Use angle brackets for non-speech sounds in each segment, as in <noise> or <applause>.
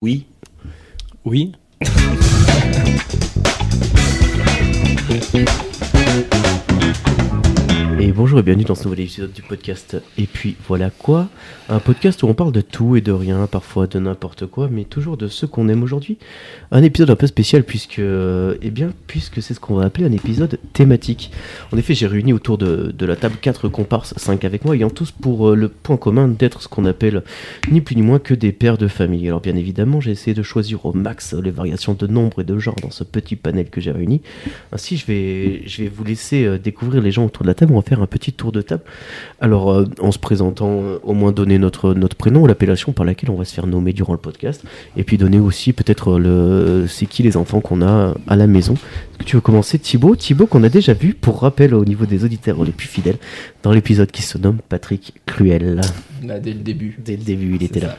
Oui. Oui. Et bonjour et bienvenue dans ce nouvel épisode du podcast. Et puis voilà quoi Un podcast où on parle de tout et de rien, parfois de n'importe quoi, mais toujours de ce qu'on aime aujourd'hui. Un épisode un peu spécial puisque, euh, eh bien, puisque c'est ce qu'on va appeler un épisode thématique. En effet, j'ai réuni autour de, de la table 4 comparses, 5 avec moi, ayant tous pour euh, le point commun d'être ce qu'on appelle ni plus ni moins que des pères de famille. Alors bien évidemment, j'ai essayé de choisir au max les variations de nombre et de genre dans ce petit panel que j'ai réuni. Ainsi, Bah, je vais, je vais vous laisser euh, découvrir les gens autour de la table. On va faire un petit tour de table. Alors, euh, en se présentant, euh, au moins donner notre, notre prénom, l'appellation par laquelle on va se faire nommer durant le podcast. Et puis donner aussi peut-être euh, le c'est qui les enfants qu'on a euh, à la maison. Est-ce que tu veux commencer, Thibaut Thibaut qu'on a déjà vu, pour rappel, au niveau des auditeurs les plus fidèles, dans l'épisode qui se nomme Patrick Cluel. Là, dès le début. Dès le début, il était là.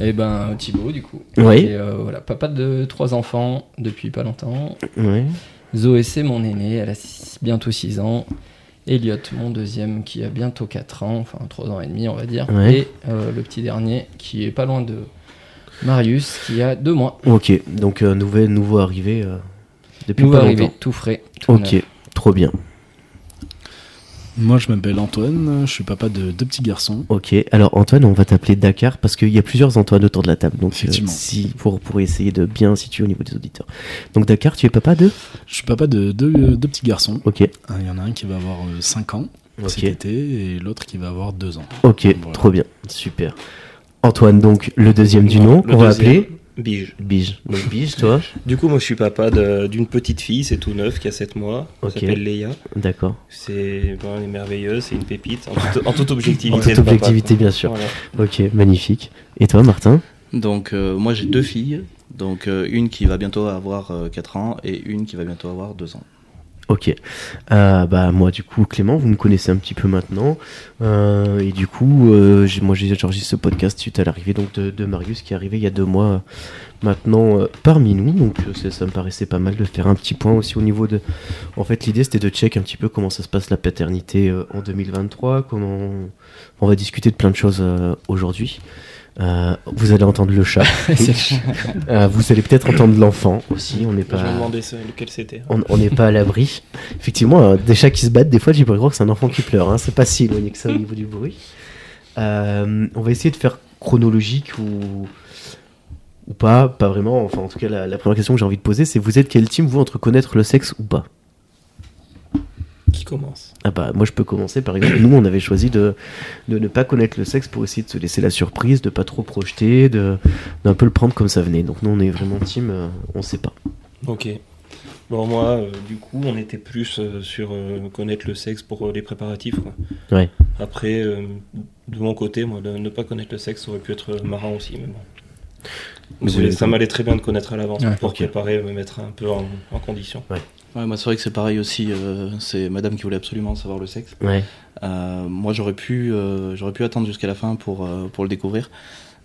Et ben Thibaut, du coup. Oui. Et, euh, voilà, papa de trois enfants depuis pas longtemps. Ouais. Zoé, c'est mon aînée, elle a six- bientôt 6 ans. Elliot, mon deuxième, qui a bientôt 4 ans, enfin 3 ans et demi, on va dire. Ouais. Et euh, le petit dernier, qui est pas loin de Marius, qui a 2 mois. Ok, donc euh, nouvel, nouveau arrivé euh, depuis Nous pas arrivé longtemps. tout frais. tout Ok, neuf. trop bien. Moi, je m'appelle Antoine, je suis papa de deux petits garçons. Ok, alors Antoine, on va t'appeler Dakar parce qu'il y a plusieurs Antoine autour de la table. Donc, euh, Effectivement. si, pour, pour essayer de bien situer au niveau des auditeurs. Donc, Dakar, tu es papa de Je suis papa de deux, deux petits garçons. Ok, Ah, Il y en a un qui va avoir 5 ans ok, cet été et l'autre qui va avoir 2 ans. ok, Voilà. trop bien, super. Antoine, donc, le deuxième du Voilà, nom, le on va deuxième, appeler Bige. Bige. Donc, Bige, toi Du coup, moi, je suis papa de- d'une petite fille, c'est tout neuf, qui a 7 mois. Elle Ok. s'appelle Léa. D'accord. C'est ben, elle est merveilleuse, c'est une pépite, en toute, en <laughs> toute objectivité. En toute de papa. objectivité, bien sûr. Voilà. Ok, magnifique. Et toi, Martin Donc euh, moi j'ai deux filles, donc euh, une qui va bientôt avoir 4 ans et une qui va bientôt avoir 2 ans. Ok. Euh, bah moi du coup Clément, vous me connaissez un petit peu maintenant. Euh, et du coup, euh, j'ai- moi j'ai j'enregistre ce podcast suite à l'arrivée donc de, de Marius qui est arrivé il y a deux mois euh, maintenant euh, parmi nous. Donc euh, ça, ça me paraissait pas mal de faire un petit point aussi au niveau de. En fait l'idée c'était de check un petit peu comment ça se passe la paternité euh, en 2023. Comment on va discuter de plein de choses euh, aujourd'hui. Euh, vous allez entendre le chat. Euh, vous allez peut-être entendre l'enfant aussi. On n'est Je pas. me demandais ça, lequel c'était. On on n'est pas à l'abri. Effectivement, euh, des chats qui se battent, des fois, j'ai pas croire que c'est un enfant qui pleure. hein. C'est pas si éloigné que ça au niveau du bruit. Euh, on va essayer de faire chronologique ou, ou pas, pas vraiment. Enfin, en tout cas, la, la première question que j'ai envie de poser, c'est vous êtes quel team, vous, entre connaître le sexe ou pas Qui commence Ah bah, moi, je peux commencer. Par exemple, nous, on avait choisi de, de ne pas connaître le sexe pour essayer de se laisser la surprise, de pas trop projeter, de d'un peu le prendre comme ça venait. Donc, nous, on est vraiment team, euh, on sait pas. Ok. Bon, moi, euh, du coup, on était plus euh, sur euh, connaître le sexe pour euh, les préparatifs. Quoi. Ouais. Après, euh, de mon côté, moi, de ne pas connaître le sexe ça aurait pu être euh, marrant aussi. Mais bon. Mais C'est- vous- ça m'allait très bien de connaître à l'avance Ouais. pour Ok. préparer, me mettre un peu en, en condition. Ouais, moi c'est vrai que c'est pareil aussi, euh, c'est madame qui voulait absolument savoir le sexe. Ouais. Euh, moi j'aurais pu, euh, j'aurais pu attendre jusqu'à la fin pour, euh, pour le découvrir,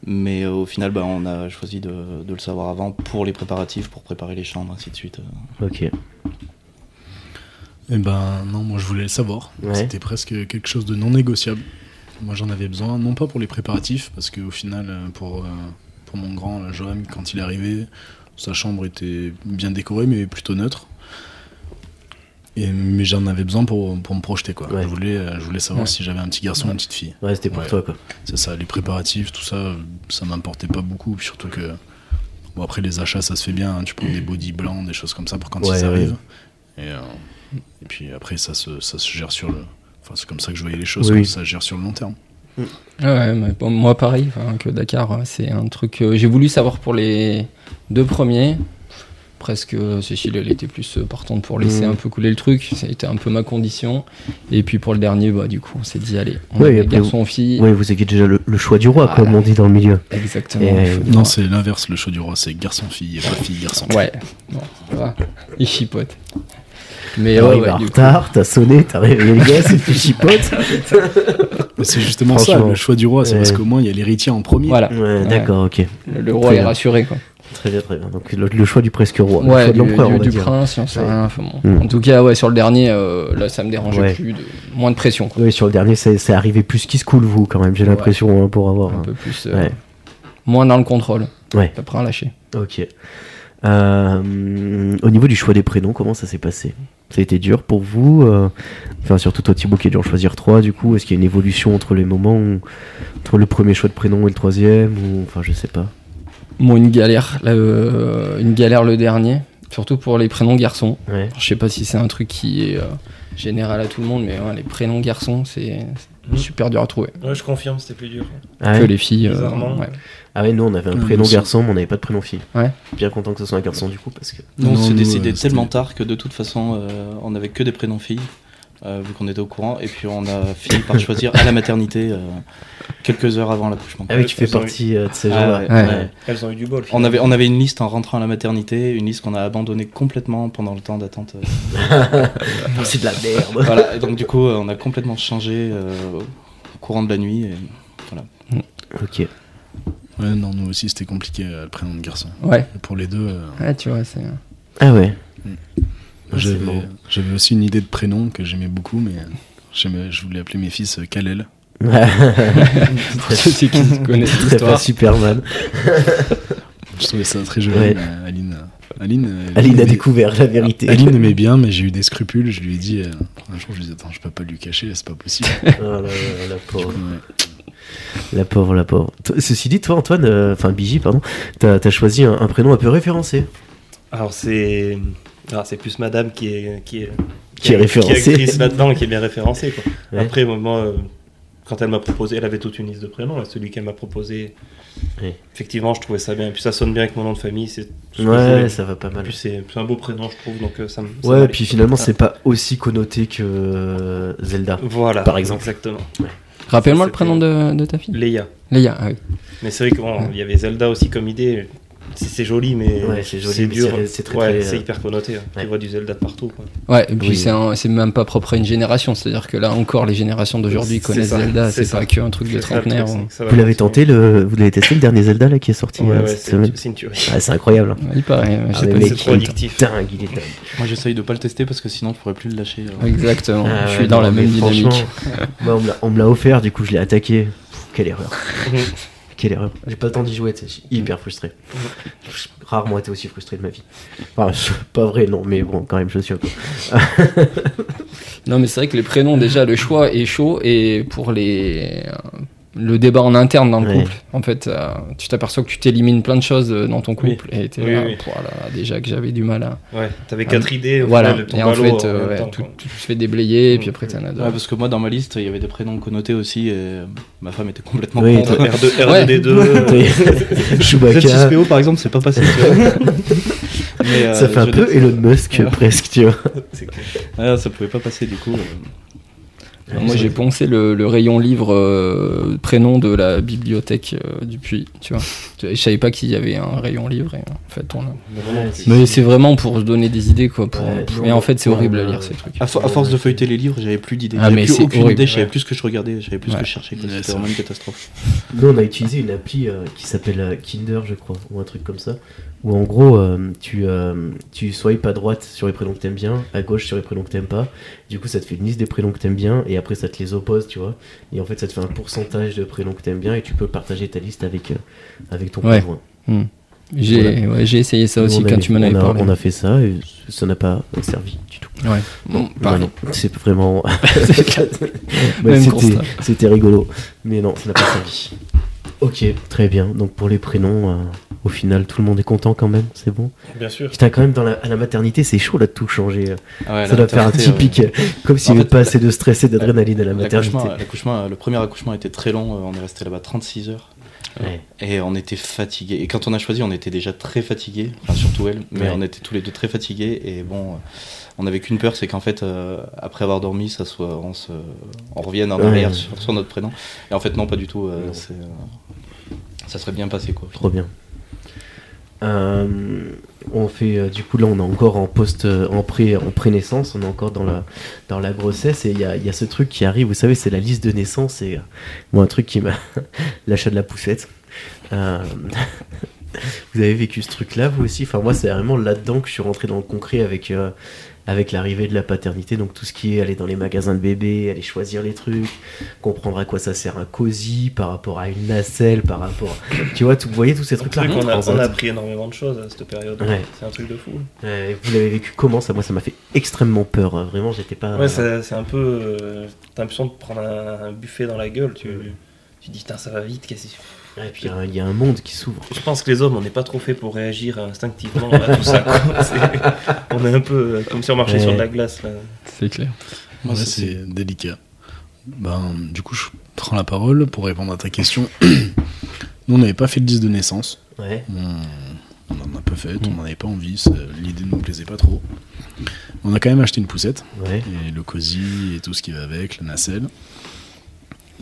mais euh, au final bah, on a choisi de, de le savoir avant pour les préparatifs, pour préparer les chambres, ainsi de suite. euh. Ok. Eh ben non, moi je voulais le savoir. Ouais. C'était presque quelque chose de non négociable. Moi j'en avais besoin, non pas pour les préparatifs, parce qu'au final, euh, pour, euh, pour mon grand, là, Joam, quand il est arrivé, sa chambre était bien décorée, mais plutôt neutre. Et, mais j'en avais besoin pour, pour me projeter, quoi. Ouais. Je, voulais, euh, je voulais savoir Ouais. si j'avais un petit garçon ou une petite fille. Ouais, c'était pour Ouais. toi, quoi. C'est ça, les préparatifs, tout ça, euh, ça m'importait pas beaucoup, puis surtout que. Bon, après, les achats, ça se fait bien, hein, tu prends des body blancs, des choses comme ça pour quand Ouais, ils ouais. arrivent. Et, euh, et puis après, ça se, ça se gère sur le. Enfin, c'est comme ça que je voyais les choses, Oui. comme ça se gère sur le long terme. Ouais, mais bon, moi pareil, enfin, que Dakar, hein, c'est un truc. euh, j'ai voulu savoir pour les deux premiers. Presque euh, Cécile, elle était plus euh, partante pour laisser Mhm. un peu couler le truc. Ça a été un peu ma condition. Et puis pour le dernier, bah, du coup, on s'est dit, allez, on Ouais, va et met après, garçon, fille. Ouais, vous aviez déjà le, le choix du roi, Voilà. comme on dit dans le milieu. Exactement. Et- euh, Faut- Non, c'est l'inverse, le show du roi, c'est garçon-fille et pas fille-garçon. Ouais, bon, ça va. Il chipote. Mais Alors, ouais, Ah il ouais, va en du coup. retard, t'as sonné, t'as réveillé le gars, c'est plus <laughs> chipote. Mais c'est justement ça, Franchement. le choix du roi, c'est Ouais. parce qu'au moins, il y a l'héritier en premier. Voilà, Ouais, d'accord, ok. le, le roi Très est bien. rassuré, quoi. Très bien, très bien. Donc le, le choix du presque roi, le Ouais, choix de du, l'empereur, du- on va du dire. prince, j'en sais Ouais. rien, enfin bon. Mm. En tout cas, ouais, sur le dernier, euh, là, ça me dérangeait Ouais. plus, de- moins de pression, quoi. Oui, sur le dernier, c'est c'est arrivé plus qui se coule, vous, quand même, j'ai l'impression, hein, pour avoir. Un hein. peu plus, euh, Ouais. moins dans le contrôle. Ouais. T'apprends à lâcher. Ok. Euh, au niveau du choix des prénoms, comment ça s'est passé Ça a été dur pour vous euh, Enfin, surtout toi, Thibaut, qui a dû en choisir trois, du coup. Est-ce qu'il y a une évolution entre les moments où- Entre le premier choix de prénom et le troisième ou... Enfin, je sais pas. Moi, une galère, là, euh, une galère le dernier, surtout pour les prénoms garçons. Ouais. Alors, Je sais pas si c'est un truc qui est euh, général à tout le monde, mais ouais, les prénoms garçons, c'est c'est Mhm. super dur à trouver. Ouais, je confirme, c'était plus dur. Ah Que ouais, les filles. euh, Bizarrement. ouais. Ah ouais, nous, on avait un Ouais, prénom nous aussi. garçon, mais on n'avait pas de prénom fille. Ouais. Bien content que ce soit un garçon, du coup, parce que. Non, Non, c'est nous, décidé euh, tellement c'était- tard que de toute façon, euh, on n'avait que des prénoms filles, euh, vu qu'on était au courant, et puis on a fini par choisir à la maternité euh, quelques heures avant l'accouchement. Ah oui, tu fais Ils ont eu- partie euh, de ces Ah gens-là. ouais, Ouais. ouais. Elles ont eu du bol. On finalement. avait, on avait une liste en rentrant à la maternité, une liste qu'on a abandonnée complètement pendant le temps d'attente. euh. <laughs> Ah, C'est de <laughs> la merde. voilà, et donc du coup, euh, on a complètement changé euh, au courant de la nuit. et ok. Ouais, non, nous aussi c'était compliqué euh, le prénom de garçon. Ouais. Et pour les deux, euh, Ouais, tu vois, c'est. Ah ouais. c'est j'avais marrant. j'avais aussi une idée de prénom que j'aimais beaucoup, mais euh, j'aimais- je voulais appeler mes fils euh, Kalel. <laughs> Pour ceux <laughs> qui connaissent C'est pas l'histoire. Superman. Je trouvais ça très joli. Ouais. mais, euh, Aline, euh, Aline, euh, Aline a aimait- Ah, découvert la <laughs> vérité. Aline aimait bien, mais j'ai eu des scrupules. Je lui ai dit, euh, un jour, je lui ai dit, attends, je peux pas lui cacher, c'est pas <laughs> possible. Oh là là, la Du pauvre. coup, ouais. La pauvre, la pauvre. Toi- Ceci dit, toi, Antoine, euh, enfin Bigi, pardon, t'as as choisi un, un prénom un peu référencé. Alors c'est, alors c'est plus Madame qui est qui est Qui est référencée. actrice là-dedans, qui est bien référencée. quoi. Ouais. Après moi, moi, euh, quand elle m'a proposé, elle avait toute une liste de prénoms. Et celui qu'elle m'a proposé, Ouais. effectivement, je trouvais ça bien. Et puis ça sonne bien avec mon nom de famille. C'est ce que je voulais. Ouais, ça va pas En mal. plus c'est c'est un beau prénom, je trouve. Donc euh, ça me. ça Ouais, m'allait. puis finalement, c'est pas aussi connoté que euh, Zelda. Ah, Voilà. par exemple. Exactement. Rappelle-moi Ça, le prénom de, de ta fille. Léa. Léa, ah oui. Mais c'est vrai qu'il bon, il y avait Zelda aussi comme idée. C'est c'est joli, mais Ouais, c'est joli, mais dur. c'est- c'est très, Ouais, très, c'est euh, hyper connoté. hein. ouais. Tu vois du Zelda de partout. quoi. Ouais, et puis Oui. c'est un- c'est même pas propre à une génération, c'est-à-dire que là encore, les générations d'aujourd'hui C'est connaissent ça, Zelda, c'est c'est pas ça. que un truc de C'est ça, le truc, trentenaire. hein. c'est ou- que ça va Vous l'avez continuer. tenté, le, vous l'avez testé le dernier Zelda là qui est sorti Ouais, euh, ouais, cette c'est semaine. une- c'est une tuerie. Ah, c'est incroyable. Il paraît, mais je Ah, sais le pas mec, si- c'est trop il est addictif. Dingue, il est dingue. Moi, j'essaye de pas le tester parce que sinon, je pourrais plus le lâcher. euh. Exactement, Ah je ouais, suis dans non, la mais même dynamique. <laughs> franchement, moi, Bah, on me l'a- on me l'a offert, du coup, je l'ai attaqué. Pff, quelle erreur. Quelle erreur. J'ai pas le temps d'y jouer, tu sais, je suis hyper frustré. J'ai Rarement été aussi frustré de ma vie. Enfin, <laughs> je- pas vrai, non, mais bon, quand même, je suis un peu. Non, mais c'est vrai que les prénoms, déjà, le choix est chaud, et pour les. Le débat en interne dans le Ouais. couple. En fait, euh, tu t'aperçois que tu t'élimines plein de choses euh, dans ton Oui. couple. Et t'es Oui, là, oui. voilà, déjà que j'avais du mal à. Ouais, t'avais quatre idées. au voilà. final, ton et en ballot fait, euh, même ouais, temps, tout, quoi. tout se fait déblayer, et puis après, Mm. t'en as Ouais, d'autres. parce que moi, dans ma liste, il y avait des prénoms connotés aussi, et euh, ma femme était complètement Oui, contre. R2, <laughs> Ouais. <laughs> R2D2. Chewbacca. P.O. par exemple, c'est pas passé. tu vois. <laughs> Mais, euh, Ça fait un je- peu Elon Musk, Ouais. presque, tu vois. C'est clair. Ah, ça pouvait pas passer du coup. euh. Alors, moi, j'ai poncé le, le rayon livre euh, prénom de la bibliothèque euh, du Puy, tu vois. Tu vois, Je savais pas qu'il y avait un rayon livre, et euh, en fait, on l'a. Mais c'est vraiment pour se donner des idées, quoi. Pour... Ouais, mais non, en fait, c'est ouais, horrible à ouais, lire ouais. ces trucs. À, fo- à force de feuilleter les livres, j'avais plus d'idées. Ah, mais J'avais plus c'est aucune horrible. idée, je savais Ouais. plus ce que je regardais, je savais plus ce Ouais. que je cherchais. quoi. Ouais, C'était ça- vraiment une catastrophe. Nous, on a utilisé une appli euh, qui s'appelle euh, Kinder, je crois, ou un truc comme ça, où en gros, euh, tu, euh, tu swipes à droite sur les prénoms que t'aimes bien, à gauche sur les prénoms que t'aimes pas. Du coup, ça te fait une liste des prénoms que t'aimes bien, et après, ça te les oppose, tu vois. Et en fait, ça te fait un pourcentage de prénoms que t'aimes bien, et tu peux partager ta liste avec, euh, avec ton Ouais. conjoint. J'ai ouais, j'ai essayé ça Nous, aussi on quand avait- tu m'en avais on a- parlé. On a fait ça, et ça n'a pas servi du tout. Ouais. Bon, pareil. Vraiment, C'est <laughs> vraiment. Ouais, Même c'était- constat. C'était rigolo. Mais non, ça n'a pas servi. Ok, très bien. Donc pour les prénoms, euh, au final, tout le monde est content quand même, c'est bon. Bien sûr. Putain, quand même, dans la, à la maternité, c'est chaud là de tout changer. Ah ouais, ça la doit faire un maternité, typique. euh, Comme s'il En n'y avait fait, pas assez de stress et d'adrénaline à la maternité. L'accouchement, l'accouchement, euh, le premier accouchement était très long, euh, on est resté là-bas 36 heures. Ouais. Et on était fatigués. Et quand on a choisi, on était déjà très fatigués, enfin surtout elle, mais Ouais. on était tous les deux très fatigués. Et bon, euh, on n'avait qu'une peur, c'est qu'en fait, euh, après avoir dormi, ça soit, on, se, on revienne en Ouais. arrière sur, sur notre prénom. Et en fait, non, pas du tout. euh, Non. c'est, euh, ça serait bien passé, quoi. Trop bien. Euh, on fait euh, du coup là on est encore en post euh, en pré en pré-naissance, on est encore dans la dans la grossesse et il y a, il y a ce truc qui arrive, vous savez c'est la liste de <laughs> naissance et euh, moi un truc qui m'a l'achat de la poussette. Euh, <laughs> Vous avez vécu ce truc-là, vous aussi Enfin, moi, c'est vraiment là-dedans que je suis rentré dans le concret avec, euh, avec l'arrivée de la paternité. Donc, tout ce qui est aller dans les magasins de bébés, aller choisir les trucs, comprendre à quoi ça sert un cosy par rapport à une nacelle, par rapport. Tu vois, tout, vous voyez tous ces trucs-là on, a, Transat. on a appris énormément de choses à cette période. Ouais. C'est un truc de fou. Euh, vous l'avez vécu comment ça Moi, ça m'a fait extrêmement peur. hein. Vraiment, j'étais pas. Ouais, ça- c'est un peu. euh, T'as l'impression de prendre un, un buffet dans la gueule. Tu, tu dis, putain, ça va vite. qu'est-ce que c'est Ouais, puis il y a un- il y, a un monde qui s'ouvre. Je pense que les hommes, on n'est pas trop fait pour réagir instinctivement à tout ça. <laughs> quoi. C'est- on est un peu euh, comme si on marchait Ouais. sur de la glace. Là. C'est clair. Moi, Ouais, c'est délicat. Ben, du coup, je prends la parole pour répondre à ta question. <clears throat> Nous, on n'avait pas fait le 10 de naissance. Ouais. On on n'en a pas fait, Mm. on n'en avait pas envie. ça- L'idée ne nous plaisait pas trop. On a quand même acheté une poussette. Ouais. Et le cosy et tout ce qui va avec, la nacelle.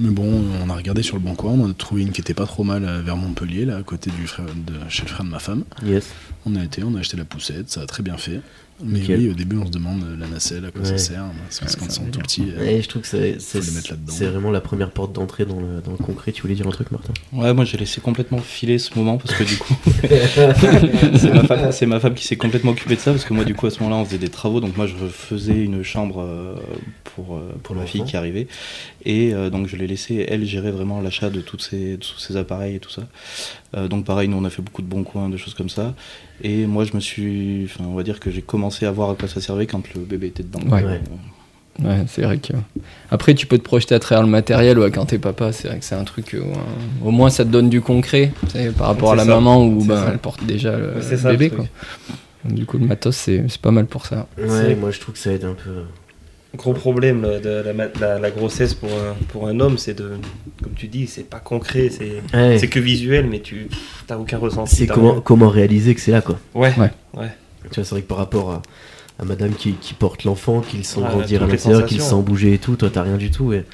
Mais bon, on a regardé sur le bon coin. On en a trouvé une qui était pas trop mal euh, vers Montpellier, là, à côté du frère de, chez le frère de ma femme. Yes. On a été, on a acheté la poussette, ça a très bien fait. Mais Nickel. oui, au début, on se demande euh, la nacelle, à quoi Ouais. ça sert. C'est parce Ouais, qu'on ça sent veut tout dire. petit. euh, Ouais, je trouve que c'est- c'est les mettre là-dedans. c'est vraiment la première porte d'entrée dans le, dans le concret. Tu voulais dire un truc, <laughs> Martin Ouais, moi j'ai laissé complètement filer ce moment parce que du coup, c'est ma femme, c'est ma femme qui s'est complètement occupée de ça parce que moi du coup à ce moment-là on faisait des travaux donc moi je faisais une chambre euh, pour euh, pour ma fille qui arrivait et euh, donc je l'ai laissé elle gérer vraiment l'achat de toutes ces de tous ces appareils et tout ça. Euh, donc pareil, nous on a fait beaucoup de bons coins, de choses comme ça et moi je me suis, enfin on va dire que j'ai commencé à voir à quoi ça servait quand le bébé était dedans. Ouais. Ouais. Ouais, c'est vrai que. Après, tu peux te projeter à travers le matériel ouais, quand t'es papa. C'est vrai que c'est un truc. euh, au moins, ça te donne du concret tu sais, par rapport à la C'est ça. maman où C'est ben, ça. elle porte déjà le, Ouais, c'est le ça, le bébé. Quoi. truc. Du coup, le matos, c'est c'est pas mal pour ça. Ouais, C'est- moi je trouve que ça aide un peu. Gros problème là, de la, ma- la- la grossesse pour un, pour un homme, c'est de. Comme tu dis, c'est pas concret, c'est Ouais. c'est que visuel, mais tu t'as aucun ressenti. C'est t'as comment, rien. comment réaliser que c'est là, quoi. Ouais. Tu vois, c'est vrai que par rapport à, à madame qui, qui porte l'enfant, qui le sent Ouais, grandir à toutes les l'intérieur, qui le sensations. sent bouger et tout, toi t'as rien du tout. Et...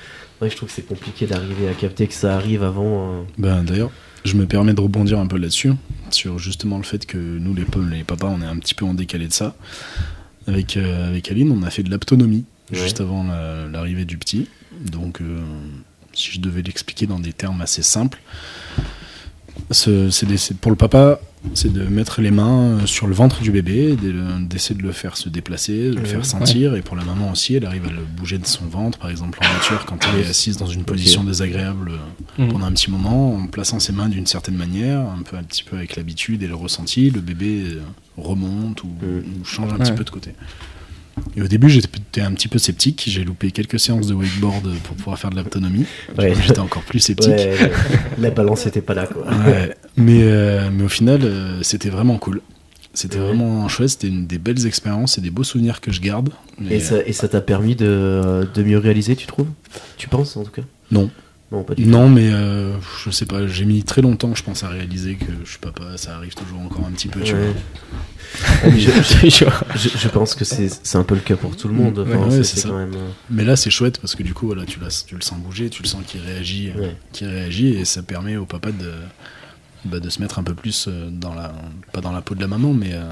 Ouais, je trouve que c'est compliqué d'arriver à capter que ça arrive avant. euh, Ben, D'ailleurs, je me permets de rebondir un peu là-dessus, sur justement le fait que nous, les, pa- les papas, on est un petit peu en décalé de ça. Avec, euh, avec Aline, on a fait de l'aptonomie Ouais. juste avant la- l'arrivée du petit. Donc, euh, si je devais l'expliquer dans des termes assez simples, ce- c'est des- c'est- pour le papa, c'est de mettre les mains euh, sur le ventre du bébé, de le- d'essayer de le faire se déplacer, de le Ouais. faire sentir. Et pour la maman aussi, elle arrive à le bouger de son ventre, par exemple en voiture, quand elle est assise dans une position désagréable euh, Mm. pendant un petit moment, en plaçant ses mains d'une certaine manière, un peu un petit peu avec l'habitude et le ressenti, le bébé euh, remonte ou, Mm. ou change un petit Ouais. peu de côté. Et au début, j'étais un petit peu sceptique. J'ai loupé quelques séances de wakeboard pour pouvoir faire de l'autonomie. <laughs> Ouais. J'étais encore plus sceptique. Ouais, la balance était pas là, quoi. Ouais, mais, euh, mais au final, euh, c'était vraiment cool. C'était Ouais. vraiment chouette, c'était une des belles expériences et des beaux souvenirs que je garde. Mais, Et ça et ça t'a permis de, de mieux réaliser, tu trouves Tu penses en tout cas Non. Non, pas euh, du tout. non, mais euh, je sais pas, j'ai mis très longtemps, je pense, à réaliser que je suis papa, ça arrive toujours encore un petit peu, tu Ouais. <laughs> Ah, vois. Je, C'est chaud. je- je pense que c'est c'est un peu le cas pour tout le monde. Ouais, Enfin, ouais, c'est c'est ça. quand même. euh, Mais là, c'est chouette parce que du coup, voilà, tu, l'as- tu le sens bouger, tu le sens qu'il réagit, euh, ouais. qu'il réagit, et ça permet au papa de, bah, de se mettre un peu plus euh, dans la, pas dans la peau de la maman, mais euh,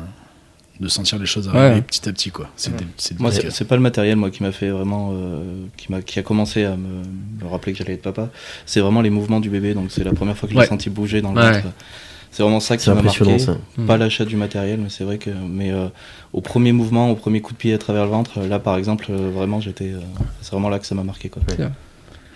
de sentir les choses arriver Ouais. petit à petit, quoi. C'est des- c'est des Moi, c'est petits- c'est pas le matériel moi qui m'a fait vraiment, euh, qui m'a, qui a commencé à me, me rappeler que j'allais être papa. C'est vraiment les mouvements du bébé. Donc c'est la première fois que je Ouais. l'ai senti bouger dans le Ouais. Hmm. ventre. C'est vraiment ça qui C'est m'a marqué. impressionnant ça. Pas l'achat du matériel, mais c'est vrai que, mais euh, au premier mouvement, au premier coup de pied à travers le ventre, là par exemple, euh, vraiment j'étais, euh, c'est vraiment là que ça m'a marqué quoi.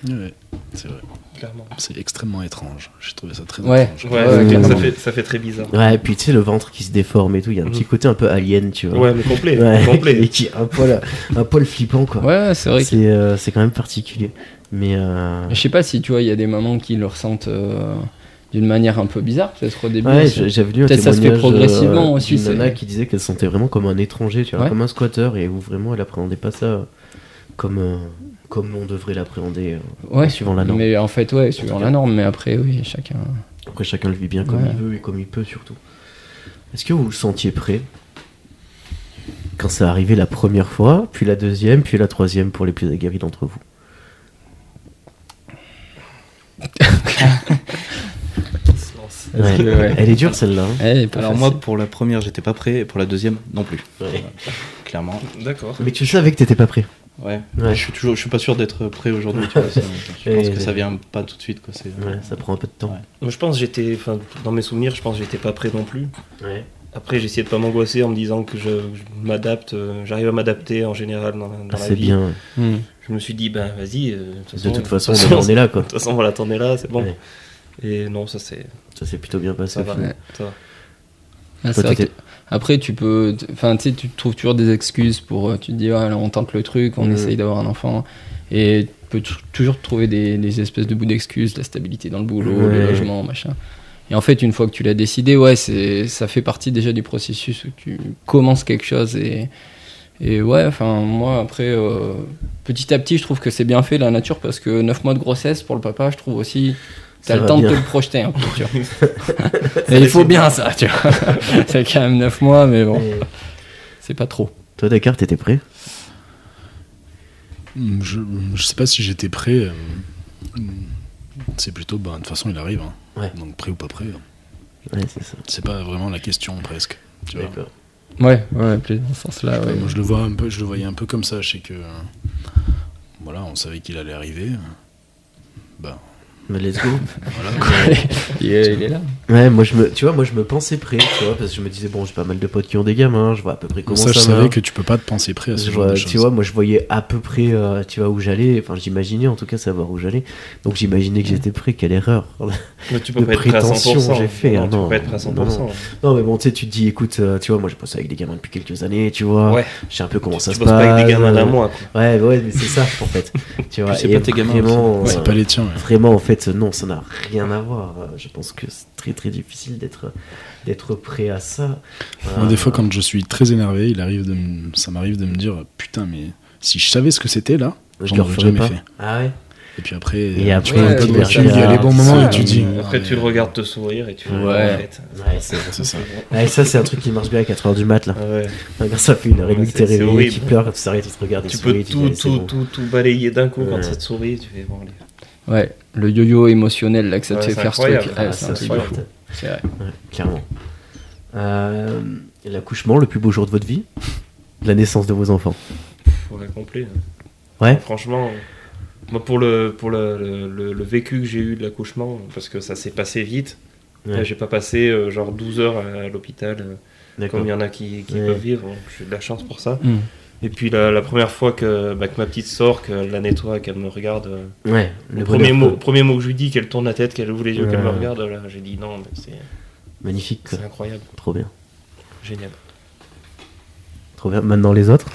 Ouais, c'est vrai. Clairement. C'est extrêmement étrange. J'ai trouvé ça très Ouais. étrange. Ouais, Ouais, ça, clairement. fait, ça fait très bizarre. Ouais, et puis tu sais, le ventre qui se déforme et tout, il y a un Mhm. petit côté un peu alien, tu vois. Ouais, mais complet. Ouais, <laughs> complet. et qui un poil, un poil flippant, quoi. Ouais, c'est vrai que c'est euh, c'est quand même particulier. Mais. euh, Je sais pas si tu vois, il y a des mamans qui le ressentent euh, d'une manière un peu bizarre, peut-être au début. Ouais, c'est- j'ai- j'avais lu un Peut-être ça se fait témoignage progressivement euh, aussi, d'une nana c'est- qui disait qu'elle se sentait vraiment comme un étranger, tu vois, Ouais. comme un squatter, et où vraiment elle appréhendait pas ça euh, comme, euh, comme on devrait l'appréhender. euh. ouais, suivant la norme. Mais en fait, ouais, suivant la norme, mais après, oui, chacun. Après, chacun le vit bien comme Ouais. il veut et comme il peut, surtout. Est-ce que vous vous sentiez prêt quand ça arrivait la première fois, puis la deuxième, puis la troisième pour les plus aguerris d'entre vous Parce que, ouais. Elle est dure celle-là. hein. Eh, pas Alors facile. moi, pour la première, j'étais pas prêt, et pour la deuxième non plus, clairement. D'accord. Mais tu savais que t'étais pas prêt. Ouais. Ouais. Je suis toujours, je suis pas sûr d'être prêt aujourd'hui. tu vois, c'est- <laughs> je pense que ça vient pas tout de suite. Quoi. C'est, Ouais, ça prend un peu de temps. Moi, je pense que j'étais, enfin, dans mes souvenirs, je pense que j'étais pas prêt non plus. Ouais. Après, j'essayais de pas m'angoisser en me disant que je, je m'adapte, euh, j'arrive à m'adapter en général dans la, dans Ah, la c'est vie. bien. Hmm. Je me suis dit, ben vas-y. euh, De toute façon, de toute on en est là, quoi. de toute façon, voilà, t'en es là, c'est bon. Ouais. Et non, ça c'est, Ça s'est plutôt bien passé. ça au va, final. ça va. Ah, Toi, c'est vrai t'étais- que- Après, tu peux. Enfin, tu sais, tu trouves toujours des excuses pour. euh, Tu te dis, ah, là, on tente le truc, on Mhm. essaye d'avoir un enfant. Et tu peux tou- toujours trouver des, des espèces de bouts d'excuses, la stabilité dans le boulot, Ouais. le logement, machin. Et en fait, une fois que tu l'as décidé, ouais, c'est ça fait partie déjà du processus où tu commences quelque chose. Et, et ouais, enfin, moi, après, euh, petit à petit, je trouve que c'est bien fait la nature parce que 9 mois de grossesse pour le papa, je trouve aussi. Ça T'as le va temps bien. de te le projeter un peu, tu vois. <laughs> Et il faut bien ça, tu vois. C'est quand même 9 mois, mais bon, Et c'est pas trop. Toi, Dakar, t'étais prêt Hmm, Je, je sais pas si j'étais prêt. euh, hmm, C'est plutôt, bah, de toute façon, il arrive. hein. Ouais. Donc, prêt ou pas prêt, hein. Ouais, c'est ça. c'est pas vraiment la question, presque. Tu vois. D'accord. Ouais, ouais, plus dans ce sens-là, ouais. Moi, je le vois un peu, je le voyais un peu comme ça. Je sais que, euh, voilà, on savait qu'il allait arriver. Bah, Mais let's go. voilà. il, est, il est là. <laughs> Ouais, moi je me, tu vois, moi je me pensais prêt, tu vois, parce que je me disais bon, j'ai pas mal de potes qui ont des gamins, je vois à peu près comment ça, ça, je va. savais que tu peux pas te penser prêt à ce Je genre vois- de choses. tu vois, moi je voyais à peu près, euh, tu vois, où j'allais. Enfin, j'imaginais en tout cas savoir où j'allais. Donc j'imaginais que j'étais prêt. Quelle erreur Mais tu peux de pas être prêt à prétention, 100%. j'ai fait, Non, hein, tu non, peux pas être prêt à 100%. non, Non, mais bon, tu sais, tu te dis, écoute, euh, tu vois, moi j'ai bossé avec des gamins depuis quelques années, tu vois. Ouais. Je sais un peu comment tu ça tu se bosses passe. pas avec des gamins d'un euh, mois. quoi. Ouais, ouais, mais c'est ça <laughs> en fait. tu vois. c'est et pas tes gamins, Vraiment, C'est euh, pas les tiens. ouais. Vraiment, en fait, non, ça n'a rien à voir. Euh, Je pense que c'est très très difficile d'être d'être prêt à ça. Euh, Moi, des fois, quand je suis très énervé, il arrive de me- ça m'arrive de me dire Putain, mais si je savais ce que c'était là, Euh, je j'en le aurais referais jamais pas. fait. Ah ouais. Et puis après, Et euh, après, tu vois, ouais, t'as- tu tu le il y a les regardes, bons moments et ça, tu dis Après, tu le regardes te sourire et tu fais, Ouais. arrête. Ouais, c'est- C'est ça. ouais, ça, c'est un truc qui marche bien à 4h du mat là. Ah ouais. Regarde, ça fait une heure et Ouais, demie que c'est- t'es c'est réveillé, horrible. tu pleures, tu s'arrêtes, tu te regardes, Tu tu peux souris, tu tout, dis, c'est tout, bon. tout, tout balayer d'un coup Ouais. quand ça te sourit. Tu fais, bon, allez. Ouais, le yo-yo émotionnel, là, que ça Ouais, te fait c'est faire ce truc. incroyable. Ouais, Ah, c'est c'est un truc de fou. incroyable. C'est vrai. Ouais, clairement. Euh, L'accouchement, le plus beau jour de votre vie La naissance de vos enfants. Faut la compléter. Ouais. Franchement, moi pour le pour le, le- le- le vécu que j'ai eu de l'accouchement, parce que ça s'est passé vite. Ouais. Là, J'ai pas passé euh, genre 12 heures à, à l'hôpital, euh, D'accord. comme il y en a qui, qui Ouais. peuvent vivre. donc J'ai de la chance pour ça. Hmm. Et puis la, la première fois que, bah, que ma petite sort, qu'elle la nettoie, qu'elle me regarde, euh, Ouais, le, le premier, bonheur, mot, quoi. premier mot que je lui dis, qu'elle tourne la tête, qu'elle ouvre les yeux, qu'elle me Ouais. regarde, là, j'ai dit non, mais c'est- Magnifique, quoi. c'est incroyable, Trop bien. <laughs> génial. Trop bien. Maintenant les autres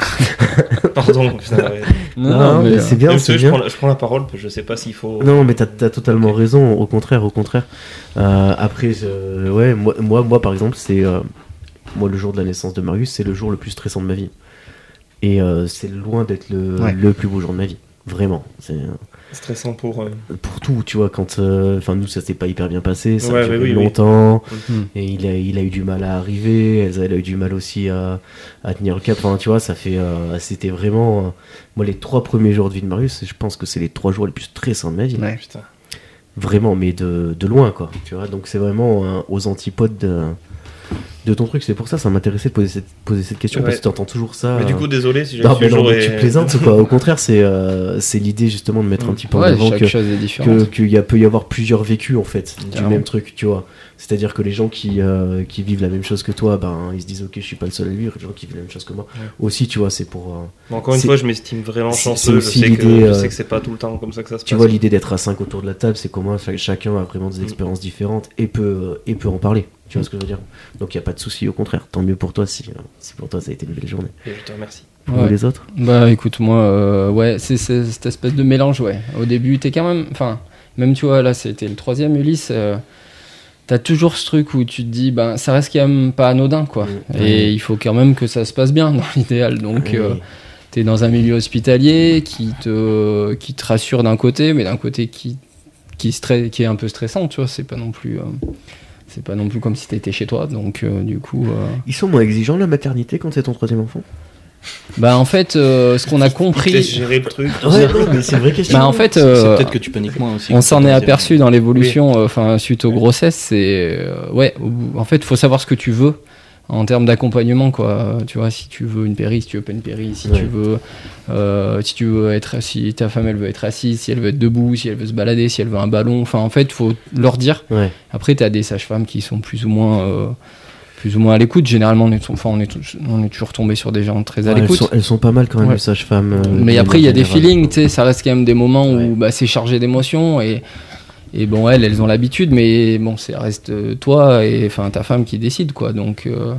Pardon, putain, ouais. Non, Non, mais mais, c'est euh, bien, Même c'est si je, bien. prends la, je prends la parole, parce que je sais pas s'il faut. Non, mais t'as as totalement raison. Au contraire, au contraire. Euh, après, euh, ouais, moi, moi, moi, par exemple, c'est euh, moi le jour de la naissance de Marius, c'est le jour le plus stressant de ma vie. Et euh, c'est loin d'être le, Ouais. le plus beau jour de ma vie. Vraiment. C'est Stressant pour. euh, pour tout, tu vois. Quand, euh, enfin, nous, ça s'est pas hyper bien passé. Ça Ouais, a duré bah oui, Mm-hmm. oui. longtemps. Mhm. Et il a, il a eu du mal à arriver. Elsa, elle a eu du mal aussi à, à tenir le cap. Enfin, tu vois, ça fait, euh, c'était vraiment, euh, moi, les trois premiers jours de vie de Marius. Je pense que c'est les trois jours les plus stressants de ma vie Ouais. Putain. vraiment mais de, de loin quoi tu vois donc c'est vraiment euh, aux antipodes de, de ton truc c'est pour ça ça m'intéressait de poser cette, poser cette question Ouais. parce que t'entends toujours ça Mais du euh, coup, désolé si j'ai non, su, mais non, mais j'aurais- tu plaisantes ou quoi au contraire c'est euh, c'est l'idée justement de mettre un petit peu en Mm. ouais, euh, avant chaque que chose est que différente. qu'il y a, peut y avoir plusieurs vécus en fait du Carrément. même truc tu vois c'est à dire que les gens qui euh, qui vivent la même chose que toi ben ils se disent ok je suis pas le seul à le vivre les gens qui vivent la même chose que moi aussi tu vois c'est pour euh, Mais Encore une C'est- fois, je m'estime vraiment c'est- chanceux. Je c'est aussi sais, que, l'idée, je euh, sais que c'est pas tout le temps comme ça que ça se Tu passe. vois, l'idée d'être à 5 autour de la table, c'est comment cha- chacun a vraiment des expériences différentes et peut, euh, et peut en parler. Tu vois ce que je veux dire Donc il n'y a pas de souci, au contraire. Tant mieux pour toi si, euh, si pour toi ça a été une belle journée. Et je te remercie. Pour Ouais. vous, les autres Bah écoute, moi, euh, ouais, c'est c'est cette espèce de mélange, ouais. Au début, t'es quand même. Enfin, même tu vois, là, c'était le troisième Ulysse. euh, T'as toujours ce truc où tu te dis, ben, ça reste quand même pas anodin, quoi. Mm. Et il faut quand même que ça se passe bien dans l'idéal. Donc, Oui. euh, t'es dans un milieu hospitalier qui te, qui te rassure d'un côté, mais d'un côté qui, qui, stre- qui est un peu stressant, tu vois. C'est pas non plus. euh, c'est pas non plus comme si t'étais chez toi, donc euh, du coup. euh, Ils sont moins exigeants la maternité quand c'est ton troisième enfant Bah en fait, euh, ce qu'on a compris. Laisse gérer le truc. euh, Ouais, non, mais c'est une vraie question. Bah en fait, C'est euh, peut-être que tu paniques moins aussi. On s'en est Deuxième. aperçu dans l'évolution, euh, enfin suite aux grossesses, c'est euh, ouais. au bout- En fait, faut savoir ce que tu veux. en termes d'accompagnement quoi tu vois si tu veux une péri si tu veux pas une péri si Ouais. tu veux euh, si tu veux être si ta femme elle veut être assise si elle veut être debout si elle veut se balader si elle veut un ballon enfin en fait faut leur dire Ouais. après tu as des sages-femmes qui sont plus ou moins euh, plus ou moins à l'écoute généralement on est, enfin, on est, tous- on est toujours tombé sur des gens très à Ouais, elles, l'écoute sont, elles sont pas mal quand même, Ouais. les sages-femmes. euh, mais de après, il y a des manière générale. feelings, tu sais, ça reste quand même des moments Ouais. où bah, c'est chargé d'émotions et, et bon, elles, elles ont l'habitude, mais bon, ça reste euh, toi et enfin ta femme qui décide quoi. Donc, euh,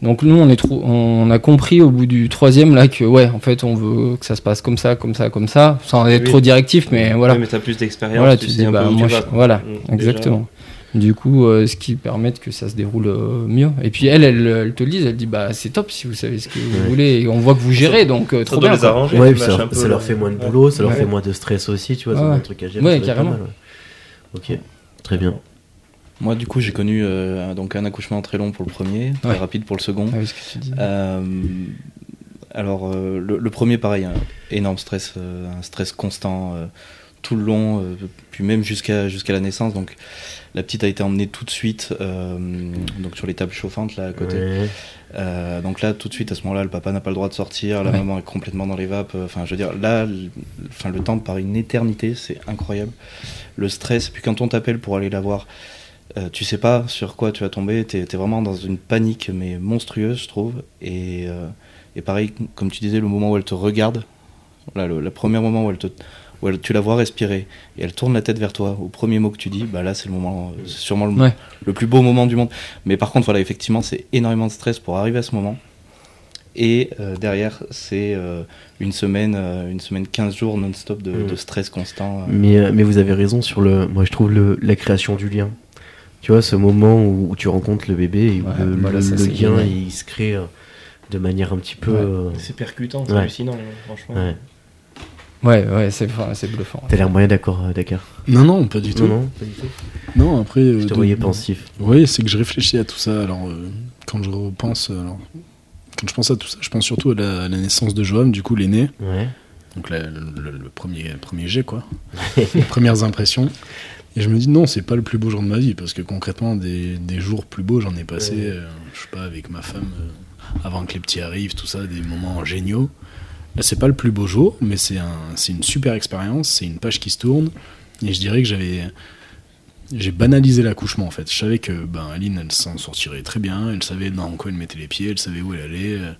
donc nous, on est trop, on a compris au bout du troisième là que ouais, en fait, on veut que ça se passe comme ça, comme ça, comme ça, sans être Oui. trop directif, mais voilà. Ouais, mais t'as plus d'expérience, Voilà, tu, tu sais dis, un bah, peu où moi, tu je- vas. quoi. voilà, Mm, déjà. exactement. Du coup, euh, ce qui permet que ça se déroule euh, mieux. Et puis elle, elle, elle te le dit, elle dit, bah c'est top si vous savez ce que vous Ouais. voulez. Et on voit que vous gérez, donc euh, Ça trop doit bien. les quoi. arranger, Ouais, tu puis mâches ça, un peu, euh, ça leur ouais. fait moins de boulot, ça leur Ouais. fait moins de stress aussi, tu vois, Ouais. c'est un truc à gérer. Ouais, ça doit être pas carrément. mal, ouais. Ok, très bien. Moi, du coup, j'ai connu euh, donc un accouchement très long pour le premier, très Ouais. rapide pour le second. Ah oui, ce que tu dis. Euh, alors, euh, le, le premier, pareil, un énorme stress, euh, un stress constant euh, tout le long, euh, puis même jusqu'à jusqu'à la naissance. Donc, la petite a été emmenée tout de suite euh, donc sur les tables chauffantes là à côté. Ouais. Euh, donc là, tout de suite, à ce moment-là, le papa n'a pas le droit de sortir, la Ouais. maman est complètement dans les vapes. euh, Enfin, je veux dire, là, l- enfin, le temps par une éternité, c'est incroyable. Le stress, puis quand on t'appelle pour aller la voir, euh, tu sais pas sur quoi tu vas tomber, t'es es vraiment dans une panique, mais monstrueuse, je trouve. Et, euh, et pareil, comme tu disais, le moment où elle te regarde, là, le, le premier moment où elle te... Où elle- tu la vois respirer et elle tourne la tête vers toi. Au premier mot que tu dis, bah là c'est le moment, euh, c'est sûrement le, Ouais. le plus beau moment du monde. Mais par contre, voilà, effectivement, c'est énormément de stress pour arriver à ce moment. Et euh, derrière, c'est euh, une semaine, euh, une semaine, 15 jours non-stop de, Mm. de stress constant. euh. Mais, euh, mais vous avez raison sur le. Moi, je trouve le, la création du lien. Tu vois, ce moment où, où tu rencontres le bébé et où Ouais, le, voilà, le- ça, le c'est lien génial. il se crée euh, de manière un petit peu. Ouais. euh, C'est percutant, c'est Ouais. hallucinant, hein, franchement. ouais. Ouais, ouais, c'est enfin, c'est bluffant. T'as l'air moyen d'accord, euh, Dakar. Non, non, pas du tout. Non, Non, non, pas du tout. après. euh, Je te de- voyais pensif. Oui, c'est que je réfléchis à tout ça. Alors, euh, quand je repense, euh, alors, quand je pense à tout ça, je pense surtout à la, à la naissance de Joam, du coup l'aîné, Ouais. donc la- le, le premier, premier jet, <laughs> quoi. Les premières impressions. Et je me dis, non, c'est pas le plus beau jour de ma vie, parce que concrètement, des, des jours plus beaux, j'en ai passé, Ouais. euh, je sais pas, avec ma femme, euh, avant que les petits arrivent, tout ça, des moments géniaux. Là, c'est pas le plus beau jour, mais c'est un, c'est une super expérience, c'est une page qui se tourne. Et je dirais que j'avais. J'ai banalisé l'accouchement en fait. Je savais que ben, Aline, elle s'en sortirait très bien. Elle savait dans quoi elle mettait les pieds, elle savait où elle allait. Euh,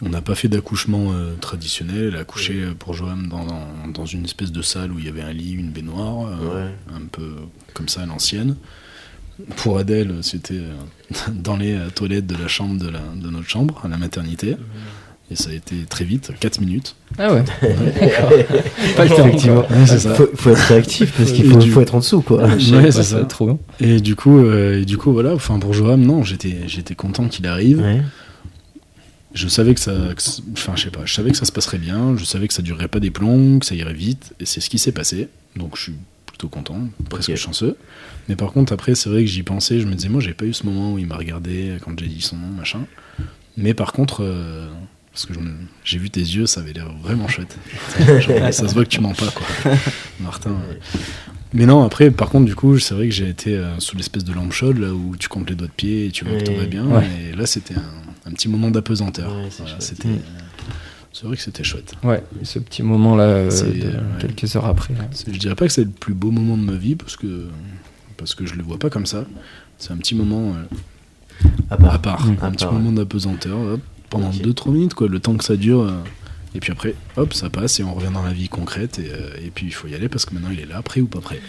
On n'a pas fait d'accouchement euh, traditionnel. Elle a accouché euh, pour Joam dans, dans, dans une espèce de salle où il y avait un lit, une baignoire, euh, Ouais. un peu comme ça à l'ancienne. Pour Adèle, c'était euh, <laughs> dans les euh, toilettes de la chambre de, la, de notre chambre, à la maternité. Et ça a été très vite, 4 minutes. Ah <laughs> ouais. Pas le temps. Effectivement. Ouais, Ah, c'est ça. Faut, faut être réactif <laughs> parce qu'il Et faut, du- faut être en dessous, quoi. Ah, Ouais, Ouais, ça, c'est ça. c'est trop bien. Et du coup, euh, et du coup voilà, enfin, pour Joam, non, j'étais j'étais content qu'il arrive. Ouais. Je savais que ça, que c- enfin je sais pas, je savais que ça se passerait bien, je savais que ça durerait pas des plombs, que ça irait vite, et c'est ce qui s'est passé. Donc je suis plutôt content, presque Ok. chanceux. Mais par contre après c'est vrai que j'y pensais, je me disais moi j'ai pas eu ce moment où il m'a regardé quand j'ai dit son nom machin. Mais par contre, euh, parce que je me- j'ai vu tes yeux, ça avait l'air vraiment chouette. Genre, ça se voit que tu mens pas quoi, Martin. ouais. Mais non après par contre du coup c'est vrai que j'ai été euh, sous l'espèce de lampe chaude là où tu comptes les doigts de pied et tu vois que tout Ouais. va bien. Ouais. Et là c'était un un petit moment d'apesanteur. Ouais, c'est Voilà, chouette. c'était. Mm. C'est vrai que c'était chouette. Ouais, ce petit moment là, euh, C'est, de- euh, ouais. quelques heures après. là. C'est- Je dirais pas que c'est le plus beau moment de ma vie parce que parce que je le vois pas comme ça. C'est un petit moment euh, À part. à part, Mm. un Ah, mmh. À petit part, moment d'apesanteur hop, pendant Ok. 2-3 minutes quoi, le temps que ça dure. euh, et puis après, hop, ça passe et on revient dans la vie concrète et, euh, et puis il faut y aller parce que maintenant il est là, prêt ou pas prêt.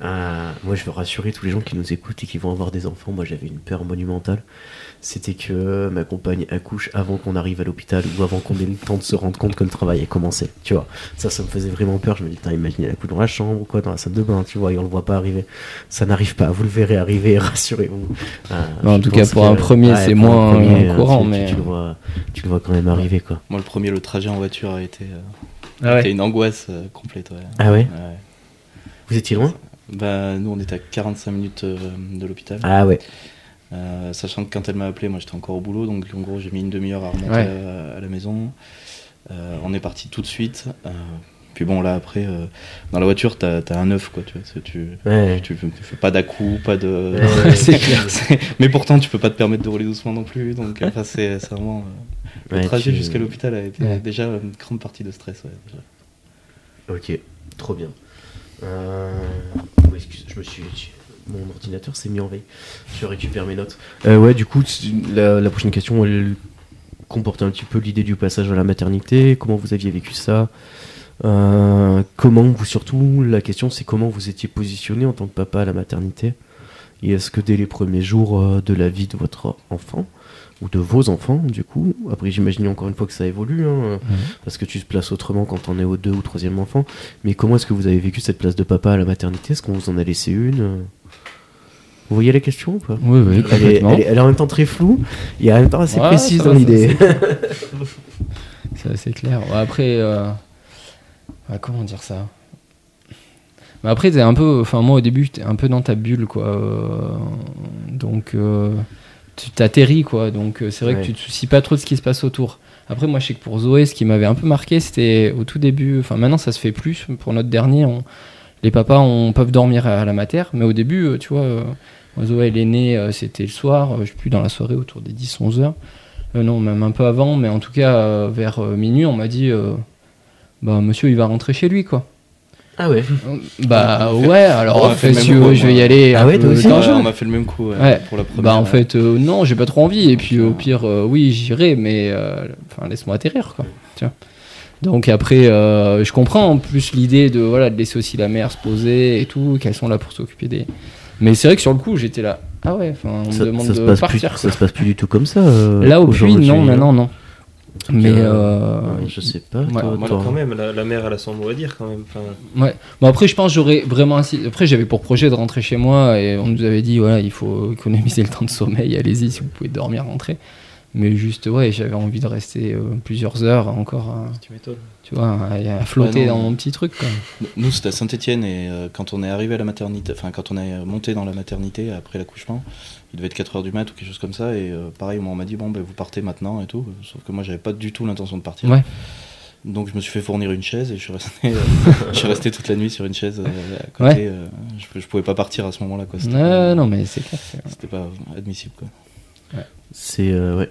Ah, moi, je veux rassurer tous les gens qui nous écoutent et qui vont avoir des enfants. Moi, j'avais une peur monumentale. C'était que ma compagne accouche avant qu'on arrive à l'hôpital ou avant qu'on ait le temps de se rendre compte que le travail a commencé. Tu vois, ça, ça me faisait vraiment peur. Je me dis, putain, imaginez la couche dans la chambre ou quoi, dans la salle de bain, tu vois, et on le voit pas arriver. Ça n'arrive pas. Vous le verrez arriver, <laughs> rassurez-vous. Ah, Non, en je tout cas, pense pour un premier, c'est pour un moins, premier, euh, euh, courant, tu- tu- mais- tu, le vois, tu le vois quand même arriver, quoi. Moi, le premier, le trajet en voiture a été, euh, Ah était ouais. une angoisse euh, complète. ouais. Ah ouais Ouais. Vous étiez loin Bah, nous, on était à 45 minutes euh, de l'hôpital. Ah ouais. Euh, sachant que quand elle m'a appelé, moi j'étais encore au boulot, donc en gros j'ai mis une demi-heure à remonter Ouais. à, à la maison. Euh, on est parti tout de suite. Euh, Puis bon, là, après, euh, dans la voiture, t'as as un œuf, quoi. Tu, vois, c'est- tu, Ouais. tu fais- tu fais pas dà pas de. <laughs> Ouais, c'est clair. c'est- <laughs> Mais pourtant, tu peux pas te permettre de rouler doucement non plus. Donc, enfin, c'est c'est vraiment. euh, Ouais, le trajet tu- jusqu'à l'hôpital a été Ouais. déjà une grande partie de stress. Ouais, déjà. Ok, trop bien. Euh... oui, excuse, je me suis. Mon ordinateur s'est mis en veille. Je récupère mes notes. Euh, ouais, du coup, c'est- la, la prochaine question, elle comportait un petit peu l'idée du passage à la maternité. Comment vous aviez vécu ça Euh, Comment vous, surtout, la question, c'est comment vous étiez positionné en tant que papa à la maternité Et est-ce que dès les premiers jours euh, de la vie de votre enfant, ou de vos enfants, du coup, après, j'imagine encore une fois que ça évolue, hein, parce que tu te places autrement quand on est au deux ou troisième enfant. Mais comment est-ce que vous avez vécu cette place de papa à la maternité Est-ce qu'on vous en a laissé une euh Vous voyez la question ou pas Oui, oui, elle est, complètement. elle est- elle est en même temps très floue et en même temps assez Ouais, précise ça dans va, l'idée. ça, C'est assez clair. Ouais, après, euh, ouais, comment dire ça Mais après, t'es un peu. Enfin, moi, au début, t'es un peu dans ta bulle, quoi. Euh, donc, euh, tu t'atterris, quoi. Donc, euh, c'est vrai Ouais. que tu te soucies pas trop de ce qui se passe autour. Après, moi, je sais que pour Zoé, ce qui m'avait un peu marqué, c'était au tout début. Enfin, maintenant, ça se fait plus. Pour notre dernier, on- les papas on, peuvent dormir à la mater, mais au début, euh, tu vois. euh, moi, Zoé, elle est née, euh, c'était le soir, euh, je sais plus, dans la soirée, autour des 10-11 heures. Euh, non, même un peu avant, mais en tout cas, euh, vers euh, minuit, on m'a dit euh, Bah, monsieur, il va rentrer chez lui, quoi. Ah ouais bah, ouais, alors, on a en fait, fait le si même tu veux, coup, je moi. vais y aller. Ah un ouais, peu toi aussi dans le Ouais, genre. Euh, on m'a fait le même coup ouais, Ouais. pour la première. Bah, en ouais. fait, euh, non, j'ai pas trop envie, et puis Ah. au pire, euh, oui, j'irai, mais euh, enfin, laisse-moi atterrir, quoi. Tu vois. Donc après, euh, je comprends en plus l'idée de, voilà, de laisser aussi la mère se poser et tout, qu'elles sont là pour s'occuper des. Mais c'est vrai que sur le coup, j'étais là. Ah ouais, enfin, on ça, me demande ça se de passe plus, partir. quoi. ça se passe plus du tout comme ça. euh, Là, au puits, aujourd'hui. non, maintenant, non. Mais. euh, euh, Je sais pas. Ouais, toi, Voilà, toi. quand même, la, la mère, elle a son mot à dire quand même. Enfin, Ouais. Bon après je pense que j'aurais vraiment ainsi. Après j'avais pour projet de rentrer chez moi et on nous avait dit voilà il faut économiser le temps de sommeil. Allez-y si vous pouvez dormir rentrez. Mais juste ouais j'avais envie de rester euh, plusieurs heures encore euh, tu m'étonnes. tu vois à, à flotter Ouais, non. dans mon petit truc. Quoi. Nous, c'était à Saint-Etienne, et euh, quand on est arrivé à la maternité, enfin, quand on est monté dans la maternité après l'accouchement, il devait être 4h du mat ou quelque chose comme ça, et euh, pareil, moi, on m'a dit, bon, ben, vous partez maintenant et tout, sauf que moi, j'avais pas du tout l'intention de partir. Ouais. Donc, je me suis fait fournir une chaise, et je suis resté, <laughs> euh, je suis resté toute la nuit sur une chaise euh, à côté. euh, je, je pouvais pas partir à ce moment-là, quoi. C'était Ouais, non mais c'est clair. c'est- c'était pas admissible, quoi. C'est euh, ouais.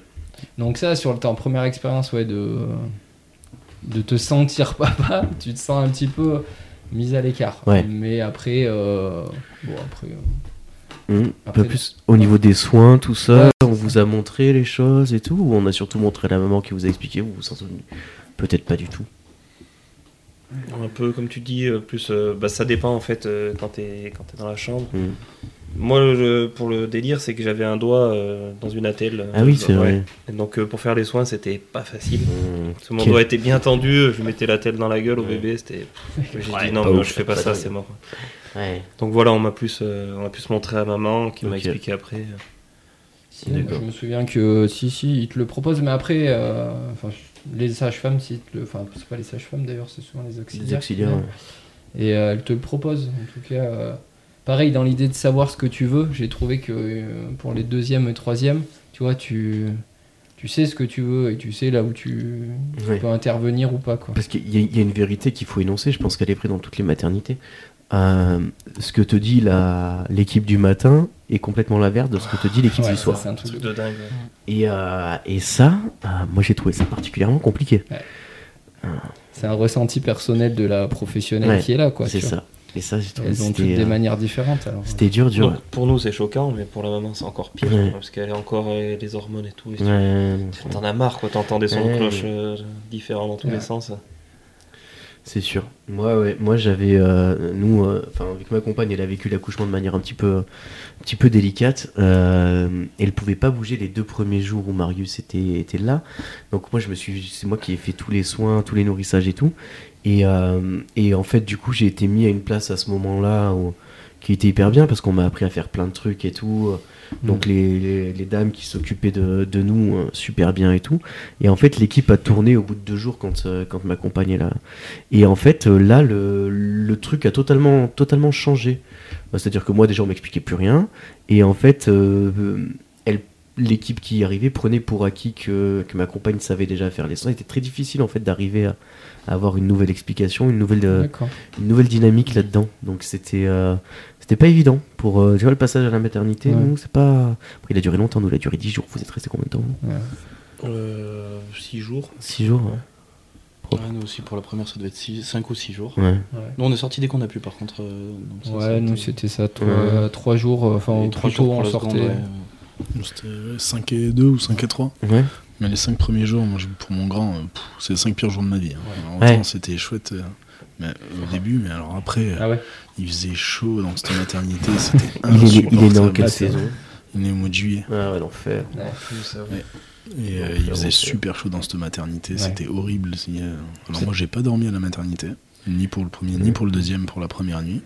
Donc ça sur le temps première expérience ouais de de te sentir <laughs> papa tu te sens un petit peu mise à l'écart. Ouais. Mais après euh, bon après. euh, Hum, un peu Après- plus au niveau des soins, tout ça. Ouais, on vous a montré les choses et tout, ou on a surtout montré la maman qui vous a expliqué. Vous vous en souvenez peut-être pas du tout. Un peu comme tu dis, euh, plus euh, bah, ça dépend en fait euh, quand t'es quand t'es dans la chambre. Hum. Moi, le- pour le délire, c'est que j'avais un doigt euh, dans une attelle. euh, Ah oui, c'est ouais. vrai. Et donc euh, pour faire les soins, c'était pas facile. Hum, Parce que mon quel- doigt était bien tendu, je mettais la tête dans la gueule au bébé, c'était. J'ai Ouais, dit non, pas mais ouf, je fais pas pas ça, dingue. c'est mort. Ouais. Donc voilà, on m'a plus, euh, on a plus montré à maman, qui m'a Ok. expliqué après. Si, moi, D'accord. je me souviens que si, si, ils te le proposent, mais après, euh, enfin, les sages-femmes, si te le- enfin, c'est pas les sages-femmes d'ailleurs, c'est souvent les auxiliaires. Des auxiliaires. qui viennent. Et euh, elles te le proposent, en tout cas. euh, pareil, dans l'idée de savoir ce que tu veux, j'ai trouvé que euh, pour les deuxièmes et troisièmes, tu vois, tu, tu sais ce que tu veux et tu sais là où tu, tu Ouais. peux intervenir ou pas, quoi. Parce qu'il y, a- il y a une vérité qu'il faut énoncer, je pense qu'elle est prise dans toutes les maternités. Euh, ce que te dit la- l'équipe du matin est complètement l'inverse de ce que te dit l'équipe Ouais, du ça, soir. c'est un Un truc truc de- de dingue. ouais. Et, euh, et ça, euh, moi j'ai trouvé ça particulièrement compliqué. C'est un ressenti personnel de la professionnelle Ouais, qui est là, quoi. C'est tu vois. ça. Et ça, j'ai trouvé que Elles ont toutes c'était des euh, manières différentes. Alors, c'était dur, dur. Donc, pour nous, c'est choquant, mais pour la maman, c'est encore pire. Ouais. hein, Parce qu'elle est encore euh, les hormones et tout. et Ouais, tu- T'en as marre, quoi. T'entends des sons Ouais. de cloche euh, différents dans tous Ouais. les sens. c'est sûr. Moi, ouais, moi j'avais, euh, nous, euh, enfin, avec ma compagne, elle a vécu l'accouchement de manière un petit peu, un petit peu délicate. Euh, elle pouvait pas bouger les deux premiers jours où Marius était, était là. Donc moi, je me suis, c'est moi qui ai fait tous les soins, tous les nourrissages et tout. Et, euh, et en fait, du coup, j'ai été mis à une place à ce moment-là où- qui était hyper bien parce qu'on m'a appris à faire plein de trucs et tout. Donc les, les- les dames qui s'occupaient de, de nous, euh, super bien et tout. Et en fait, l'équipe a tourné au bout de deux jours quand, euh, quand ma compagne est là. Et en fait, euh, là, le, le truc a totalement, totalement Bah, changé. Euh, C'est-à-dire que moi, déjà, on m'expliquait plus rien. Et en fait, euh, euh, elle l'équipe qui y arrivait prenait pour acquis que, que ma compagne savait déjà faire les sons. C'était très difficile en fait d'arriver à, à avoir une nouvelle explication, une nouvelle, euh, D'accord. une nouvelle dynamique là-dedans. Donc c'était euh, c'était pas évident pour euh, tu vois, le passage à la maternité. Ouais. nous, c'est pas. Après, il a duré longtemps, nous, il a duré 10 jours. Vous êtes resté combien de temps 6 jours. 6 jours Ouais, nous aussi, pour la première, ça devait être 5 ou 6 jours. Ouais. Nous, on est sortis dès qu'on a pu, par contre. euh, donc ça, ça a Ouais, nous été- c'était ça, trois, Ouais. trois jours, euh, enfin Et au trois plus tôt jours pour on la sortait. seconde, ouais. C'était 5 et 2 ou 5 et 3. Ouais. Mais les 5 premiers jours, moi, je- pour mon grand, euh, pff, c'est les 5 pires jours de ma vie. hein. Alors, Ouais. autant c'était chouette euh, mais, au début, mais alors après, euh, Ah ouais. il faisait chaud dans cette maternité. C'était Il est, il est né en insupportable. quelle saison Il est né au mois de juillet. Ah ouais, l'enfer. Et euh, Ouais, il ouais. faisait super chaud dans cette maternité, Ouais. c'était horrible. Il y a- Alors C'est- moi j'ai pas dormi à la maternité, ni pour le premier, ni pour le deuxième, pour la première nuit.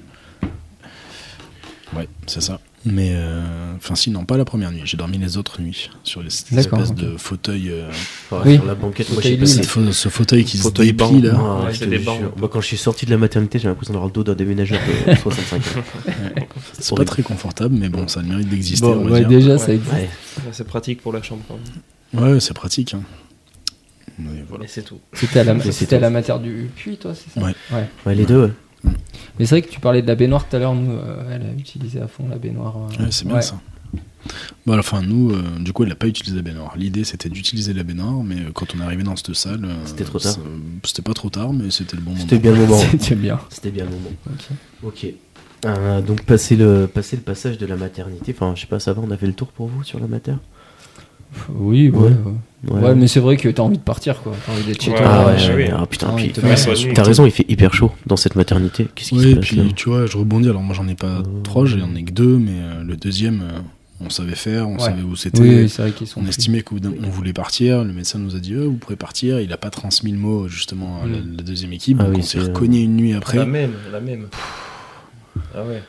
Ouais, c'est ça. Mais euh, enfin si, non, pas la première nuit. J'ai dormi les autres nuits sur les cette D'accord, espèce ok. de fauteuil, euh, Enfin, Oui. Sur la banquette, moi, je sais Fauteuil pas si- ce, fa- ce fauteuil qui Fauteuil se déplie là. Ah, Ouais, je c'est te des jure. bancs. Moi, quand je suis sorti de la maternité, j'ai l'impression d'avoir le dos d'un déménageur <laughs> de 65 ans. C'est pas très confortable, mais bon, ça a le mérite d'exister. Bon, on va ouais, dire. déjà ça existe. Ouais. Ouais, C'est pratique pour la chambre quand même. Ouais, c'est pratique. hein. Mais voilà. Mais c'est tout. C'était à la, Mais c'est c'était à tout. la matière du puits, toi, c'est ça Ouais. Ouais, les deux. ouais. Mais c'est vrai que tu parlais de la baignoire tout à l'heure, nous, euh, elle a utilisé à fond la baignoire. euh, Ouais, c'est bien ouais. <laughs> ça. Bah, alors, enfin, nous, euh, du coup, elle n'a pas utilisé la baignoire. L'idée, c'était d'utiliser la baignoire, mais euh, quand on est arrivé dans cette salle. euh, C'était trop tard. ça- C'était pas trop tard, mais c'était le bon moment. C'était bien le moment. C'était bien. C'était bien le moment. Ok. Ok. Euh, donc, passer le, passer le passage de la maternité. Enfin, je sais pas, ça va, on a fait le tour pour vous sur la mater Oui, ouais. Ouais. ouais. Ouais, mais c'est vrai que t'as envie de partir, quoi. T'as envie d'être chez Ouais. toi. Ah ouais, Ah ouais, oui. ah, putain, Ah, puis- il te Ouais, fait ça la se nuit. T'as raison, il fait hyper chaud dans cette maternité. Qu'est-ce qui Oui, se hein. Euh, et passe puis là tu vois, je rebondis. Alors, moi, j'en ai pas trois, j'en ai que deux, mais euh, le deuxième, euh, on savait faire, on Ouais. savait où c'était. Oui, oui, c'est vrai qu'ils sont. On estimait qu'on voulait partir, le médecin nous a dit euh, vous pouvez partir, il a pas transmis le mot justement à la, Mm. la deuxième équipe, Ah donc oui, on s'est c'est- recogné une nuit après. La même, la même. Ah ouais.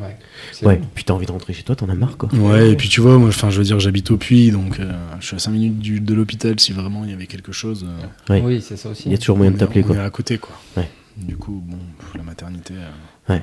Ouais. C'est Ouais, bon. puis t'as envie de rentrer chez toi, t'en as marre quoi. Ouais, et puis tu vois, moi, enfin, je veux dire, j'habite au Puy, donc euh, je suis à 5 minutes du- de l'hôpital si vraiment il y avait quelque chose. euh, Ouais. Oui, c'est ça aussi. Il y a toujours moyen on de est- t'appeler quoi. On est à côté, quoi. Ouais. Du coup, bon, pff, la maternité. euh, Ouais,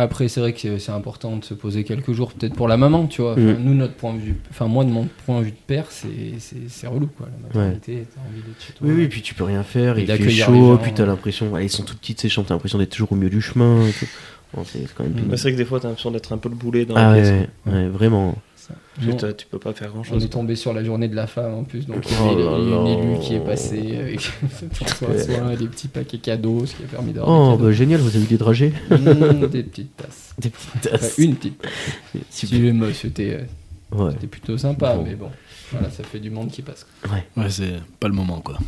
Après, c'est vrai que c'est- c'est important de se poser quelques jours, peut-être pour la maman, tu vois. Enfin, Mm. Nous, notre point de vue, enfin, moi, de mon point de vue de père, c'est- c'est c'est relou, quoi. La maternité, t'as envie d'être chez toi. Oui, oui, puis tu peux rien faire, Et il fait d'accueillir chaud, les gens, puis t'as ouais. l'impression. Ah, ils sont tout petites ces chambres, t'as l'impression d'être toujours au milieu du chemin. et tout. Bon, c'est c'est quand même Mm. pénible. Mais Bah, C'est vrai que des fois, t'as l'impression d'être un peu le boulet dans la Ah ouais, pièce. ouais, ouais. ouais, vraiment. Ça. Tu, Nous, t'as- tu peux pas faire grand on chose. est tombé sur la journée de la femme en plus, donc il y Oh avait là une- là. une élue qui est passée avec <laughs> François Soin et des petits paquets cadeaux, ce qui a permis Oh, d'avoir bah des, génial, vous avez eu des dragées. <laughs> cadeaux. Mm, des petites tasses. Des petites Enfin, <laughs> tasses. une petite Super. Si, mais C'était euh, Ouais. c'était plutôt sympa, Bon. mais bon, voilà, ça fait du monde qui passe. Ouais, c'est pas le moment, quoi.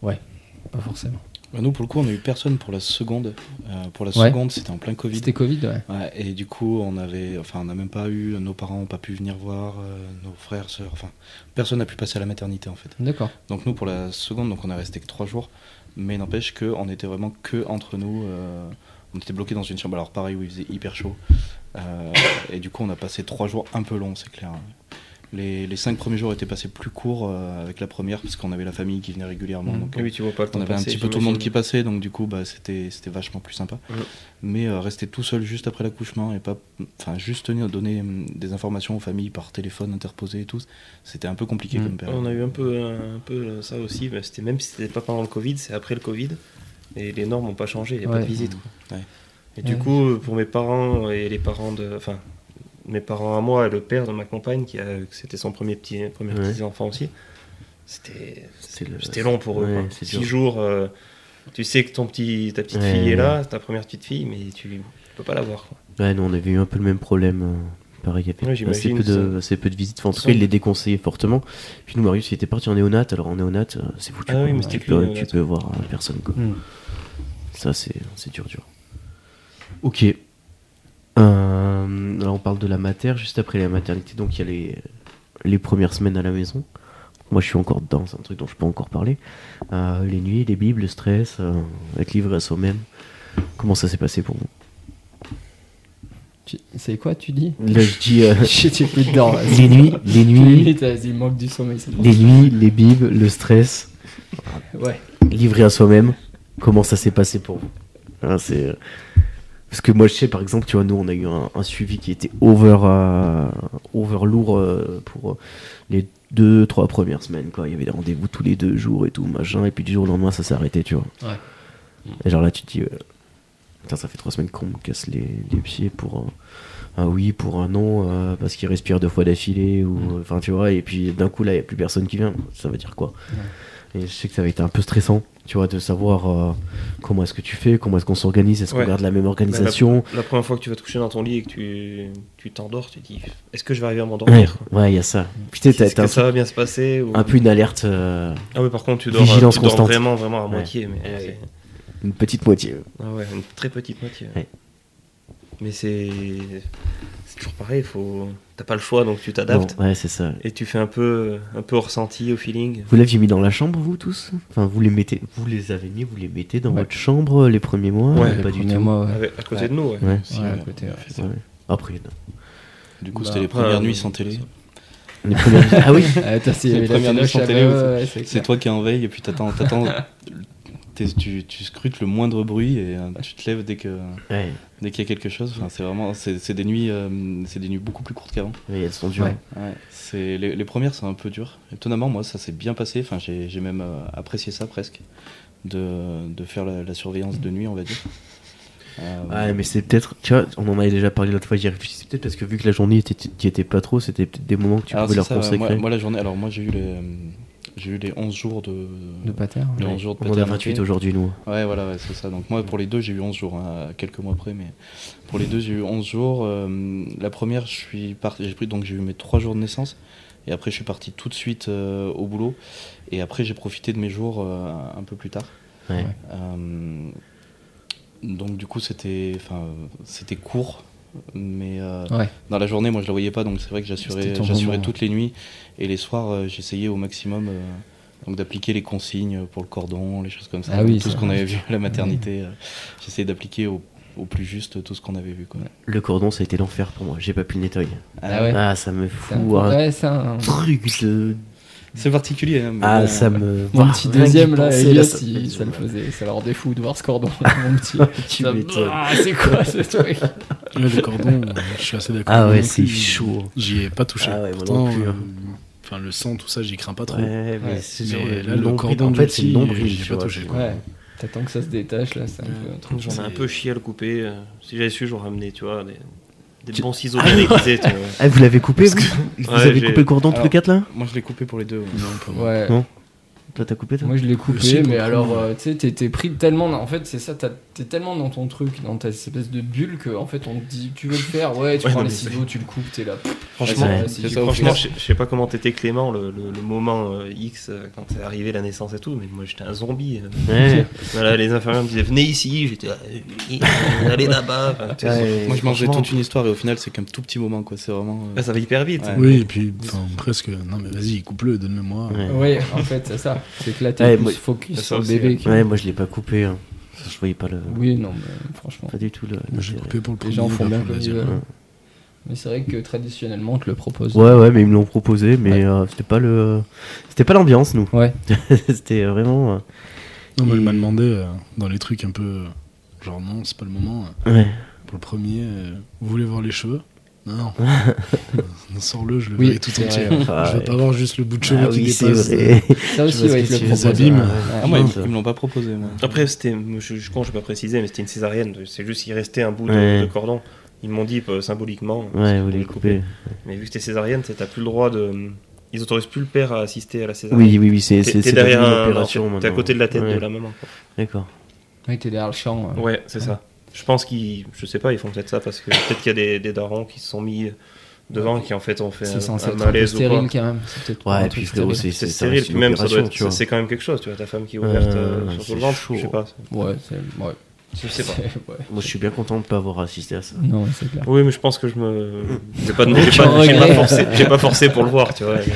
Pas forcément. Bah, nous, pour le coup, on a eu personne pour la seconde. Euh, pour la Ouais. seconde, c'était en plein Covid. C'était Covid, ouais. Ouais, et du coup, on avait, enfin, on n'a même pas eu, nos parents n'ont pas pu venir voir, euh, nos frères, sœurs, enfin, personne n'a pu passer à la maternité en fait. D'accord. Donc nous, pour la seconde, donc on est resté que trois jours, mais n'empêche que on était vraiment que entre nous, euh, on était bloqués dans une chambre. Alors pareil, où il faisait hyper chaud, Euh, et du coup, on a passé trois jours un peu longs, c'est clair. Les, les cinq premiers jours étaient passés plus courts euh, avec la première parce qu'on avait la famille qui venait régulièrement. Mhm. Donc, Ah euh, Oui, tu vois pas le temps on avait un passer, petit peu tout le monde qui j'imagine. passait, donc du coup, bah, c'était c'était vachement plus sympa. Ouais. Mais euh, rester tout seul juste après l'accouchement et pas, enfin, juste tenir donner hum, des informations aux familles par téléphone interposé et tout, c'était un peu compliqué Mm. comme période. On a eu un peu, un peu ça aussi, mais c'était même si c'était pas pendant le Covid, c'est après le Covid. Et les normes n'ont pas changé, il n'y a pas Ouais. de visite. quoi. Ouais. Et du Ouais. coup, euh, pour mes parents et les parents de. Enfin, mes parents à moi et le père de ma compagne, qui a- que c'était son premier petit premier Ouais. petit enfant aussi, c'était C'était le- c'était long pour eux. Ouais, quoi. c'est Six dur. jours, euh, tu sais que ton petit, ta petite Ouais. fille est là, ta première petite fille, mais tu ne peux pas la voir. quoi. Ouais, nous on avait eu un peu le même problème. euh, Pareil, il y Ouais, avait assez, j'imagine, peu de, assez peu de visites. Enfin, en tout Ça, cas, il oui. les déconseillait fortement. Puis nous, Marius, il était parti en néonat. Alors en néonat, euh, c'est Ah foutu. quoi. oui, mais tu, c'était que peux, le tu néonat. peux voir euh, personne. Quoi. Mm. Ça, c'est c'est dur, dur. Ok. Euh, alors on parle de la mater. Juste après la maternité, donc il y a les, les premières semaines à la maison. Moi, je suis encore dedans. C'est un truc dont je peux encore parler. Euh, les nuits, les bibles, le stress, euh, être livré à soi-même. Comment ça s'est passé pour vous Tu- C'est quoi, <laughs> tu dis <laughs> Là, je dis euh, J'étais plus dedans. là. les nuits, les nuits, Limite, vas-y, il manque du sommeil. c'est bon. Les nuits, les bibles, le stress, Ouais. livré à soi-même, comment ça s'est passé pour vous Hein, c'est... Parce que moi, je sais, par exemple, tu vois, nous, on a eu un, un suivi qui était over, euh, over lourd euh, pour les deux, trois premières semaines, quoi. Il y avait des rendez-vous tous les deux jours et tout, machin. Et puis du jour au lendemain, ça s'est arrêté, tu vois. Ouais. Et genre là, tu te dis, euh, putain, ça fait trois semaines qu'on me casse les, les pieds pour un, un oui, pour un non, euh, parce qu'il respire deux fois d'affilée, ou Mm. enfin, tu vois. Et puis d'un coup, là, il n'y a plus personne qui vient. Ça veut dire quoi Et je sais que ça avait été un peu stressant. Tu vois, de savoir euh, comment est-ce que tu fais, comment est-ce qu'on s'organise, est-ce qu'on Ouais. garde la même organisation, La première fois que tu vas te coucher dans ton lit et que tu tu t'endors, tu te dis est-ce que je vais arriver à m'endormir quoi Ouais, il y a ça. Putain, t'as Est-ce t'as que un, ça va bien se passer ou- un peu une alerte, euh, Ah oui, par contre, tu dors, Vigilance tu dors constante. vraiment, vraiment à Ouais. moitié. Mais c'est- une petite moitié. Ah ouais, une très petite moitié. Ouais. Mais c'est c'est toujours pareil, faut t'as pas le choix donc tu Non, t'adaptes ouais, c'est ça. et tu fais un peu un peu au ressenti, au feeling. Vous l'aviez mis dans la chambre, vous tous Enfin, vous les mettez, vous les avez mis, vous les mettez dans Ouais. votre chambre euh, les premiers mois Ah Ouais, ou Les pas du premiers tout. mois, ouais. Avec- à côté Ouais. de nous, ouais. Ouais. Si, Ouais, à ouais. côté, <laughs> ouais. ouais. Après, non. Du coup, Bah, c'était les après, premières euh, nuits sans télé. les premières. ah oui. Ah, putain, s'il y Les avait la premières télé, nuits sans je savais, télé, ouais, c'est- ouais, c'est C'est clair. toi qui es en veille et puis t'attends, t'attends, <laughs> t'es- tu, tu scrutes le moindre bruit et euh, tu te lèves dès que <laughs> Ouais, dès qu'il y a quelque chose. Enfin, c'est vraiment, c'est c'est des nuits, euh, c'est des nuits beaucoup plus courtes qu'avant. mais elles sont dures. Ouais. Ouais, c'est les, les premières c'est un peu dur. Étonnamment, moi ça s'est bien passé. Enfin, j'ai j'ai même euh, apprécié ça presque de, de faire la, la surveillance de nuit, on va dire. Euh, Ouais, mais c'est peut-être, tu vois, on en avait déjà parlé l'autre fois, j'y réfléchissais peut-être parce que vu que la journée était- t'y étais pas trop, c'était peut-être des moments que tu alors, pouvais Ah, c'est leur ça, ouais, consacrer. moi, moi, la journée, alors moi j'ai eu les euh, j'ai eu les 11 jours de, De pater. ouais. les 11 jours de on en a paternité. 28 aujourd'hui, nous. Ouais, voilà, ouais, c'est ça. Donc moi, pour les deux, j'ai eu 11 jours, hein, à quelques mois près, mais pour les deux, j'ai eu 11 jours. Euh, la première, je suis parti, j'ai pris donc j'ai eu mes 3 jours de naissance, et après je suis parti tout de suite euh, au boulot, et après j'ai profité de mes jours euh, un peu plus tard. Ouais. Euh, donc du coup, c'était, enfin, euh, c'était court, mais euh, Ouais. dans la journée, moi, je la voyais pas, donc c'est vrai que j'assurais, C'était ton j'assurais moment. toutes les nuits, et les soirs, euh, j'essayais au maximum. euh, donc d'appliquer les consignes pour le cordon, les choses comme ça, Ah oui, tout ça, ce qu'on avait putain. vu à la maternité. euh, J'essayais d'appliquer au, au plus juste tout ce qu'on avait vu. Quoi. Le cordon, ça a été l'enfer pour moi, j'ai pas pu le nettoyer. Ah ouais. Ah, ça me C'est un- fout un Ouais, c'est un- truc de C'est particulier. hein, mais Ah, bon, ça me. Mon petit Rien deuxième qu'y là, penser, Elias, ça- il- ça le faisait, ça leur rendait fou de voir ce cordon. <laughs> Mon petit. Tu Ça- m'étonnes. Ah, c'est quoi ce truc Ouais, le cordon, euh, je suis assez d'accord. Ah Moi ouais, non c'est plus, chaud. J'y ai pas touché. Ah ouais, moi Pourtant, non plus, hein. euh, enfin, le sang, tout ça, j'y crains pas trop. Ouais, mais Ouais. c'est Mais sur le, là, le nombril. cordon En du fait, c'est le petit, nombril. j'ai tu pas vois, touché, c'est- quoi. Ouais, t'attends que ça se détache là, c'est un peu un truc. J'en ai un C'est- peu chié à le couper. euh, Si j'avais su, j'aurais ramené, tu vois, des, des Tu- bons ciseaux magnétisés. tu <laughs> vois. Ah, vous l'avez coupé, vous Vous Ouais, avez j'ai- coupé le cordon tous les Alors- quatre là Moi, je l'ai coupé pour les deux. ouais. Non, pas moi. Ouais. Non. Toi, t'as coupé toi Moi je l'ai Le site, coupé, on mais prend, alors ouais. euh, tu sais, t'es- t'es pris tellement. En fait, c'est ça, t'as- t'es tellement dans ton truc, dans ta espèce de bulle que en fait on te dit tu veux le faire, ouais, tu Ouais, prends non, les mais ciseaux, tu le coupes, t'es là. Franchement, Ouais. c'est Ouais. ça, au Franchement, final, je je sais pas comment t'étais Clément le, le- le moment euh, X euh, quand c'est arrivé la naissance et tout, mais moi j'étais un zombie. euh. Ouais. Voilà, les infirmières me disaient venez ici, j'étais là, Euh, oui, allez là-bas. Enfin, tu sais, Ouais. moi, je mangeais franchement, toute une histoire et au final, c'est qu'un tout petit moment. quoi. C'est vraiment. euh, ouais, ça va hyper vite. Ouais. Oui, et puis, enfin, presque. Non, mais vas-y, coupe-le, donne-le moi. Ouais. Ouais, en fait, c'est ça. C'est que là t'es Ouais, plus moi- focus ça sur le aussi, bébé. ouais. que- Ouais, moi je l'ai pas coupé. hein. Parce que Je voyais pas le. Oui, non, mais franchement. Pas du tout le. Moi, J'ai coupé pour le Les premier. gens pas font bien pour le comme ils deuxième. veulent. Mais c'est vrai que traditionnellement, on te le propose. Ouais, ouais, mais ils me l'ont proposé, mais euh, c'était pas le. C'était pas l'ambiance, nous. <laughs> Ouais. c'était vraiment. Non, mais elle m'a Et- demandé euh, dans les trucs un peu. euh, Genre, non, c'est pas le moment. euh, euh, Ouais. Pour le premier, euh, vous voulez voir les cheveux <laughs> Non. non. Sors-le, je le Oui, verrai tout c'est entier. vrai. Ah, je veux ouais. pas voir juste le bout de cheveux Ah qui oui, c'est dépasse. vrai. <laughs> Ça vois aussi, ce ouais, que ils te tu le fais, proposent. euh, abîmes. ouais. Ah, moi, ils, ça. ils me l'ont pas proposé. Moi. Après, c'était, je suis con, j'ai pas précisé, mais c'était une césarienne. C'est juste qu'il restait un bout de, Ouais. de cordon. Ils m'ont dit euh, symboliquement. Ouais, vous on l'avez le coupé. Mais vu que t'es césarienne, t'as t'as plus le droit de. Ils autorisent plus le père à assister à la césarienne. Oui, oui, oui, c'est. T'es- c'est- T'es c'est derrière devenu une un- opération, T'es à maintenant. côté de la tête Ouais, de la maman. quoi. D'accord. Ouais, t'es derrière le champ. euh, ouais. Ouais, c'est ça. Je pense qu'ils. Je sais pas, ils font peut-être ça parce que peut-être qu'il y a des, des darons qui se sont mis devant et qui en fait ont fait C'est un, censé un être un peu malaise ou stérile quoi. quand même. C'est peut-être pas un Ouais, et truc puis frérot, stérile. c'est Ah, C'est ça stérile, reste puis une même ça doit opération, être. tu vois. c'est- C'est quand même quelque chose, tu vois, ta femme qui est ouverte Euh, euh, sur c'est le ventre. chaud. Je sais pas. Ouais, c'est. Ouais. Je sais pas. C'est- <laughs> ouais. Moi, je suis bien content de pas avoir assisté à ça. Non, c'est clair. Oui, mais je pense que je me. J'ai pas, Aucun j'ai pas, j'ai regret. pas forcé, j'ai pas forcé pour le voir, tu vois. tu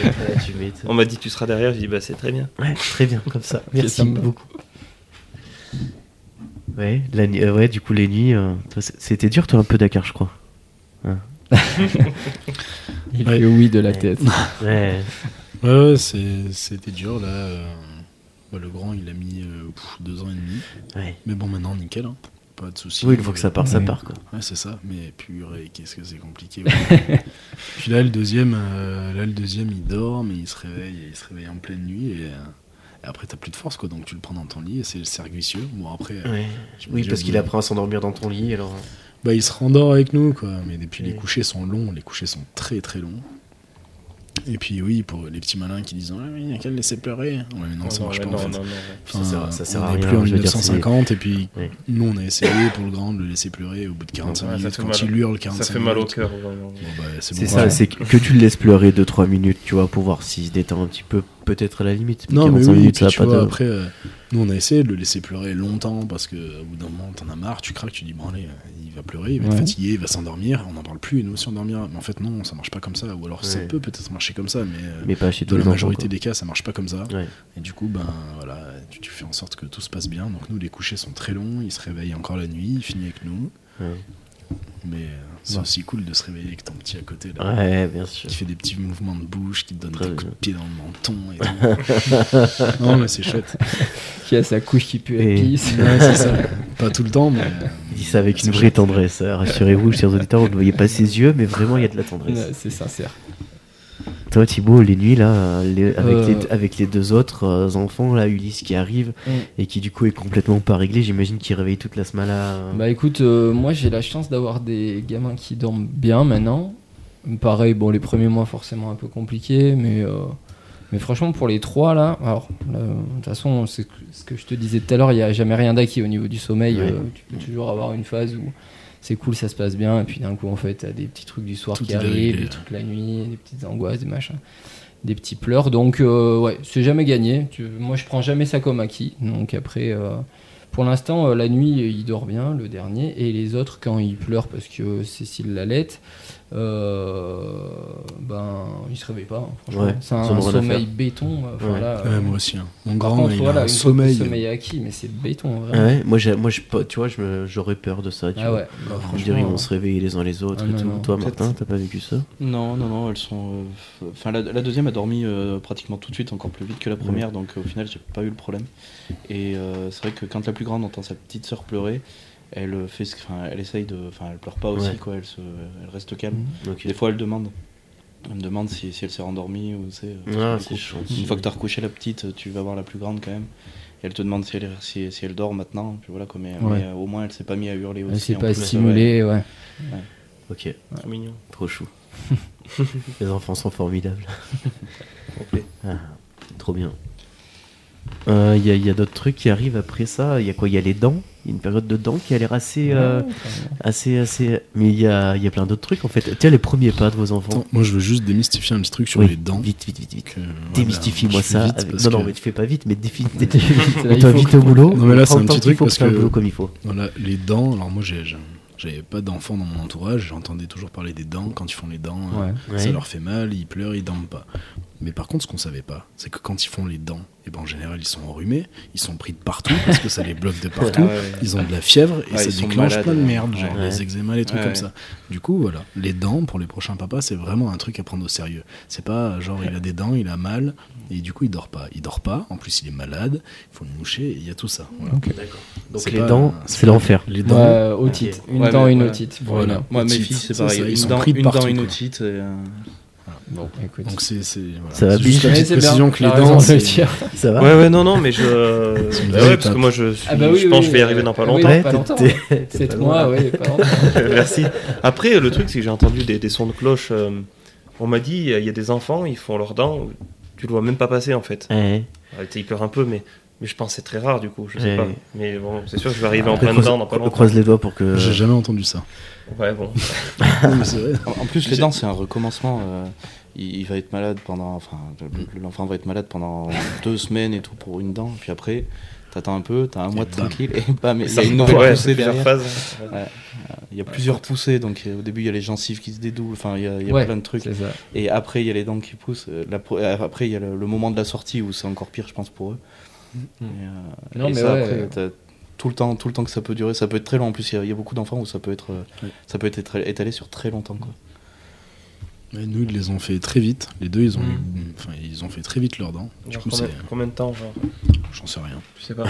On m'a dit tu seras derrière, j'ai dit bah c'est très bien. <laughs> Ouais, très bien, comme ça. Merci ça me va. beaucoup. Ouais, la nuit- euh, ouais, du coup, les nuits, euh, toi, c- c'était dur, toi, un peu Dakar, je crois. Il Ouais. fait oui de la Ouais. tête. Ouais, Ouais, ouais, c'est- c'était dur là. euh, bah, le grand, il a mis euh, pff, deux ans et demi. ouais. Mais bon, maintenant, nickel. hein. pas de soucis. Oui, une fois que ça part, ça Ouais. part. Quoi. Ouais, c'est ça, mais purée, qu'est-ce que c'est compliqué. <laughs> ouais. Puis là, le deuxième, euh, là, le deuxième, il dort, mais il se réveille, et il se réveille en pleine nuit, et, euh, et après, t'as plus de force, quoi, donc tu le prends dans ton lit, et c'est le cercle vicieux. Bon, après, euh, je me Oui, dis, parce au qu'il bout- apprend à s'endormir dans ton lit. Alors, euh, Bah, il se rendort avec nous, quoi, mais depuis, les Ouais. couchers sont longs, les couchers sont très très longs. Et puis, oui, pour les petits malins qui disent, ah oui, il y a qu'à le laisser pleurer. Ouais, mais non, ça marche pas, en fait. non, non. ça sert, ça sert on à est rien. plus en je veux dire, 1950 et puis Oui. nous on a essayé pour le grand de le laisser pleurer au bout de 45 Ouais, ça minutes fait quand mal. il hurle Ça 45 fait mal au minutes. cœur. vraiment. Bon, bah, c'est C'est bon, ça, ouais. c'est que que tu le laisses pleurer 2-3 minutes, tu vois, pour voir s'il se détend un petit peu, peut-être à la limite. Non mais 45 oui, minutes, puis ça tu va pas vois, de- après euh, nous on a essayé de le laisser pleurer longtemps parce que au bout d'un moment t'en as marre, tu craques, tu dis bon allez, euh, il va pleurer, il va Ouais. être fatigué, il va s'endormir, on n'en parle plus et nous aussi on dormira. Mais en fait non, ça marche pas comme ça ou alors ça Ouais. peut peut-être marcher comme ça mais, euh, Mais pas chez dans tous les la enfants, majorité quoi. des cas, ça marche pas comme ça. Ouais. Et du coup, ben voilà, tu, tu fais en sorte que tout se passe bien. Donc nous, les couchers sont très longs. Il se réveille encore la nuit. Il finit avec nous. Ouais. Mais euh, c'est Ouais. aussi cool de se réveiller avec ton petit à côté là, Ouais, bien sûr. qui fait des petits mouvements de bouche, qui te donne Très des coups bien. de pied dans le menton. Et <laughs> tout. non, mais c'est chouette. Qui a sa couche qui pue la Et- pisse. Ouais, c'est ça. Pas tout le temps, mais. euh, Il dit ça avec c'est une vraie chouette. tendresse. hein. Rassurez-vous, <laughs> chers auditeurs, vous ne voyez pas ses yeux, mais vraiment, il y a de la tendresse. <laughs> Ouais, C'est sincère. Toi, Thibaut, les nuits, là, les- avec, Euh. les, avec les deux autres euh, enfants, là, Ulysse qui arrive Mm. et qui, du coup, est complètement pas réglé, j'imagine qu'il réveille toute la hein. semaine là. Bah écoute, euh, moi j'ai la chance d'avoir des gamins qui dorment bien maintenant. Pareil, bon, les premiers mois forcément un peu compliqués, mais, euh, mais franchement pour les trois là, alors là, de toute façon, c'est ce que- ce que je te disais tout à l'heure, il n'y a jamais rien d'acquis au niveau du sommeil. Ouais. euh, tu peux toujours avoir une phase où c'est cool, ça se passe bien, et puis d'un coup en fait, t'as des petits trucs du soir Tout qui est arrivent, réglé, des là. trucs la nuit, des petites angoisses, des machins. Des petits pleurs, donc euh, ouais, c'est jamais gagné. Tu- moi, je prends jamais ça comme acquis. Donc après, euh, pour l'instant, euh, la nuit, euh, il dort bien, le dernier, et les autres, quand il pleure parce que euh, Cécile l'allait, euh, ben, il se réveille pas. hein, franchement, Ouais, c'est un, ils en ont rien à sommeil béton. euh, enfin, Ouais. là, ouais, euh, moi aussi. hein. Mon par grand, contre, il voilà, a un une fois que le sommeil. sommeil est acquis, mais c'est béton. Ah Vraiment. ouais, moi, j'ai- moi je, pas- tu vois, je me- j'aurais peur de ça. Tu Ah vois. ouais, bah, Je me dirais, ils franchement, vont se réveiller les uns les autres Ah et non, tout. non, Toi, peut-être. Martin, t'as pas vécu ça Non, non, non, elles sont. euh, f- Enfin, la, la deuxième a dormi euh, pratiquement tout de suite, encore plus vite que la première, donc euh, au final, j'ai pas eu le problème. Et euh, c'est vrai que quand la plus grande entend sa petite sœur pleurer, elle euh, fait, ce- enfin, elle essaye de, enfin, elle pleure pas aussi, Ouais. quoi. Elle se, elle reste calme. Mhm. Ok. Des fois, elle demande. Elle me demande si, si elle s'est rendormie ou c'est. Ah, parce que c'est du coup, chiant. Une fois que t'as recouché la petite, tu vas voir la plus grande quand même. Et elle te demande si elle, si, si elle dort maintenant. Puis voilà, quoi, mais, Ouais. mais, euh, au moins, elle s'est pas mise à hurler elle aussi. s'est en pas plus, stimulée, ouais. Ok, C'est mignon. trop chou. <laughs> les enfants sont <laughs> formidables. complet. Ah, trop bien. Euh, Il y a, il y a d'autres trucs qui arrivent après ça. Il y a quoi Il y a les dents. Il y a une période de dents qui a l'air assez, euh, Ouais, enfin, assez, assez. Mais il y a, il y a plein d'autres trucs en fait. Tiens, les premiers pas de vos enfants. Attends, moi, je veux juste démystifier un petit truc sur Oui, les dents. Vite, vite, vite, vite. que, voilà, Démystifie-moi je fais ça. vite avec- parce Non, que- non, mais tu fais pas vite, mais <laughs> défi- Là, il Toi, faut vite que- au boulot. Non, mais là, prends c'est le temps un petit qu'il truc faut, parce fais un que- boulot comme il faut. Voilà, les dents, alors moi j'ai- j'ai- j'avais pas d'enfants dans mon entourage, j'entendais toujours parler des dents, quand ils font les dents, euh, Ouais. Ouais. ça leur fait mal, ils pleurent, ils dorment pas. Mais par contre, ce qu'on savait pas, c'est que quand ils font les dents, et ben en général ils sont enrhumés, ils sont pris de partout parce que ça les bloque <laughs> de partout, Ah ouais, ouais. ils ont de la fièvre et Ouais, ça ils sont déclenche malades, plein de ouais. merde, genre Ouais. les eczémas, les trucs Ouais, comme ouais. ça. Du coup, voilà, les dents pour les prochains papas, c'est vraiment un truc à prendre au sérieux. C'est pas euh, genre il a des dents, il a mal et du coup il dort pas. Il dort pas, en plus il est malade, il faut le moucher, et il y a tout ça. Voilà. Donc C'est les pas- dents, c'est c'est pas- l'enfer. Les dents, Ouais, otite. Bah, Une Ouais, dent, mais une voilà. otite. Voilà. Voilà. Moi, mes Petite, filles, c'est c'est pareil. ça, ils une sont dent, pris de une dent, partout, une quoi. otite. et, euh, Bon, écoute. Donc c'est c'est voilà. Ça va C'est juste bien. la Mais petite c'est bien, précision que les t'as raison dents de le c'est- dire. Ça va Ouais, ouais, non, non, mais <laughs> je. C'est une Bah vraie ouais, parce que étape. moi, je, suis- Ah bah oui, je pense que oui, je vais y arriver euh, dans pas oui, longtemps. Ouais, pas t'es- longtemps. t'es- t'es Sept pas mois, loin. ouais, pas longtemps. Euh, Merci. Après, le truc, c'est que j'ai entendu des, des sons de cloche. euh, on m'a dit, euh, il y a des enfants, ils font leurs dents, tu le vois même pas passer en fait. Ouais. Ah, tu sais, ils pleurent un peu, mais, mais je pense que c'est très rare du coup, je sais Ouais. pas. Mais bon, c'est sûr que je vais arriver en Après, plein croise- dedans dans pas on longtemps. croise les doigts pour que. J'ai jamais <laughs> entendu ça. Ouais, bon. Non, mais c'est vrai. En en plus, les dents, c'est un recommencement. euh, il, il va être malade pendant. Enfin, le- l'enfant va être malade pendant <laughs> deux semaines et tout pour une dent. Puis après, t'attends un peu, t'as un mois de bam. tranquille et bam, il y a Ouais, une nouvelle c'est poussée plusieurs derrière. phases. Ouais. Il y a plusieurs poussées. Donc euh, au début, il y a les gencives qui se dédoublent. Enfin, il y a, il y a Ouais, plein de trucs. c'est ça. Et après, il y a les dents qui poussent. euh, la pro- euh, après, il y a le, le moment de la sortie où c'est encore pire, je pense, pour eux. Et, euh, Non, et mais ça, ouais. après, t'as tout le temps, tout le temps que ça peut durer, ça peut être très long. En plus, il y a- il y, a beaucoup d'enfants où ça peut être, euh, Ouais. ça peut être étalé- étalé sur très longtemps. Quoi. Mais nous ils les ont fait très vite. Les deux ils ont, Mm. eu- enfin ils ont fait très vite leurs dents. Du Genre, coup combien, c'est, combien de temps genre j'en sais rien. Je sais pas.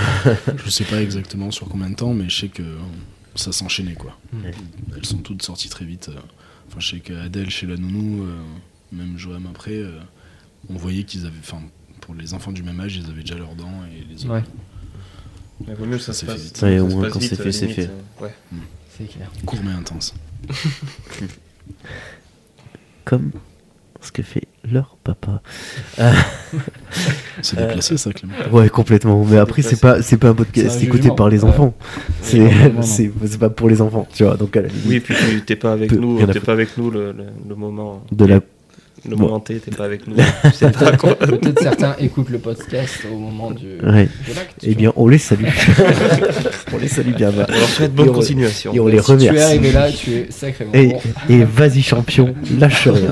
Je sais pas exactement sur combien de temps, mais je sais que euh, ça s'enchaînait quoi. Mm. Ouais. Elles sont toutes sorties très vite. euh. Enfin, je sais qu'Adèle, chez la nounou, euh, même Joam après, euh, on voyait qu'ils avaient, enfin, pour les enfants du même âge, ils avaient déjà leurs dents et les autres. Ouais. Mais vaut mieux que ça, Ça, se c'est passe. fait. ça Ouais, se au moins, passe quand vite, c'est fait, c'est limite, fait. euh, ouais. C'est clair. Court mais intense. Comme ce que fait leur papa. Euh, C'est déplacé ça, Clément. Ouais, complètement. Mais après, c'est pas, c'est pas un C'est podcast un écouté jugement. par les Ouais. enfants. <laughs> C'est, vraiment, non. c'est, c'est pas pour les enfants, tu vois. Donc, à la limite, Oui, et puis tu t'es pas avec Peu- nous, rien à t'es foutre. pas avec nous le, le- le moment, de la. le Bon. moment T, t'es pas <laughs> avec nous. tu sais pas quoi. <laughs> Peut-être certains écoutent le podcast au moment du, Ouais. de l'acte. Eh tu bien, on les <laughs> salue. on les salue bien bas. On leur souhaite Et bonne on- continuation. et on vois. les Si tu es remercie. Eh, arrivé là, tu es sacrément Et, bon. et vas-y champion, lâche <laughs> rien.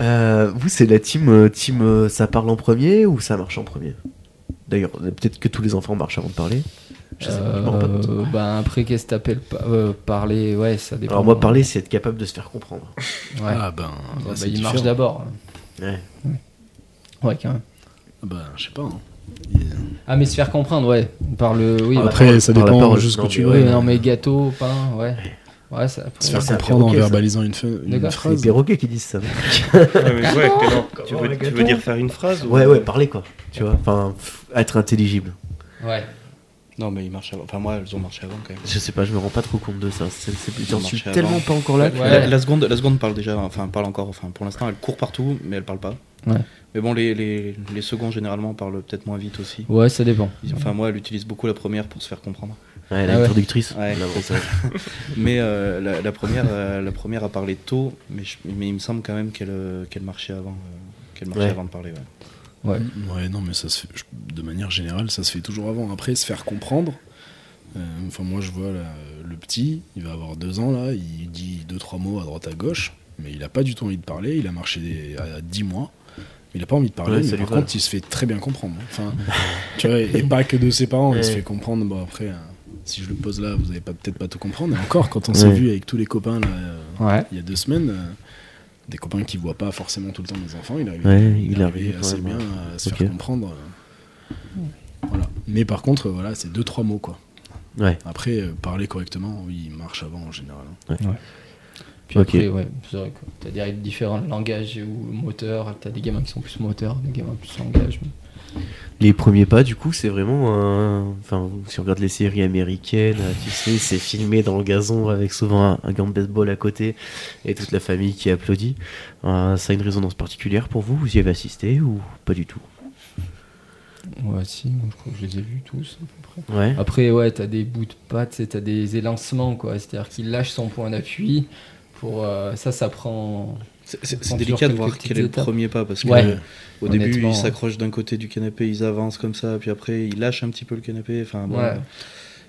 Euh, vous, c'est la team, euh, team euh, ça parle en premier ou ça marche en premier D'ailleurs, euh, peut-être que tous les enfants marchent avant de parler. Je sais pas, je me rends pas compte. Euh, ben après, qu'est-ce que t'appelles pa- euh, parler Ouais, ça dépend. Alors moi, parler, c'est être capable de se faire comprendre. Ouais. Ah ben, Bon, là, bah, c'est il différent. marche d'abord. Ouais. Ouais, quand même. Ah ben, je sais pas. hein. Il- Ah, mais se faire comprendre, ouais. Par le. Oui, bah, Après, ça par la dépend parole. jusqu'où Non, tu mais vas. oui, non, mais gâteau, pain, ouais. Ouais, ça. Se Ouais, faire c'est un comprendre en perroquet, ça. verbalisant une, fe- une D'accord. C'est les phrase. perroquets qui disent ça. Ouais, mais ouais, Clément, tu, Comment, veux, tu gâteau veux dire faire une phrase ou- Ouais, ouais, parler quoi. Tu vois, enfin, pff, être intelligible. Ouais. Non, mais ils marchent avant. Enfin, moi, elles ont marché avant quand même. Je sais pas, je me rends pas trop compte de ça. C'est- c'est- J'en suis Marcher avant. tellement pas encore là. que- Ouais. La, la seconde, la seconde parle déjà, enfin parle encore, enfin pour l'instant elle court partout, mais elle parle pas. Ouais. Mais bon, les, les, les secondes généralement parlent peut-être moins vite aussi. Ouais, ça dépend. Ils- Enfin, moi elle utilise beaucoup la première pour se faire comprendre. Ouais, Ah ouais. l'introductrice. Ouais. là, bon, ça- Mais euh, la, la première, euh, la première a parlé tôt, mais, je- mais il me semble quand même qu'elle euh, qu'elle marchait avant, euh, qu'elle marchait Ouais. avant de parler. ouais. Ouais. Ouais, non, mais ça se fait, je- de manière générale, ça se fait toujours avant. Après, se faire comprendre. euh, Enfin, moi, je vois là, le petit, il va avoir deux ans, là, il dit deux, trois mots à droite, à gauche, mais il a pas du tout envie de parler. Il a marché des- à 10 mois. Il a pas envie de parler, Ouais, mais ça par lui va. contre, il se fait très bien comprendre. hein. Enfin, <laughs> tu vois, et pas que de ses parents, il se Ouais. fait comprendre. Bon, après, euh, si je le pose là, vous n'allez pas, peut-être pas tout comprendre. Et encore, quand on s'est Ouais. vu avec tous les copains, là, euh, Ouais. il y a deux semaines, euh, des copains qui voient pas forcément tout le temps les enfants, il arrive Ouais, il arrive il hein. arrivait assez bien à se Ok. faire comprendre. euh, Voilà. Mais par contre, euh, voilà, c'est deux trois mots quoi. Ouais. Après, euh, parler correctement, oui, il marche avant en général. hein. Puis Ok. après, ouais, c'est vrai que t'as des différents langages ou moteurs. T'as des gamins qui sont plus moteurs, des gamins plus langage. Les premiers pas, du coup, c'est vraiment. un- Enfin, si on regarde les séries américaines, tu sais, c'est filmé dans le gazon avec souvent un, un gant de baseball à côté et toute la famille qui applaudit. Euh, ça a une résonance particulière pour vous Vous y avez assisté ou pas du tout Ouais, si, moi, je crois que je les ai vus tous à peu près. Ouais. Après, ouais, t'as des bouts de pattes, t'as des élancements, quoi. C'est-à-dire qu'il lâche son point d'appui. Pour euh, ça, ça prend. C'est- C'est c'est Prends délicat de toujours voir quelques quel est le petites étapes. premier pas parce que Ouais. euh, au début Honnêtement, ils s'accrochent d'un côté du canapé, ils avancent comme ça, puis après ils lâchent un petit peu le canapé. Enfin, bon, Ouais. euh,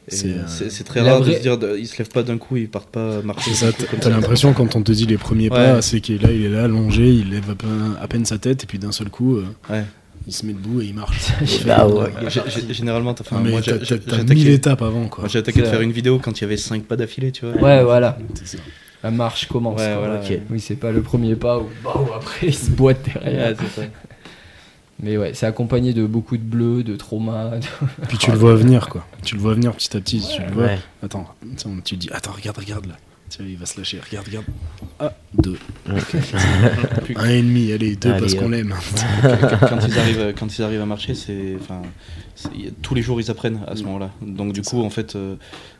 et C'est, euh, c'est c'est très la rare de vraie- se dire de- ils se lèvent pas d'un coup, ils partent pas marcher. <laughs> C'est ça, d'un coup t'as comme t'as ça. l'impression quand on te dit les premiers pas, Ouais. c'est qu'il est là, il est là, allongé, il lève à peine, à peine sa tête et puis d'un seul coup, euh, Ouais. il se met debout et il <laughs> marche. Bah ouais. Gé- gé- Généralement, t'as- enfin, Enfin, mais moi t'as- j'ai t'as j'ai- j'ai t'as mille attaqué, étapes avant quoi. moi, j'ai attaqué de C'est- faire une vidéo quand il y avait 5 pas d'affilée, tu vois. Ouais, voilà. C'est ça. La marche commence. Ouais, quoi. voilà. ok. ouais. Oui, c'est pas le premier pas où, bah, où après il se boite derrière. Ouais, c'est ça. Mais ouais, c'est accompagné de beaucoup de bleus, de traumas. de- Puis tu le vois venir quoi. Tu le vois venir petit à petit. tu le vois. Ouais. Attends, tu sais, on- tu dis, attends, regarde, regarde là. Tiens, il va se lâcher. Regarde, regarde. Ah, deux. <laughs> Un et demi, allez, deux Allez, parce qu'on hop. l'aime. <laughs> quand ils arrivent quand ils arrivent à marcher c'est enfin c'est- y a- tous les jours ils apprennent à Mm. ce moment-là donc du coup en fait euh,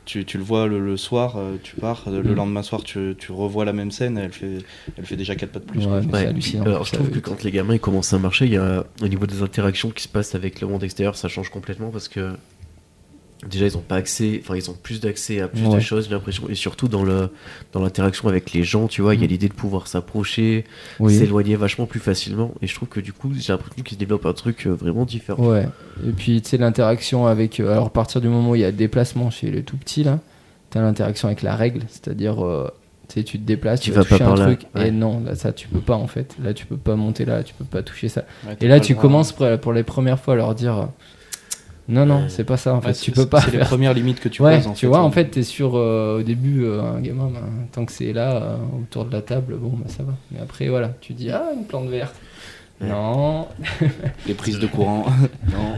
tu, tu le vois le, le soir euh, tu pars euh, le Mm. lendemain soir tu, tu revois la même scène elle fait elle fait déjà quatre pas de plus quoi. Ouais, mais Ouais, c'est hallucinant. euh, puis, alors, je Ça- trouve que quand les gamins ils commencent à marcher, il y a, au niveau des interactions qui se passent avec le monde extérieur, ça change complètement parce que déjà ils ont pas accès, enfin ils ont plus d'accès à plus de Ouais. choses, j'ai l'impression, et surtout dans le dans l'interaction avec les gens, tu vois, il y a Mm. l'idée de pouvoir s'approcher, Oui. s'éloigner vachement plus facilement, et je trouve que du coup j'ai l'impression qu'ils se développent un truc euh, vraiment différent. Ouais. Et puis, tu sais, l'interaction avec. euh, Alors, à partir du moment où il y a déplacement chez le tout petit, là, t'as l'interaction avec la règle. C'est-à-dire, euh, tu sais, tu te déplaces, Tu tu, vas vas pas toucher par un là, truc. ouais. Et non, là, ça, tu peux pas, en fait. Là, tu peux pas monter là, tu peux pas toucher ça. Ouais, t'as Et là, pas le tu droit. Euh, commences pour, pour les premières fois à leur dire euh, Non, non, c'est pas ça, en Ouais, fait. c'est- Tu peux c'est- pas c'est les faire premières limites que tu ouais, poses en tu fait, vois, en euh, fait, t'es sûr euh, au début, euh, un gamin, ben, tant que c'est là, euh, autour de la table, bon, bah, ça va. Mais après, voilà, tu dis, ah, une plante verte. Ouais. Non. <laughs> les prises de courant non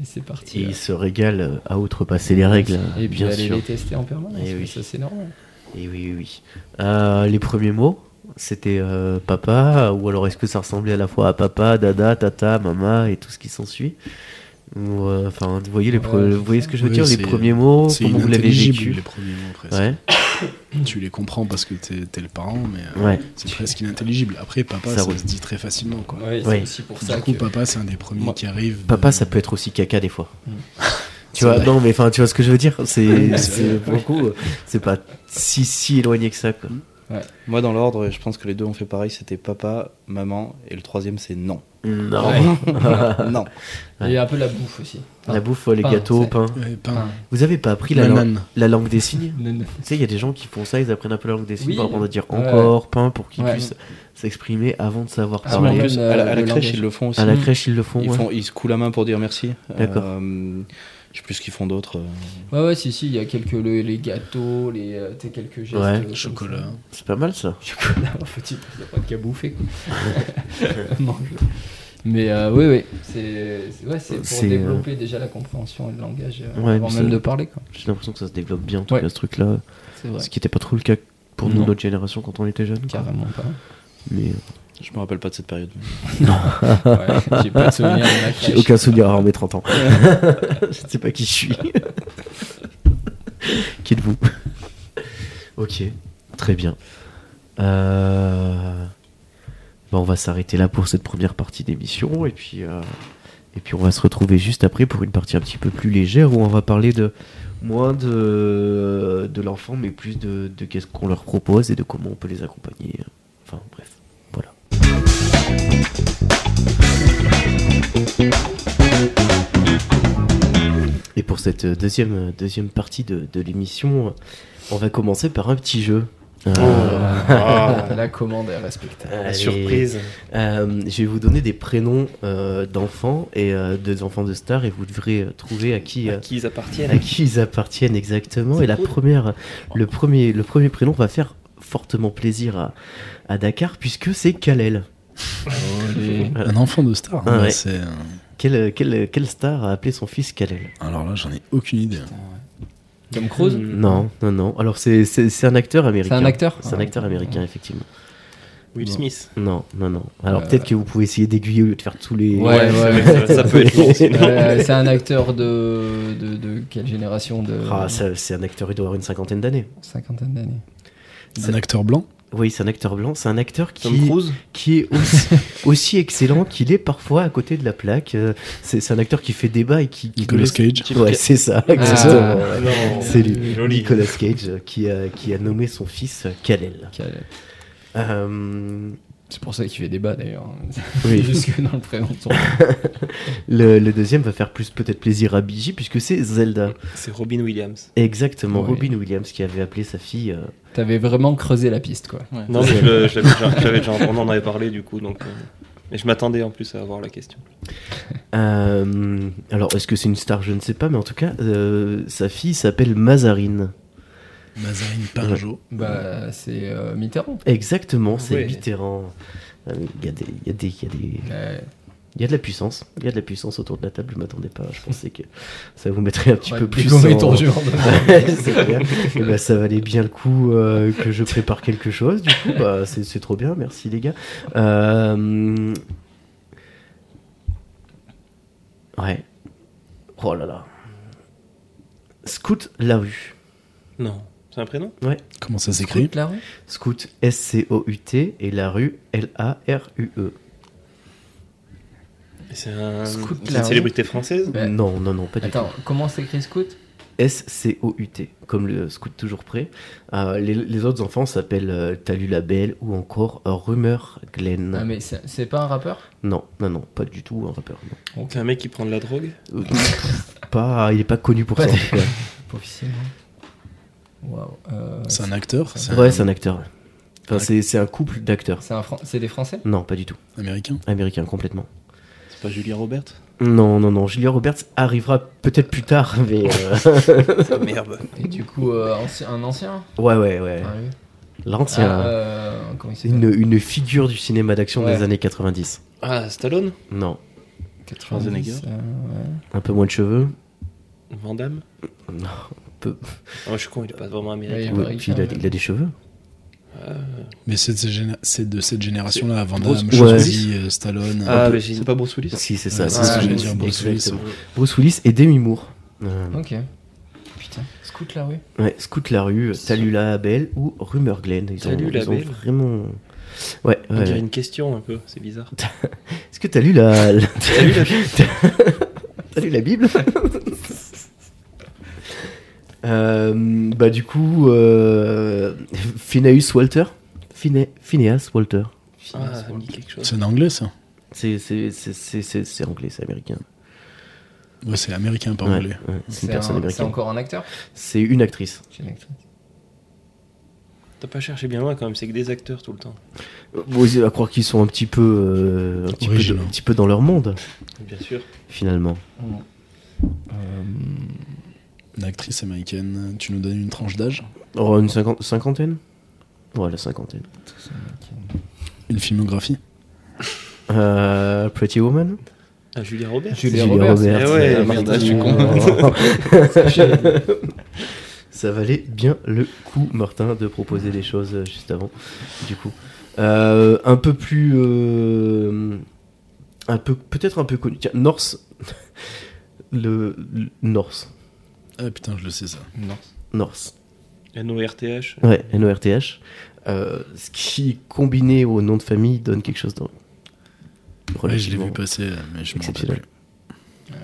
Et c'est parti. Et là. il se régale à outrepasser les règles. Et puis bien aller sûr. les tester en permanence. Eh oui. Ça, c'est normal. Et Eh oui, oui, oui. Euh, les premiers mots, c'était euh, papa, ou alors est-ce que ça ressemblait à la fois à papa, dada, tata, mama et tout ce qui s'ensuit Ou, euh, Enfin, vous voyez, les pre- Ouais, c'est vous voyez ce que je veux Oui, dire, les c'est- premiers mots, C'est Oh, comment vous l'avez inintelligible, vécu les premiers mots, presque. Ouais, Tu les comprends parce que t'es t'es le parent, mais euh, ouais. c'est presque inintelligible. Après, papa, Ça ça, roule. se dit très facilement. Quoi. Ouais, c'est Ouais. aussi pour Du ça coup, que. papa, c'est un des premiers Moi- qui arrive. Papa, euh, ça peut être aussi caca des fois. Mm. <laughs> tu vois, C'est vrai. non, mais enfin, tu vois ce que je veux dire C'est <laughs> c'est c'est- vrai. pour le coup, euh, c'est pas si si éloigné que ça. Quoi. Moi, dans l'ordre, je pense que les deux ont fait pareil. C'était papa, maman, et le troisième, <laughs> c'est non. Mm. Non. non. Il y a un peu la bouffe aussi. La bouffe, les Pain, gâteaux, c'est- pain. ouais, pain. Enfin, Vous avez pas appris la, langue- Banane. la langue des signes Hein. non, non. Tu sais, il y a des gens qui font ça, ils apprennent un peu la langue des signes Oui. pour apprendre à dire Ouais. encore, pain, pour qu'ils Ouais. puissent s'exprimer avant de savoir Ah, Parce qu'en parler. ouais. plus, à la, à la Le crèche, langage. ils le font aussi. À la crèche, ils le font. ils, ouais. font, ils se coulent la main pour dire merci. D'accord. Euh, je sais plus ce qu'ils font d'autre. euh. Ouais, ouais, si, si, il y a quelques le- les gâteaux, les, euh, t'sais, quelques gestes. Ouais, euh, comme Chocolat. ça. C'est pas mal ça. Chocolat, <laughs> faut-il il y a pas de qu'à bouffer, quoi. <laughs> Mange. Mais euh, oui, oui, c'est c'est- ouais, c'est pour C'est, euh, développer déjà la compréhension et le langage euh, Ouais, avant mais même ça- de parler, quoi. J'ai l'impression que ça se développe bien, en tout Ouais. cas, ce truc-là. C'est vrai, Ce qui n'était pas trop le cas pour nous, Non. notre génération, quand on était jeunes. quoi. carrément pas. <laughs> Mais euh, Je me rappelle pas de cette période. Ouais, j'ai pas de souvenir <laughs> de ma J'ai crèche. aucun souvenir avant mes 30 ans. <laughs> je ne sais pas qui je suis. <laughs> qui êtes-vous Ok, très bien. Euh, bah, on va s'arrêter là pour cette première partie d'émission et puis euh, et puis on va se retrouver juste après pour une partie un petit peu plus légère où on va parler de moins de de l'enfant mais plus de, de qu'est-ce qu'on leur propose et de comment on peut les accompagner. Enfin bref, voilà. Et pour cette euh, deuxième, euh, deuxième partie de, de l'émission, euh, on va commencer par un petit jeu. Euh, Oh. Ah, La commande est respectée. la allez. surprise. Euh, je vais vous donner des prénoms euh, d'enfants et euh, des enfants de stars et vous devrez euh, trouver à qui, À <laughs> euh, qui ils appartiennent à qui ils appartiennent exactement. Et la première, le, premier, le premier prénom va faire fortement plaisir à, à Dakar puisque c'est Kalel. Un enfant de star. Ah bah, ouais. c'est, euh, Quelle, quelle, quelle star a appelé son fils Kalel Alors là, j'en ai aucune idée. hein. Tom Cruise Non, non, non. Alors c'est- c'est c'est un acteur Mm-hmm. C'est américain. un acteur C'est un acteur américain, effectivement. Will Smith. Non, non, non. Alors Euh, peut-être que vous pouvez essayer d'aiguiller au lieu de faire tous les. <laughs> Ouais, ouais. ça, ça peut être long sinon. Euh, c'est un acteur de, de, de quelle génération de Ah, ça, c'est un acteur, il doit avoir une cinquantaine d'années. Cinquantaine d'années. Un acteur blanc Oui, c'est un acteur blanc. C'est un acteur qui, Tom Cruise qui est <laughs> aussi, aussi excellent qu'il est parfois à côté de la plaque. Euh, C'est c'est un acteur qui fait débat et qui. qui Nicolas laisse- Cage Ouais, c'est ça, exactement. Ah. Oh, Non. C'est lui, Joli. Nicolas Cage, euh, qui a, qui a nommé son fils euh, Kalel. Quel- Euh, C'est pour ça qu'il fait débat d'ailleurs. Oui. <laughs> Jusque dans le prénom. de son- le, le deuxième va faire plus peut-être plaisir à Biggie, puisque c'est Zelda. C'est Robin Williams. Exactement, Ouais. Robin Williams qui avait appelé sa fille. euh, T'avais vraiment creusé la piste quoi. Non, mais je le- je l'avais déjà, j'avais déjà- on en avait parlé du coup, donc. euh, Et je m'attendais en plus à avoir la question. Euh, alors, est-ce que c'est une star Je ne sais pas, mais en tout cas, euh, sa fille s'appelle Mazarine. Mazarine Pinjot. Bah c'est euh, Mitterrand. Exactement, c'est Ouais. Mitterrand. Euh, Il y, a des- il y, a des- il y, a des- Euh, il y a de la puissance. Il y a de la puissance autour de la table. Je m'attendais pas. Je pensais que ça vous mettrait un petit ouais, peu plus. Pico est en- ton joueur de- <laughs> C'est clair. Eh ben, ça valait bien le coup euh, que je prépare quelque chose. Du coup, bah, c'est c'est trop bien. Merci les gars. Euh, Ouais. Oh là là. Scout la rue. Non. C'est un prénom Comment ça s'écrit Écoute, la rue Scout S-C-O-U-T et la rue L-A-R-U-E. C'est un... Scoot c'est une Larry. célébrité française Ouais. Non, non, non, pas du Ben, Attends, comment s'écrit Scout tout. S-C-O-U-T, comme le scout toujours prêt. Euh, les, les autres enfants s'appellent euh, Talu la Belle ou encore euh, Rumeur Glen. Ah mais c'est c'est pas un rappeur Non, non, non, pas du tout un rappeur. non. C'est un mec qui prend de la drogue Euh, pas, il est pas connu pour Pas ça. en des- tout cas. Pas officiellement. Waouh. euh, C'est un acteur C'est Ouais, un c'est un acteur. ouais. Enfin, Un- c'est c'est un couple d'acteurs. C'est un Fran- c'est des Français Non, pas du tout. américain Américain complètement. C'est pas Julia Roberts Non, non, non. Julia Roberts arrivera peut-être plus tard, mais. <laughs> euh, Oh, Merde. Et du coup euh, anci- un ancien ouais, ouais, ouais. Ah, oui. L'ancien. Ah, euh, comment il s'appelle une, une figure du cinéma d'action Ouais. des années 90. Ah, Stallone Non. Schwarzenegger. 90, euh, ouais. Un peu moins de cheveux. Vandame Non, peu. Oh, je suis con, il est pas vraiment Ouais, américain. Oui, Américain, puis il, a, ouais. il a des cheveux. Mais c'est de, ces géné- c'est de cette génération-là, avant Damme, Bruce- Schwarzy, euh, Stallone. Ah, un peu- mais j'ai- C'est pas Bruce Willis Si, c'est ça. Ouais, c'est c'est ce que Bruce j'allais Willis, dire, Bruce Willis, exactement. Bruce Willis et Demi Moore. Euh, Ok. Putain. Scoot la rue. Ouais, Scoot la rue, Salut la Belle ou Rumeur Glen. Ils ont- Salut ils la ont Belle. Vraiment. Ouais. On ouais. dirait une question un peu, c'est bizarre. Est-ce que t'as lu la. la- T'as <laughs> lu la Bible T'as lu la Bible <laughs> Euh, Bah du coup, euh, Phineas Walter. Phine- Phineas Walter. Ah, ça me dit quelque chose. C'est en anglais, ça C'est c'est- c'est- c'est- c'est- c'est anglais, c'est américain. Ouais, c'est américain, pas Ouais, anglais. ouais, c'est une C'est personne un- c'est américaine. encore un acteur C'est une actrice. C'est une actrice. T'as pas cherché bien loin quand même, c'est que des acteurs tout le temps. Euh, Bon, c'est à croire qu'ils sont un petit peu, euh, un, petit peu Originaux. un petit peu dans leur monde, Bien sûr. finalement. Euh, Une actrice américaine. Tu nous donnes une tranche d'âge Oh, une cinquan- cinquantaine Ouais, la cinquantaine. Une filmographie Euh, Pretty Woman Ah, Julia Robert Julia Roberts. Eh ouais, euh, merde, Martin- je suis <laughs> Ça valait bien le coup, Martin, de proposer des choses euh, juste avant. Du coup, Euh, un peu plus, euh, un peu, peut-être un peu connu. Tiens, Norse, <laughs> le, le- Norse, Ah putain, je le sais, ça. Non. Norse. NORTH. Ouais, N-O-R-T-H. Euh, ce qui combiné au nom de famille donne quelque chose dans. Ouais, je l'ai relativement- vu passer, euh, mais je me rappelle Exceptionnel. plus.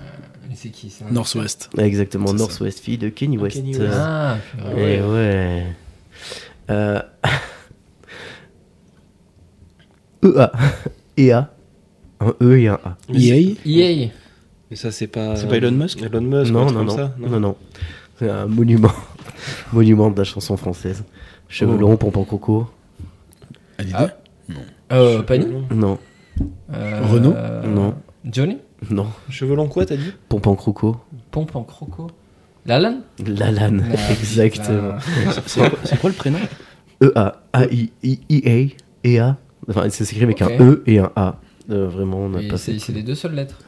Mais c'est qui c'est un- Northwest. Ouais, Exactement, C'est ça. North West Fille de Kenny West. Kanye West. Euh, Ah, eh purée. ouais. Euh, <laughs> EA. EA. E Un E et un A. Ah, EA Yay Mais ça, c'est pas. Euh, C'est pas Elon Musk Elon Musk, Bah, non, ou un truc non, comme non. ça non, non. C'est un monument. <laughs> monument de la chanson française. Cheveux Oh. longs, pompe en coco. À l'idée Ah. Euh, Pani Non, Euh, Renaud euh, Non. Johnny non. Cheveux longs quoi, t'as dit Pompe en croco. Pompe en croco. <laughs> Lalan La lane. <laughs> Ah, Exactement. putain. C'est quoi- c'est quoi le prénom EA. A-I-I-I-A. EA. E Enfin, c'est écrit avec Ok. un E et un A. Euh, vraiment, on n'a Et pas C'est fait. c'est les deux seules <laughs> lettres.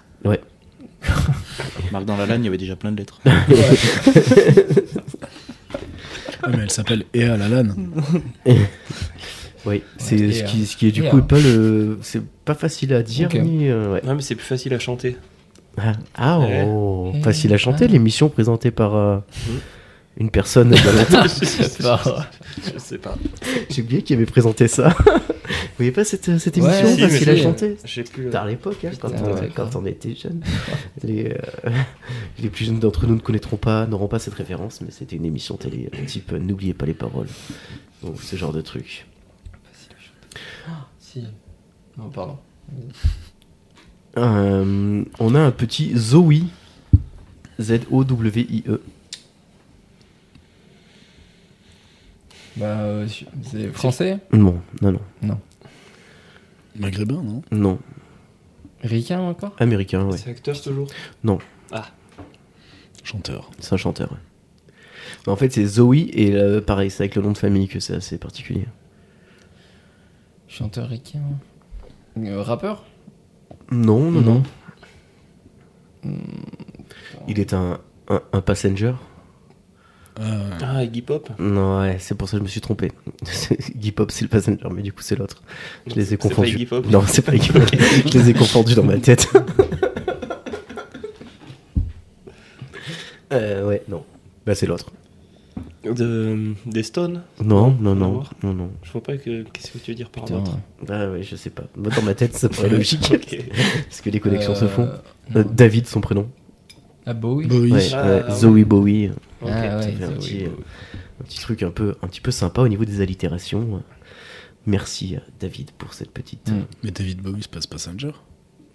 Marc dans la lagne, il y avait déjà plein de lettres. Ah, mais elle s'appelle Ea Lalanne. Oui, c'est et ce, un. qui, ce qui est du Et coup un. pas le. C'est pas facile à dire, Ok. ni. euh, ouais. Non, Ah, mais c'est plus facile à <laughs> chanter. Ah, ah, Ouais. oh, Et facile à chanter, un. l'émission présentée par euh, Hmm. une personne. <laughs> de la- <laughs> Je sais pas. J'ai oublié qui avait présenté ça. Vous voyez pas cette, euh, cette Ouais, émission si, mais facile à si. chanter euh, J'ai plus. Tard à l'époque, hein, quand, Putain, on, ouais. quand on était jeunes. Les, euh, <laughs> les plus jeunes d'entre nous ne connaîtront pas, n'auront pas cette référence, mais c'était une émission télé euh, type euh, N'oubliez pas les paroles, ou ce genre de truc. Si. Non, pardon. Euh, on a un petit Zoe, Z-O-W-I-E. Bah, euh, je- c'est français Non, non, non, Maghrébin, non non. Ricain encore Américain, ouais. C'est acteur toujours Chanteur. C'est un chanteur. ouais. Mais en fait, c'est Zoe, et euh, pareil, c'est avec le nom de famille que c'est assez particulier. Chanteur ricain. Euh, rappeur Non, non, non. Non. Il est un, un, un passenger Ah, Ah, Iggy Pop Non, ouais, c'est pour ça que je me suis trompé. <laughs> Guy Pop, c'est le passenger, mais du coup, c'est l'autre. Je les ai C'est pas confondus. Iggy Pop Non, c'est pas <laughs> Iggy Pop. je les ai confondus dans ma tête. Euh, ouais, non. Bah, c'est l'autre. De, des Stones Non, non, non. voir. Non, non. Je vois pas que. Qu'est-ce que tu veux dire par Putain. l'autre Bah, ouais, je sais pas. Moi, dans ma tête, ça paraît logique. <laughs> <laughs> Ok. Parce que les connexions se font. Euh, Euh, David, son prénom. ah, Bowie Bowie. Ouais, Ah, ouais, ouais. Zoe Bowie. euh, Ok. Ah ça ouais, fait un Zoé petit, Bowie. Un petit truc un peu, un petit peu sympa au niveau des allitérations. Merci, euh, David, pour cette petite. Hmm. Mm. Mais David Bowie, c'est pas ce passenger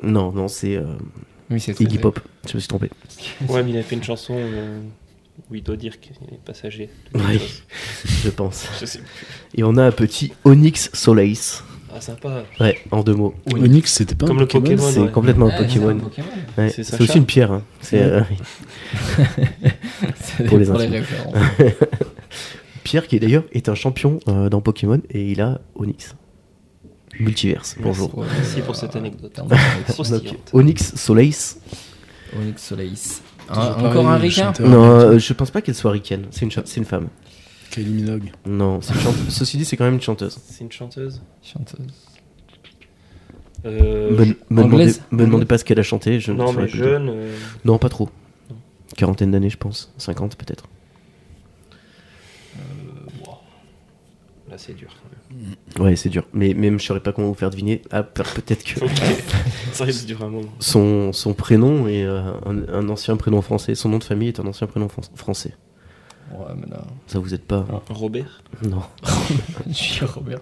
Non, non, c'est euh, Oui, c'est Iggy très- Pop. Je me suis trompé. Ouais, mais il a fait une chanson euh, où il doit dire qu'il est passager. Oui. <laughs> Je pense. Je sais plus. Et on a un petit Onyx Solace. Ah, sympa. Ouais, en deux mots. Onyx, c'était pas Comme un le Pokémon Pokémon. C'est ouais. complètement Ah, un Pokémon. c'est un Pokémon. Ouais, C'est C'est Sacha. aussi une pierre. hein. C'est <laughs> euh, C'est Pour <laughs> pour les les, Ah, intimes. références. Pierre qui d'ailleurs est un champion euh, dans Pokémon et il a Onyx. Multiverse. Bonjour. Ouais, Merci hein. euh, pour cette anecdote. en <laughs> direction. Croustillante. Onyx Soleis. Onyx Soleis. Toujours Un- pareil, encore un Ah, le Ricard chanteur. Non, euh, je pense pas qu'elle soit ricaine. C'est une, cha- c'est une femme. Kylie Minogue. Non, c'est une chante- ceci dit, c'est quand même une chanteuse. C'est une chanteuse. Chanteuse. Euh, Me, me demandez, anglaise me demandez pas ce qu'elle a chanté. Je je- ne Non, saurais mais pas le dire. jeune. euh, Non, pas trop. Non. Quarantaine d'années, je pense. 50 peut-être. Là, c'est dur. <laughs> Ouais, c'est dur. Mais même, je saurais pas comment vous faire deviner. Ah, pe- peut-être que Ça risque de durer un moment. son, son prénom est euh, un, un ancien prénom français. Son nom de famille est un ancien prénom fran- français. Ouais, mais là. Ça vous aide Ah. pas <laughs> Robert Non. <laughs> Je suis Robert.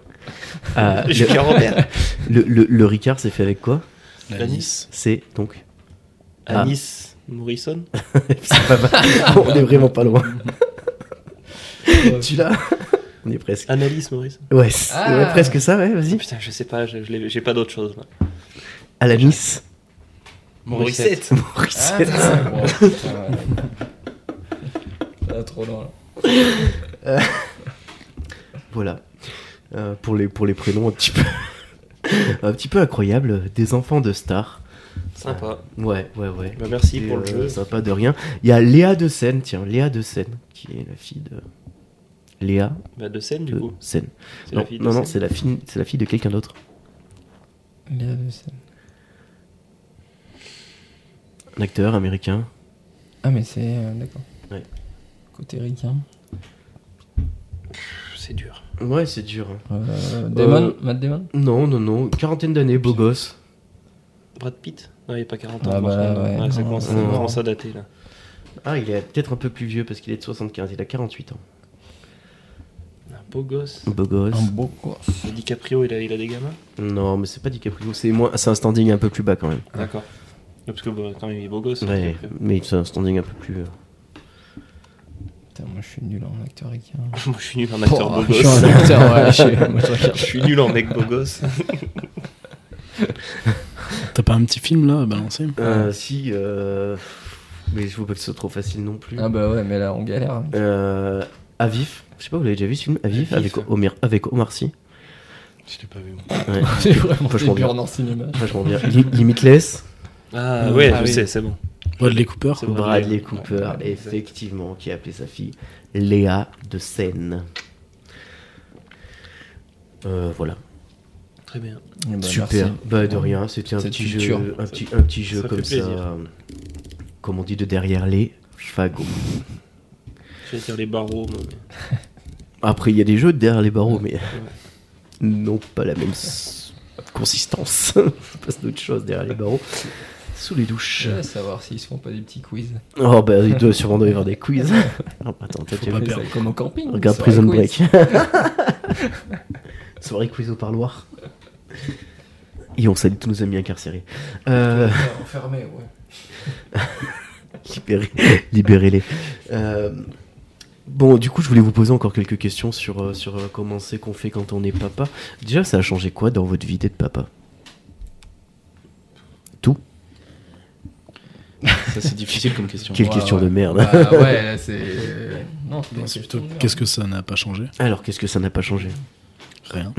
Ah, Jusqu'à le, Robert. le, le- le Ricard, c'est fait avec quoi La La Nice. C'est donc. <laughs> Ah. Anis Morrison C'est pas mal. On est vraiment pas loin. tu l'as On est presque. Annalise Morrison Ouais, c'est- Ah. ouais, presque ça, ouais, vas-y. Putain, je sais pas, je- je l'ai- j'ai pas d'autre chose. là. À la Nice. Morissette Ah, Morissette. putain, ouais, putain, <laughs> ouais. Ah, trop loin. là. Voilà. Euh, pour, les, pour les prénoms un petit peu. <laughs> un petit peu incroyable. Des enfants de stars. Sympa. Ouais, ouais, ouais. Bah, merci pour le Et, jeu. euh, Sympa de rien. Il y a Léa de Seine, tiens, Léa de Seine, qui est la fille de. Léa Bah, de scène, du de coup. Seine. C'est Non, la fille de non, non, Seine. c'est la fille, c'est la fille de quelqu'un d'autre. Léa de Seine. Un acteur américain. Ah, mais c'est. euh, D'accord. Ouais. Côté ricain. C'est dur. Ouais, c'est dur. hein. Euh, Damon Euh, Matt Damon Non, non, non. Quarantaine d'années, beau gosse. Brad Pitt Non, il est pas 40 ans. Ah, je pense bah, pas. ouais. ça Non, commence ça non. commence à dater, là. Ah, il est peut-être un peu plus vieux parce qu'il est de 75, il a 48 ans. Un beau gosse. Beau gosse. Un beau quoi. Le DiCaprio, il a, il a des gamins Non, mais c'est pas DiCaprio, c'est moins... c'est un standing un peu plus bas quand même. D'accord. Ouais, Parce que bah, quand même, il est beau gosse. Ouais, DiCaprio. <laughs> mais c'est un standing un peu plus. euh, Putain, moi je suis nul en acteur ricain. Moi, je suis nul en acteur Oh, beau je suis un gosse. acteur, ouais, je <laughs> suis- moi, je regarde. Je suis nul en mec beau <laughs> gosse. T'as pas un petit film là à balancer Euh, si, euh... mais je veux pas que ce soit trop facile non plus. Ah bah ouais, mais là on galère. Euh, Avif, je sais pas, vous l'avez déjà vu ce film Avif, Avif. Avec, Omer, avec Omar Sy. Je l'ai pas vu. <laughs> Ouais, C'est vraiment Vachement dur bien. dans le cinéma. vachement bien. Li- Limitless, Ah, ouais, Ah, je oui. sais, c'est bon. Bradley Cooper. C'est vrai. Bradley Ouais, Cooper, Bradley, exact. effectivement, qui a appelé sa fille Léa de Seine. Euh, Bah, voilà, Très bien. Eh ben, super. merci. Bah, de rien, c'était un Cette petit culture. jeu, un petit, un petit Ça jeu fait comme ça, plaisir. euh, comme on dit de derrière les fagots. Je vais dire les barreaux. moi, mais- Après, il y a des jeux derrière les barreaux, mais <laughs> non pas la même s- consistance. <laughs> Il passe d'autres choses derrière les barreaux, sous les douches. Je vais savoir s'ils se font pas des petits quiz. Oh, bah, il doit sûrement y avoir des quiz. Oh, attends, t'as Faut déjà pas vu perdre. C'est comme au camping. Regarde ça, Prison quiz. Break. <laughs> Soirée quiz au parloir. Et on salue tous nos amis incarcérés. Euh, Enfermé, ouais. <laughs> libérez- Libérez-les. Euh, bon, du coup, je voulais vous poser encore quelques questions sur, euh, sur euh, comment c'est qu'on fait quand on est papa. Déjà, ça a changé quoi dans votre vie d'être papa Ça, c'est difficile comme question. Quelle Ouais, question ouais. de merde. Bah <laughs> ouais, là c'est. euh, Non, c'est Non, c'est plutôt qu'est-ce que ça n'a pas changé Alors, qu'est-ce que ça n'a pas changé Rien.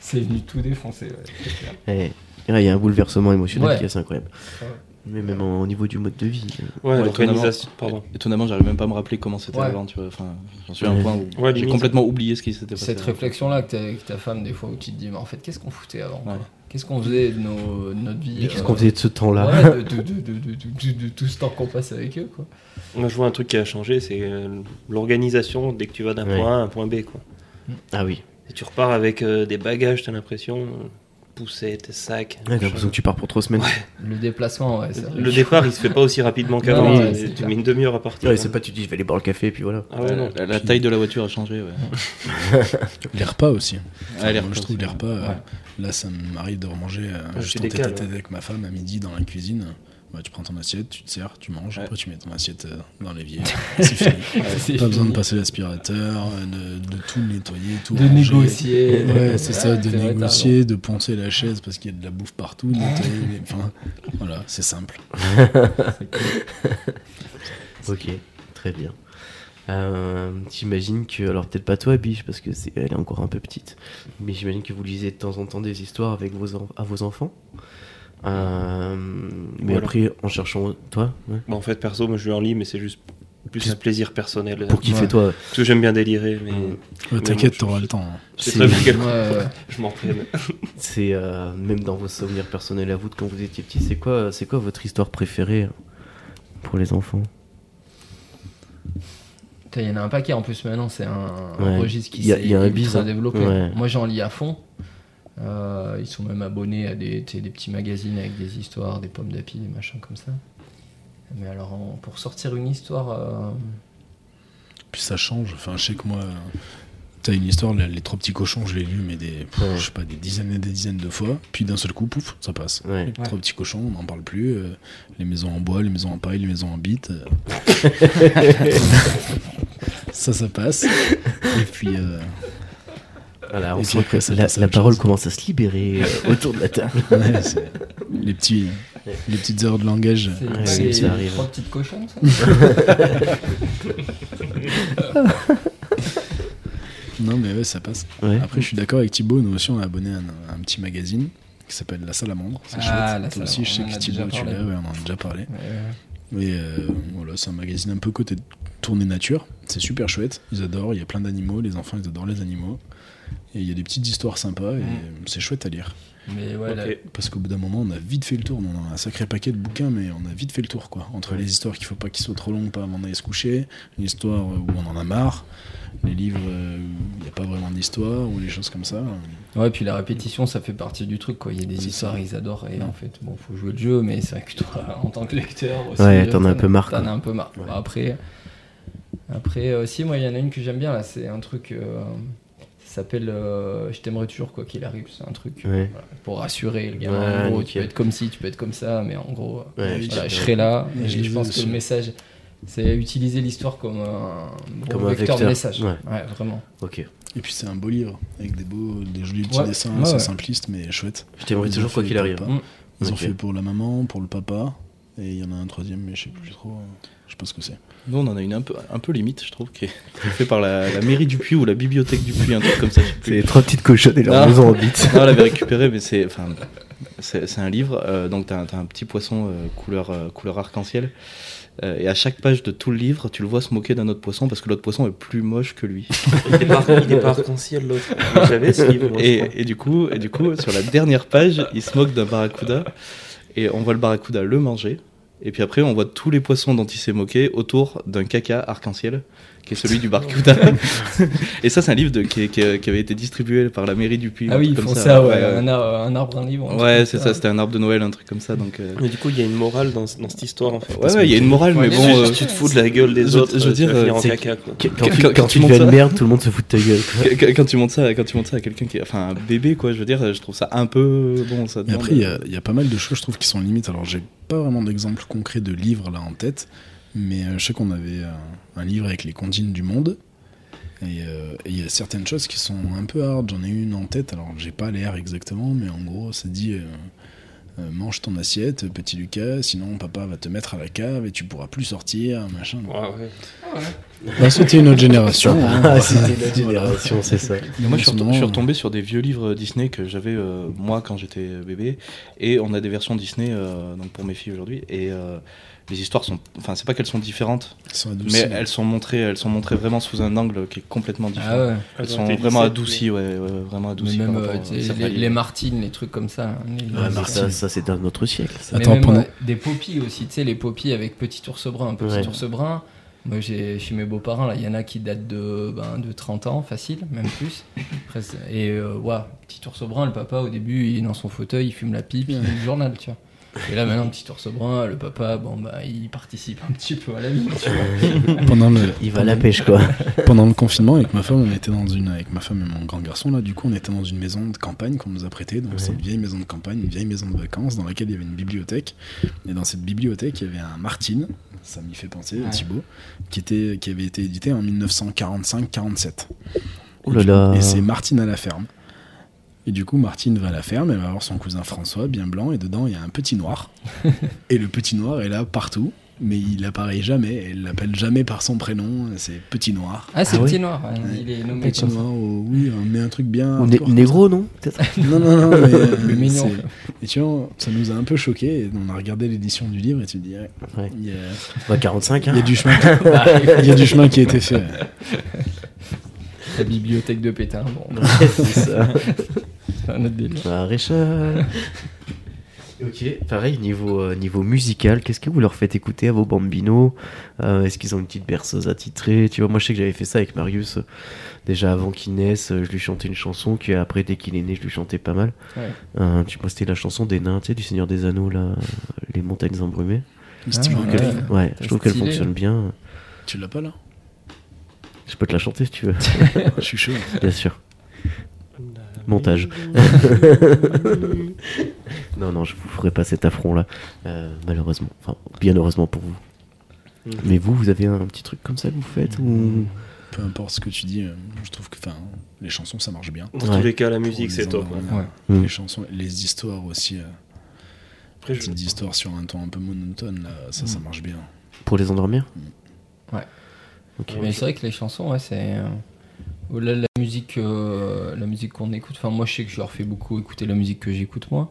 C'est venu tout défoncer, ouais. c'est clair. Eh, ouais, Il y a un bouleversement émotionnel Ouais. qui est assez incroyable. Ouais. Mais même en- au niveau du mode de vie. euh, Ouais, Ouais, l'organisation. Pardon. Étonnamment, j'arrive même pas à me rappeler comment c'était Ouais. avant, tu vois. Enfin, j'en suis à un Ouais. point où Ouais, j'ai limite. complètement oublié ce qui s'était passé. Cette avant. réflexion-là que t'as avec ta femme, des fois, où tu te dis, mais en fait, qu'est-ce qu'on foutait avant quoi Ouais. Qu'est-ce qu'on faisait de nos- de notre vie mais Qu'est-ce euh, qu'on faisait de ce temps-là ouais, de, de- de- de- de- de- de- de tout ce temps qu'on passe avec eux, quoi. Moi, je vois un truc qui a changé, c'est euh, l'organisation dès que tu vas d'un Ouais. point A à un point B. Quoi. Ah oui, Et tu repars avec euh, des bagages, t'as l'impression. euh, Poussettes, sacs. Ouais, j'ai machin. l'impression que tu pars pour trois semaines. Le déplacement, ouais. ça- Le départ, il se fait pas aussi <laughs> rapidement qu'avant. Non, ouais, tu- c'est tu clair. mets une demi-heure à partir. Ouais, c'est pas tu dis je vais aller boire le café et puis voilà. Ah ouais, non. Euh, La, la taille de la voiture a changé, ouais. Les repas aussi. Ah, les Moi, repas je trouve aussi. les repas. euh, Ouais. Là, ça m'arrive de remanger euh, Ah, juste tu en tête à décales, tête avec ma femme à midi dans la cuisine. Bah, tu prends ton assiette, tu te sers, tu manges, Ouais. après tu mets ton assiette euh, dans <laughs> l'évier. C'est fini. <laughs> C'est Pas besoin de fini. passer l'aspirateur, euh, de, de tout nettoyer, tout De ranger. négocier. Ouais, c'est ça, de vrai, t'as négocier, de poncer la chaise parce qu'il y a de la bouffe partout, de <laughs> nettoyer les- Enfin, voilà, c'est simple. Ok, très bien. Euh, j'imagine que, alors peut-être pas toi, Biche, parce que c'est, elle est encore un peu petite, mais j'imagine que vous lisez de temps en temps des histoires avec vos en- à vos enfants. Euh, mais Voilà. après, en cherchant toi, ouais. Bon, en fait, perso, moi je lui en lis, mais c'est juste plus un plaisir personnel. pour kiffer Ouais. toi, Parce que j'aime bien délirer, mais Mm. Ouais, T'inquiète, t'auras le temps. hein. c'est C'est- très bien quel Ouais, ouais. <laughs> je m'entraîne. c'est euh, même dans vos souvenirs personnels à vous de quand vous étiez petit, c'est quoi, c'est quoi votre histoire préférée euh, pour les enfants Putain, Il y en a un paquet en plus maintenant, c'est un, un Ouais. registre qui Il y a- s'est il y a un ultra bise, hein. développé. Ouais. Moi j'en lis à fond. Euh, ils sont même abonnés à des, tu sais, des petits magazines avec des histoires, des pommes d'api, des machins comme ça. Mais alors en- pour sortir une histoire, euh, Puis ça change. Enfin, je sais que moi, euh, t'as une histoire, les, les trois petits cochons, je l'ai lu, mais des, pff, Ouais. je sais pas, des dizaines et des dizaines de fois. Puis d'un seul coup, pouf, ça passe. Ouais. <laughs> Les trois petits cochons, on n'en parle plus. euh, les maisons en bois, les maisons en paille, les maisons en bite. euh. ça, <laughs> ça passe. Et puis, euh, Voilà, on Et sent puis que après, ça la, passe à la autre parole chose. commence à se libérer euh, autour de la table. <laughs> ouais, c'est- les, petits, les petites erreurs de langage. c'est Ouais, pas ça les- arrive. trois petites cochons. <laughs> Ça Non, mais ouais, ça passe. Ouais. Après, je suis d'accord avec Thibaut. Nous aussi, on a abonné à un, un petit magazine qui s'appelle La Salamandre. C'est Ah, chouette. La Toi Salamandre, aussi, je sais on en que a déjà Thibaut, tu parlé. l'as, ouais, on en a déjà parlé. Ouais, ouais. Et euh, voilà, c'est un magazine un peu côté tournée nature. C'est super chouette. Ils adorent. Il y a plein d'animaux. Les enfants, ils adorent les animaux. Et il y a des petites histoires sympas. Et c'est chouette à lire. Mais ouais, Ok. la- Parce qu'au bout d'un moment, on a vite fait le tour. On en a un sacré paquet de bouquins, mais on a vite fait le tour, quoi. Entre les histoires qu'il faut pas qu'ils soient trop longues, pas avant d'aller se coucher, l'histoire où on en a marre, les livres euh, où il n'y a pas vraiment d'histoire, ou les choses comme ça. Ouais, puis la répétition, ça fait partie du truc, quoi. Il y a des C'est histoires, ça. ils adorent, et en fait, bon, faut jouer le jeu, mais c'est vrai que toi, en tant que lecteur, aussi, Ouais, euh, t'en as un peu marre, T'en quoi. as un peu marre. Ouais. Bah, après, après euh, si, moi, il y en a une que j'aime bien, là, c'est un truc. euh, ça s'appelle euh, Je t'aimerais toujours, quoi qu'il arrive. C'est un truc Ouais. voilà, pour rassurer le gamin. Ouais, en gros, tu nickel. peux être comme ci, tu peux être comme ça, mais en gros, euh, Ouais, voilà, je- je serai là. Ouais, Et je je, les ai pense aussi. que le message, c'est utiliser l'histoire comme un, bon Comme un vecteur, de vecteur, message. ouais. ouais vraiment. Ok. Et puis c'est un beau livre, avec des beaux, des jolis petits Ouais. dessins, Ouais, assez ouais. simplistes, mais chouettes. Je t'aimerais Ils ont toujours quoi fait qu'il pour arrive. hein. le Mm. papa. Ils ont Ok. fait pour la maman, pour le papa, et il y en a un troisième, mais je sais plus trop. euh, Je sais pas ce que c'est. Nous, on en a une un peu, un peu limite, je trouve, qui est qui est fait par la, la mairie du Puy ou la bibliothèque du Puy, un truc comme ça. je sais plus. C'est les trois petites cochonnes et leur Ah. maison en bite. Non, on l'avait récupéré, mais c'est. Enfin, c'est c'est un livre, euh, donc t'as as un petit poisson euh, couleur, euh, couleur arc-en-ciel. euh, et à chaque page de tout le livre, tu le vois se moquer d'un autre poisson parce que l'autre poisson est plus moche que lui. Il est pas, il est pas arc-en-ciel l'autre. J'avais ce livre, je crois. Et, et du coup, et du coup, sur la dernière page, il se moque d'un barracuda et on voit le barracuda le manger. Et puis après, on voit tous les poissons dont il s'est moqué autour d'un caca arc-en-ciel qui est celui du barracuda. et ça, c'est un livre de- qui, qui- qui avait été distribué par la mairie du Puy. Ah un oui, ils truc font comme ça, ouais, Un, ar- un arbre, un livre. un truc Ouais, comme c'est ça, c'était un arbre de Noël, un truc comme ça. Donc, euh, Mais du coup, il y a une morale dans, dans cette histoire en fait. Ouais, ouais, il y a une morale, mais Ouais, bon. mais euh, Si tu te fous de la gueule des je- autres, je veux dire, euh, tu vas finir en c'est- caca quoi. Qu- Quand, Quand- tu, quand quand tu tu montes deviens ça- une merde, tout le monde se fout de ta gueule. quoi. qu- qu- Quand tu montes ça, quand tu montes ça à quelqu'un qui, est- enfin, un bébé quoi, je veux dire, je trouve ça un peu bon. Ça Mais demande- après, il y a- il y, a pas mal de choses, je trouve, qui sont limites. Alors, j'ai pas vraiment d'exemple concret de livre là en tête, mais euh, je sais qu'on avait euh, un livre avec les contines du monde. Et euh, et il y a certaines choses qui sont un peu hard. J'en ai une en tête, alors j'ai pas l'air exactement, mais en gros, c'est dit euh, euh, mange ton assiette, petit Lucas, sinon papa va te mettre à la cave et tu pourras plus sortir, machin. Ouais, ouais. Bah, c'était une autre génération. hein. Ah, c'était notre Voilà. génération, c'est ça. Mais moi, je suis, En ce retom- moment, je suis retombé sur des vieux livres Disney que j'avais euh, moi quand j'étais bébé, et on a des versions Disney euh, donc pour mes filles aujourd'hui. Et euh, les histoires sont, enfin, c'est pas qu'elles sont différentes, Ils sont adoucis. mais elles sont montrées, elles sont montrées vraiment sous un angle qui est complètement ça. différent. Ah ouais. Elles Dans tes sont vraiment lycées, adoucies, ouais, ouais, vraiment Mais adoucies. même par rapport euh, à tu sais, certains les, les livres. Martines, les trucs comme ça. hein, les- Ouais, les- mais ça, ça, c'est d'un autre siècle. ça. Mais Ah, Attends, même, pendant- euh, des poppies aussi, tu sais, les poppies avec petit ours brun, petit Ouais. ours brun. Moi, j'ai chez mes beaux-parents, là, il y en a qui datent de, ben, de 30 ans, facile, même plus. Après, c'est- et euh, ouah, petit ours brun, le papa, au début, il est dans son fauteuil, il fume la pipe, il lit le journal, tu vois. Et là, maintenant, petit ours brun, le papa, bon, bah, il participe un petit peu à la vie, tu vois. pendant le, Il va à la pêche, quoi. Pendant le confinement, avec ma femme, on était dans une, avec ma femme et mon grand garçon, là, du coup, on était dans une maison de campagne qu'on nous a prêtée. Donc, Ouais. c'est une vieille maison de campagne, une vieille maison de vacances dans laquelle il y avait une bibliothèque. Et dans cette bibliothèque, il y avait un Martine, ça m'y fait penser, Ouais. Thibaut, qui, était, qui avait été édité en 1945-47. Oh là là. Euh. Et c'est Martine à la ferme. Et du coup, Martine va à la ferme, elle <laughs> va voir son cousin François, bien blanc, et dedans, il y a un petit noir. et le petit noir est là partout. mais il apparaît jamais, elle l'appelle jamais par son prénom, c'est Petit Noir. Ah, c'est Ah oui. Petit Noir, ouais, il est nommé Petit comme ça. Noir, oh, oui, on met un truc bien. On est hardcore comme négro, non Peut-être ça. Non, non, non, <laughs> mais. euh, Le mignon. c'est- Et tu vois, ça nous a un peu choqué. On a regardé l'édition du livre et tu te dis, ouais, Ouais. il y a- Bah, 45, il hein. y a du chemin qui- <laughs> il y a du chemin qui a été fait. La bibliothèque de Pétain, bon, Ouais, <laughs> c'est ça. c'est un autre délire. Bah, Richard. <laughs> Ok, pareil, niveau, euh, niveau musical, qu'est-ce que vous leur faites écouter à vos bambinos Euh, Est-ce qu'ils ont une petite berceuse attitrée Tu vois, moi je sais que j'avais fait ça avec Marius euh, déjà avant qu'il naisse, euh, je lui chantais une chanson, puis après dès qu'il est né, je lui chantais pas mal. Ouais. Euh, tu vois, c'était la chanson des nains, tu sais, du Seigneur des Anneaux, là, euh, Les Montagnes Embrumées. Steve Ah, ouais. Regal, Ouais, je trouve qu'elle stylé. fonctionne bien. tu l'as pas là Je peux te la chanter si tu veux, <laughs> Je suis chaud. bien sûr. Montage. Non, non, je vous ferai pas cet affront-là, euh, malheureusement. Enfin, bien heureusement pour vous. Mm. Mais vous, vous avez un petit truc comme ça que vous faites Mmh. ou... Peu importe ce que tu dis, euh, je trouve que enfin, les chansons ça marche bien. Dans Ouais. tous les cas, la Pour musique, les c'est top. hein. endormir. ouais. Ouais. Les Mm. chansons, les histoires aussi. euh, Après, je- petites histoires sur un ton un peu monotone, là, ça, ça marche bien. Pour les endormir Ouais. Ok. Mais c'est vrai que les chansons, ouais, c'est. euh, Au-delà de la musique, euh, la musique qu'on écoute. Enfin, moi, je sais que je leur fais beaucoup écouter la musique que j'écoute moi.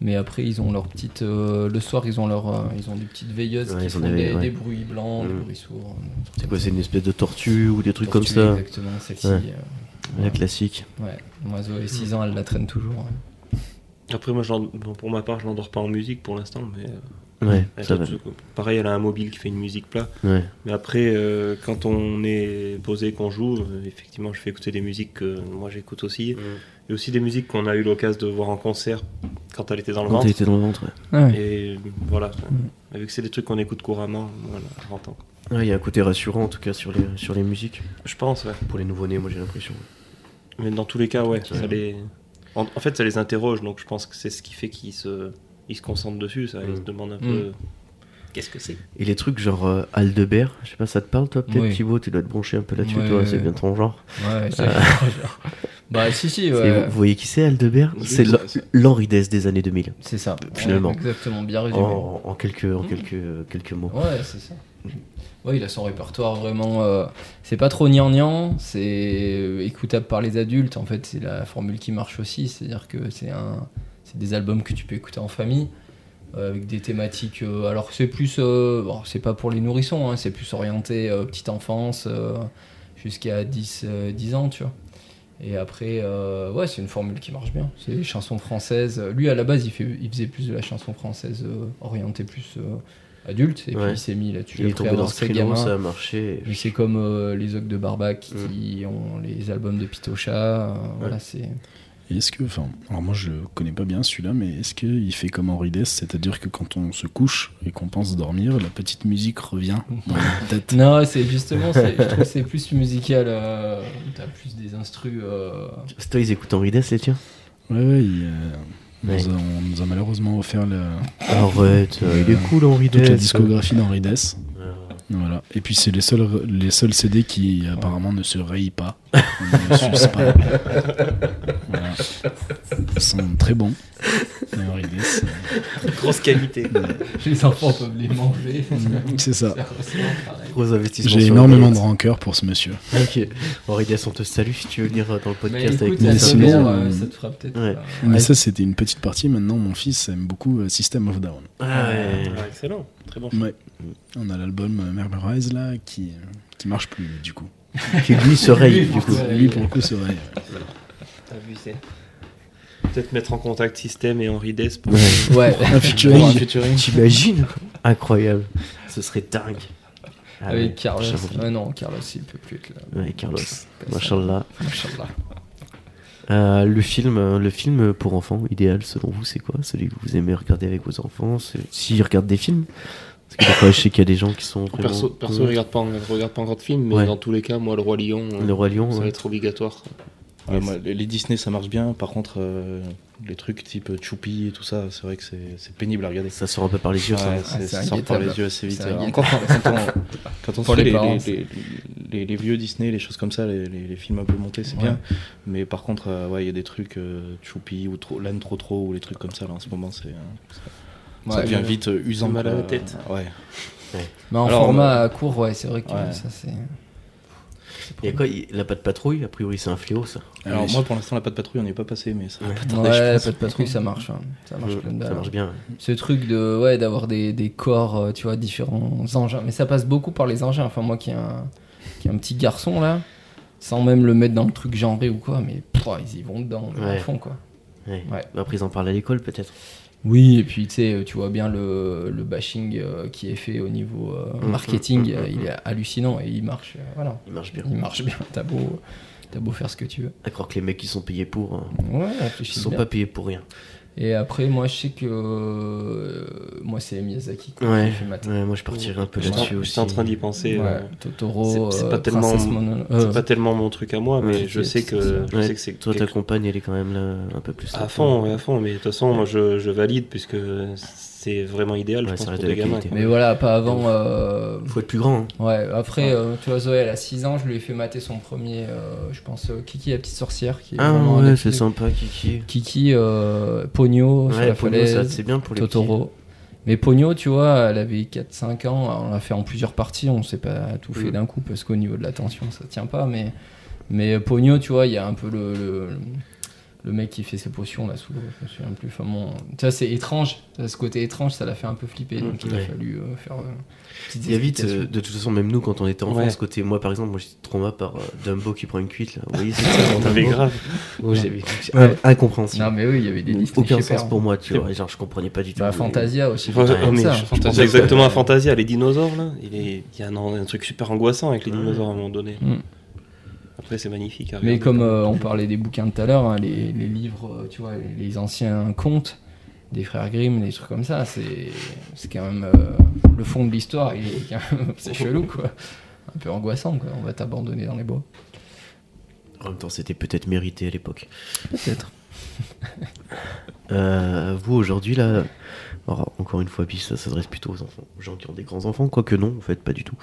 Mais après, ils ont leur petite. euh, le soir, ils ont leur, euh, ils ont des petites veilleuses Ouais, qui ils ont font des des, veilleuses, ouais. des bruits blancs, des Mm. bruits sourds. C'est quoi, c'est une espèce de tortue ou des trucs Tortue, comme ça Exactement, celle-ci. Ouais. Mmh. euh, La classique. ouais. Moi, Zoé, 6 ans, elle la traîne toujours. hein. Après, moi, je l'en- bon, pour ma part, je l'endors pas en musique pour l'instant, mais euh, Ouais, elle ça a va. tout- pareil, elle a un mobile qui fait une musique plat. Ouais. Mais après, euh, quand on est posé, qu'on joue, euh, effectivement, je fais écouter des musiques que moi j'écoute aussi. Et aussi des musiques qu'on a eu l'occasion de voir en concert quand elle était dans le Quand Mm. ventre. t'étais dans le ventre. ouais. Ah Et voilà, enfin, vu que c'est des trucs qu'on écoute couramment, voilà, on entend. Ouais, Il y a un côté rassurant en tout cas sur les, sur les musiques. Je pense, ouais. Pour les nouveau-nés, moi j'ai l'impression. Mais dans tous les cas, ouais, ça Ouais. les... En, en fait, ça les interroge, donc je pense que c'est ce qui fait qu'ils se, ils se concentrent dessus, ça, Mm. ils se demandent un Mm. peu... Qu'est-ce que c'est Et les trucs genre euh, Aldebert, je sais pas, ça te parle toi peut-être Oui. Thibaut Tu dois te brancher un peu là-dessus, Ouais, toi, ouais, c'est ouais. bien ton genre. <laughs> Ouais, c'est Bah, si, si, C'est- ouais. Vous voyez qui c'est Aldebert C'est l'Hen- l'Henri Dess des années 2000. C'est ça. Finalement. Oh. Ouais, exactement, bien En, résumé. en quelques, en Mm. quelques, quelques mots. Ouais, c'est ça. Ouais, il a son répertoire vraiment. euh, c'est pas trop gnangnan, c'est euh, écoutable par les adultes. En fait, c'est la formule qui marche aussi. C'est-à-dire que c'est un, c'est des albums que tu peux écouter en famille euh, avec des thématiques. euh, alors c'est plus, euh, bon, c'est pas pour les nourrissons, hein, c'est plus orienté euh, petite enfance euh, jusqu'à 10, euh, 10 ans, tu vois. Et après, euh, ouais, c'est une formule qui marche bien. C'est des chansons françaises. euh, Lui, à la base, il, fait, il faisait plus de la chanson française euh, orientée plus euh, adulte. Et Ouais. puis, il s'est mis là-dessus. Il est après tombé dans avoir ce fait créneau, gamin. ça a marché. Mais C'est comme euh, les Ocs de Barbac Mm. qui ont les albums de Pitocha. euh, Voilà, c'est. Et Est-ce que, enfin, alors moi je connais pas bien celui-là, mais est-ce qu'il fait comme Henri Dess, c'est-à-dire que quand on se couche et qu'on pense dormir, la petite musique revient dans la tête Non, c'est justement, c'est- je trouve que c'est plus musical. euh, T'as plus des instrus. euh, C'est toi, ils écoutent Henri Dess, les tiens <laughs> Ouais, ouais, il, euh, on Ouais. nous a- on nous a malheureusement offert la- Arrête, euh, il est cool Henri toute la Dess. discographie d'Henri Dess. Euh, Voilà. Et puis c'est les seuls, les seuls CD qui apparemment ne se rayent pas, ne s'usent pas. Voilà. Ils sont très bons. Et Henri Dess, <laughs> Grosse <laughs> qualité Les enfants peuvent les manger. euh, c'est ça. C'est absolument pareil. Gros investissements. J'ai sur énormément Henri de Dess. rancœur pour ce monsieur. Ok. Henri Dess, on te salue si tu veux venir euh, dans le Mais podcast écoute, avec nous. ça, ça te me- verra, euh, ça te fera peut-être. Ouais. euh, Mais Ouais. ça, c'était une petite partie. Maintenant, mon fils aime beaucoup euh, System of Down. Ah ouais. Ah, Excellent, très bon Ouais. On a l'album euh, Mermerize là qui, euh, qui marche plus du coup. Qui lui se raye, Lui, du coup. ouais. Lui pour le coup c'est <laughs> vrai. Abusé. Peut-être mettre en contact Système et Henri Dess pour... Ouais. Un Pour un featuring. featuring. T'imagines Incroyable. Ce serait dingue. Ah ouais, Avec Carlos. j'avoue. Ah non, Carlos, il peut plus être là. Ouais, Carlos. ça. Machallah. Machallah. Euh, le film, euh, le film pour enfants idéal selon vous, c'est quoi Celui que vous aimez regarder avec vos enfants c'est- S'ils regardent des films Parce que parfois, je sais qu'il y a des gens qui sont vraiment. Perso, perso je regarde pas, en- je regarde pas encore de films, mais Ouais. dans tous les cas, moi, Le Roi Lion, euh, Le Roi Lion. ça va ouais. être obligatoire. Ouais, moi, les les Disney ça marche bien, par contre euh, les trucs type Choupi et tout ça, c'est vrai que c'est c'est pénible à regarder. Ça sort un peu par les yeux. ça. Ouais, c'est- Ah, c'est ça sort par inguettable. les yeux assez vite. hein. C'est Alors, inguettable. Encore quand quand on, quand on se Pour fait les les, parents, les- c'est- les- les- les vieux Disney, les choses comme ça, les, les- les films un peu montés, c'est Ouais. bien. Mais par contre, euh, ouais, il y a des trucs euh, Choupi ou trop, l'âne trop trop ou les trucs comme ça là en ce moment, c'est euh, ça Ouais. devient vite euh, usant. mal à quoi. la tête. Ouais. Mais en Alors, format court, ouais, c'est vrai que ouais. ça c'est. Il y a quoi il- La patte patrouille, a priori, c'est un fléau, ça. Alors Allez. moi pour l'instant la patte patrouille on n'y est pas passé mais ça va Ouais. pas tarder, je Ouais, pense. pas de patrouille, ça marche. hein. Ça marche Mm, plein de ça balles. marche bien. Ce truc de ouais d'avoir des, des corps, euh, tu vois, différents engins. Mais ça passe beaucoup par les engins. Enfin moi qui ai un, qui ai un petit garçon là, sans même le mettre dans le truc genré ou quoi, mais pouah, ils y vont dedans à Ouais. fond quoi. Ouais. Ouais. Bah, Après, ils en parlent à l'école, peut-être. Oui, et puis tu sais, euh, tu vois bien le, le bashing euh, qui est fait au niveau euh, Mm, marketing, mm, mm, euh, il est hallucinant et il marche, euh, voilà, Ils marchent bien. il marche bien. T'as beau, t'as beau faire ce que tu veux. À croire que les mecs qui sont payés pour, euh, Ouais, ils réfléchis sont bien. pas payés pour rien. Et après, moi, je sais que euh, moi, c'est Miyazaki quoi, Ouais. qui fait mater. Ouais, moi, je partirais un peu J'étais en- là-dessus aussi. j'étais en train d'y penser. Ouais, euh, Totoro, c'est- c'est euh, pas tellement- Princesse Monono- euh, C'est pas tellement mon truc à moi, mais Ouais, je c'est- sais que je Ouais, sais que c'est Toi, quelque- ta compagne, elle est quand même là un peu plus. à fond, ouais, à fond. Mais de toute façon, moi, je, je valide puisque c'est vraiment idéal. je Ouais, pense ça pour reste des de la gamins. qualité. quoi. mais voilà, pas avant. euh, Faut être plus grand. hein. Ouais, après, euh, tu vois, Zoé, elle a 6 ans, je lui ai fait mater son premier, euh, je pense, euh, Kiki la petite sorcière. Qui est Ah vraiment un ouais, des c'est plus- sympa, Kiki. Kiki, euh, Pogno sur Ouais, la pour nous, ça, falaise, c'est bien pour les Totoro. Mais Pogno, tu vois, elle avait 4-5 ans, on l'a fait en plusieurs parties, on s'est pas tout fait Mm. d'un coup parce qu'au niveau de l'attention, ça tient pas. Mais, mais Pogno, tu vois, il y a un peu le, le, le mec qui fait ses potions là sous l'eau, je me souviens plus. Enfin, bon, tu vois, c'est étrange, ce côté étrange, ça l'a fait un peu flipper, donc il a Ouais. fallu euh, faire. euh, petites Il y a vite, explications. euh, de toute façon, même nous, quand on était enfants, Ouais. ce côté, moi par exemple, moi j'étais trauma par euh, Dumbo qui prend une cuite, là. Vous <laughs> voyez, c'est ça, dans Mais Dumbo. grave. Oh, j'ai vu. C'est Ouais. Incompréhensible. Non, mais oui, il y avait des listes. Mm, Aucun je sais sens pas. pour moi, ah, tu vois. Genre, je comprenais pas du tout. Bah, Fantasia aussi. Ouais, putain, oh, mais ça. hein. je- je pense que- exactement à Fantasia, les dinosaures là. Il, est- il y a un, un truc super angoissant avec les dinosaures à un moment donné. Mm. Après, c'est magnifique. à Mais regarder. comme euh, on parlait des bouquins de tout à l'heure, hein, les, les livres, euh, tu vois, les, les anciens contes des frères Grimm, des trucs comme ça, c'est c'est quand même euh, le fond de l'histoire. il est quand même- <laughs> C'est chelou, quoi. Un peu angoissant, quoi. On va t'abandonner dans les bois. En même temps, c'était peut-être mérité à l'époque. Peut-être. <laughs> Euh, vous, aujourd'hui, là. alors, encore une fois, puis ça s'adresse plutôt aux enfants, aux gens qui ont des grands-enfants, quoique non, en fait, pas du tout.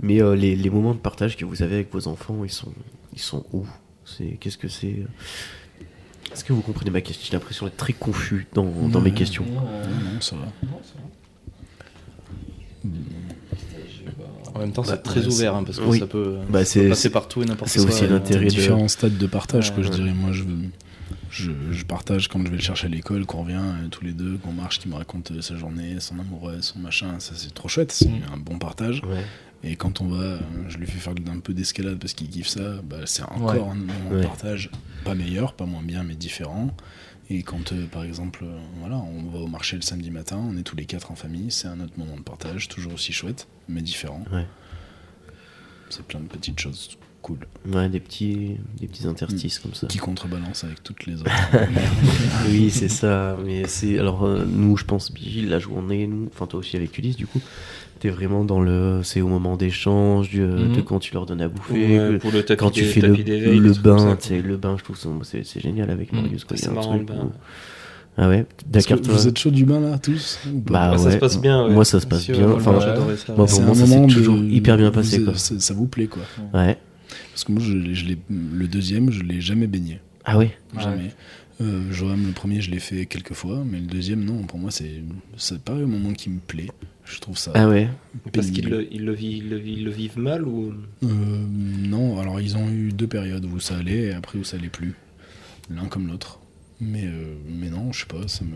Mais euh, les, les moments de partage que vous avez avec vos enfants, ils sont, ils sont où C'est Qu'est-ce que c'est euh? Est-ce que vous comprenez ma question J'ai l'impression d'être très confus dans, dans mes Ouais. questions. Ah Non, ça va. En même temps Bah, c'est très ouais, ouvert hein, parce que oui. ça peut, Bah, ça c'est- peut passer partout et n'importe c'est quoi. euh, aussi et- l'intérêt. Et de- différents stades de partage, Ouais, quoi, je ouais. dirais. Moi, je, je, je partage quand je vais le chercher à l'école, qu'on revient euh, tous les deux, qu'on marche, qu'il me raconte euh, sa journée, son amoureux, son machin. Ça, c'est trop chouette. C'est un bon partage. Ouais. Et quand on va, euh, je lui fais faire un peu d'escalade parce qu'il kiffe ça, bah, c'est encore Ouais. un moment Ouais. de partage, pas meilleur, pas moins bien, mais différent. Et quand, euh, par exemple, euh, voilà, on va au marché le samedi matin, on est tous les quatre en famille, c'est un autre moment de partage, toujours aussi chouette, mais différent. Ouais. C'est plein de petites choses cool Ouais, des petits, des petits interstices comme ça. qui contrebalancent avec toutes les <laughs> autres. Oui, c'est ça. Mais c'est alors euh, nous, je pense, Bill, la journée, nous, enfin toi aussi avec Ulysse, du coup, t'es vraiment dans le, c'est au moment d'échange, du- Mhm. de quand tu leur donnes à bouffer, Ouais, que- pour le tapis quand tu des- fais le, tapis d'éveil, le des trucs comme ça, bain, quoi. tu sais, le bain, je trouve ça, moi, c'est, c'est génial avec Mhm. Marius. quoi, il y a C'est un marrant, truc le bain. où- Ah ouais, Est-ce que Dakar, toi. vous êtes chaud du bain là, tous ou pas Bah Ouais, Ça ouais. se passe bien. ouais. Moi, ça se passe Si, bien. ouais, Enfin, moi, j'adorais ça. ouais. moi, pour C'est moi, un ça s'est moment de- toujours hyper bien passé, vous- quoi. Ça, ça vous plaît quoi. Ouais. Parce que moi, je, l'ai- je l'ai- le deuxième, je l'ai jamais baigné. Ah ouais. Jamais. Euh, Joram, le premier, je l'ai fait quelques fois, mais le deuxième, non, pour moi, c'est c'est pas un moment qui me plaît. Je trouve ça. Ah ouais. Parce pénible. qu'ils le, ils le, vivent- ils le, vivent- ils le vivent mal ou. Euh, non, alors ils ont eu deux périodes où ça allait et après où ça allait plus. L'un comme l'autre. Mais, euh, mais non, je sais pas, ça me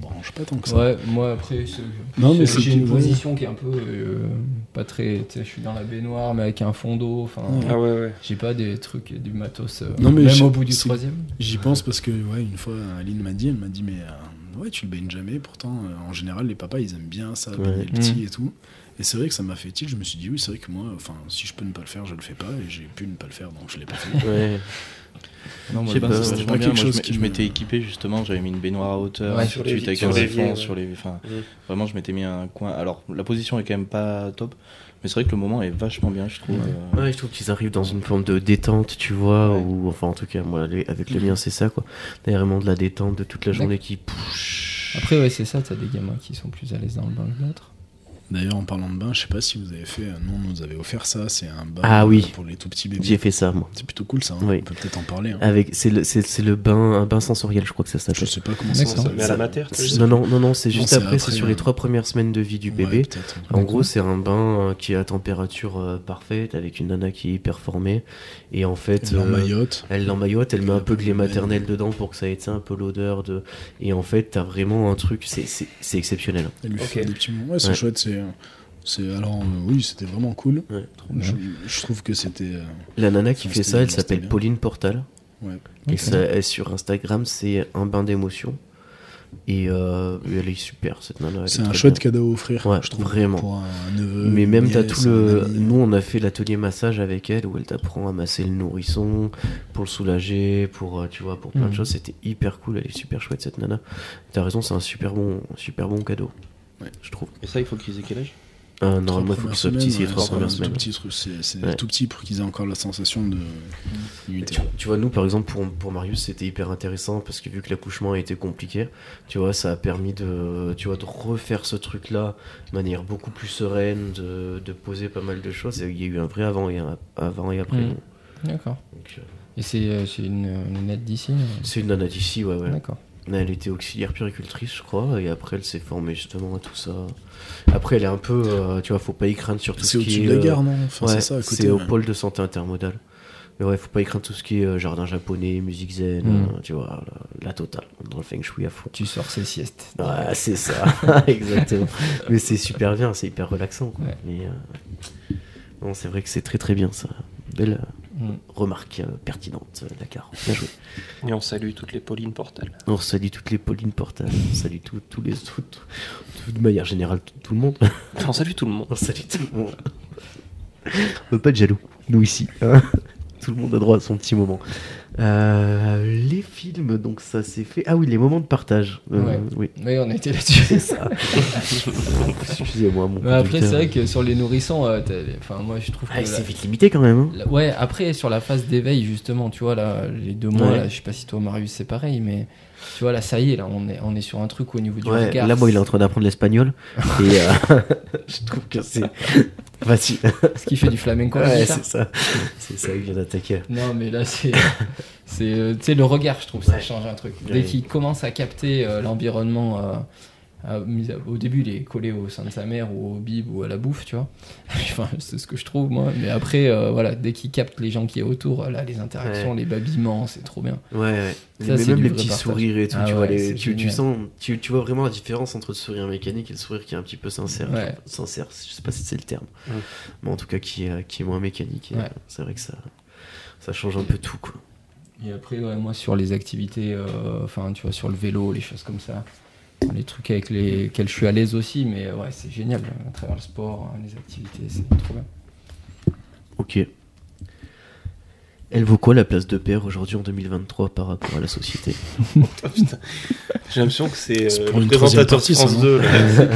branche pas tant que ça. Ouais, moi après, c'est- Non, mais c'est- c'est- j'ai une ouais. position qui est un peu euh, pas très. tu sais, Je suis dans la baignoire, mais avec un fond d'eau. Enfin, Ouais. Ah ouais, ouais. j'ai pas des trucs, du matos. euh, Non, mais même je- au bout du c'est- troisième. J'y pense parce que, ouais, une fois, Aline m'a dit, elle m'a dit, mais euh, ouais, tu le baignes jamais. Pourtant, euh, en général, les papas, ils aiment bien ça, baigner Ouais. le petit Mm. et tout. Et c'est vrai que ça m'a fait tilt. Je me suis dit, oui, c'est vrai que moi, enfin, si je peux ne pas le faire, je le fais pas. Et j'ai pu ne pas le faire, donc je l'ai pas <laughs> fait. Ouais. Non, Je sais moi, le pas, bain, c'est c'était pas bien. quelque Moi, chose je m'é- qui je me- m'étais équipé justement, j'avais mis une baignoire à hauteur, Ouais, sur sur les vitres, les, avec sur un les plafond, vitres, Mm. sur les enfin, ouais. Vraiment, je m'étais mis un coin. Alors, la position est quand même pas top, mais c'est vrai que le moment est vachement bien, je trouve. euh, Ouais, je trouve qu'ils arrivent dans une forme de détente, tu vois, Ouais. ou enfin en tout cas moi les- avec le mien c'est ça quoi. T'as vraiment de la détente de toute la journée qui. Après, ouais, c'est ça, t'as des gamins qui sont plus à l'aise dans le bain que d'autres. D'ailleurs, en parlant de bain, je sais pas si vous avez fait. euh, Nous, on nous avait offert ça. C'est un bain Ah euh, oui. pour les tout petits J'ai bébés. fait ça, moi. C'est plutôt cool ça. hein. Oui. Ah, On peut peut-être en parler. hein. Avec, c'est le, c'est, c'est le bain, un bain sensoriel, je crois que ça Je s'appelle. sais pas comment ça D'accord. s'appelle. Mais à la Ça- mater, t'as Ouais, vu Non, non, non, non, c'est juste c'est Mhm. après, après, c'est sur euh, les trois premières semaines de vie du bébé. peut-être. En gros, c'est un bain euh, qui est à température euh, parfaite, avec une nana qui est hyper formée. Et en fait, Elle est en euh, Mayotte. elle l'emmaillote, elle met un peu de lait Ouais. maternel dedans pour que ça éteint un peu l'odeur de. Et en fait, t'as vraiment un truc, c'est, c'est, c'est exceptionnel. Elle lui Ok. fait des petits moments. Ouais, c'est Ouais. chouette. C'est, c'est alors euh, oui, c'était vraiment cool. Ouais. je, je trouve que c'était. euh, La nana qui Enfin, fait c'était- ça, elle c'était s'appelle bien. Pauline Portal. Ouais. Et ça, elle, sur Instagram, c'est un bain d'émotions. Et euh, elle est super, cette nana. elle est c'est un très chouette bien. cadeau à offrir. Ouais, je trouve vraiment. Pour un, un neveu. Mais une même, t'as nièce, tout le. un ami. Nous, on a fait l'atelier massage avec elle où elle t'apprend à masser le nourrisson pour le soulager, pour, euh, tu vois, pour plein de Mm. Mhm. choses. C'était hyper cool. Elle est super chouette, cette nana. T'as raison, c'est un super bon, super bon cadeau. Ouais. Je trouve. Et ça, il faut qu'ils aient quel âge Euh, Trois normalement, il faut premières que ce soit petit, semaines, c'est les ouais, trois c'est premières un semaines. Tout petit truc, c'est, c'est Ouais. tout petit pour qu'ils aient encore la sensation de. d'unité. Tu, tu vois, nous, par exemple, pour, pour Marius, c'était hyper intéressant parce que vu que l'accouchement a été compliqué, tu vois, ça a permis de, tu vois, de refaire ce truc-là de manière beaucoup plus sereine, de, de poser pas mal de choses. Et Il y a eu un vrai avant et, un, avant et après. Mm. D'accord. Donc, euh, Et c'est euh, c'est une, une aide d'ici euh, c'est une nana d'ici, ouais, ouais. D'accord. Elle était auxiliaire puricultrice, je crois, et après, elle s'est formée justement à tout ça. Après, elle est un peu, euh, tu vois, faut pas y craindre sur tout ce C'est qui au-dessus est. de la euh, gare, non Enfin, ouais, c'est ça à côté. au ouais. pôle de santé intermodale. Mais ouais, faut pas y craindre tout ce qui est euh, jardin japonais, musique zen, Mm. euh, tu vois, la, la totale, dans le feng shui à fond. Tu sors ces siestes. Ouais, c'est ça, <laughs> exactement. Mais c'est super bien, c'est hyper relaxant. Quoi. Ouais. Mais, euh, Non, c'est vrai que c'est très très bien ça. Belle euh, Mm. remarque euh, pertinente, euh, Dakar. Bien joué. Et on salue toutes les Pauline Portal. On salue toutes les Pauline Portal, on salue tout- tous les autres, tout- de manière générale, tout, tout le monde. On salue tout le monde. On salue tout le monde. On peut pas être jaloux, nous ici. hein. tout le monde a droit à son petit moment. Euh, les films, donc ça s'est fait. Ah oui, les moments de partage. Euh, Ouais. Oui, Oui, on a été là-dessus. c'est ça. <laughs> Excusez-moi, mon Mais Bah, après, conducteur. c'est vrai que sur les nourrissons, euh, t'as les- enfin, moi je trouve que. Ah, c'est la- vite limité quand même. hein. la- Ouais, après, sur la phase d'éveil, justement, tu vois, là, les deux mois, Ouais. là, je sais pas si toi, Marius, c'est pareil, mais tu vois, là, ça y est, là, on est, on est sur un truc au niveau du Ouais, regard. là, moi, il est en train d'apprendre l'espagnol. et euh, <laughs> je trouve que c'est. Vas-y. Ce qui fait du flamenco. à la Ouais, guitare. c'est ça. C'est ça, il vient d'attaquer. Non, mais là, c'est. c'est, euh, Tu sais, le regard, je trouve, ça Ouais. change un truc. Ouais. Dès qu'il commence à capter euh, l'environnement. euh, à- mis à- au début, il est collé au sein de sa mère ou au bib ou à la bouffe, tu vois. <laughs> Enfin, c'est ce que je trouve, moi. Mais après, euh, voilà, dès qu'il capte les gens qui est autour, euh, là, les interactions, les babillements, c'est trop bien. Ouais, ouais. Ça, mais c'est même du les vrai petits partage. sourires et tout, Ah tu vois, ouais, les- c'est tu, tu génial. sens, tu, tu vois vraiment la différence entre le sourire mécanique et le sourire qui est un petit peu sincère. je Ouais. crois. Sincère, je sais pas si c'est le terme, Ouais. mais en tout cas qui est, euh, qui est moins mécanique. et, Ouais. euh, C'est vrai que ça, ça change un peu tout, quoi. Et après, ouais, moi, sur les activités, euh, enfin, tu vois, sur le vélo, les choses comme ça, les trucs avec lesquels je suis à l'aise aussi, mais euh, ouais, c'est génial. À travers le sport, hein, les activités, c'est trop bien. Ok. Elle vaut quoi la place de père aujourd'hui en 2023 par rapport à la société J'ai l'impression que c'est C'est euh, pour le une troisième présentateur partie, de ça, France non 2.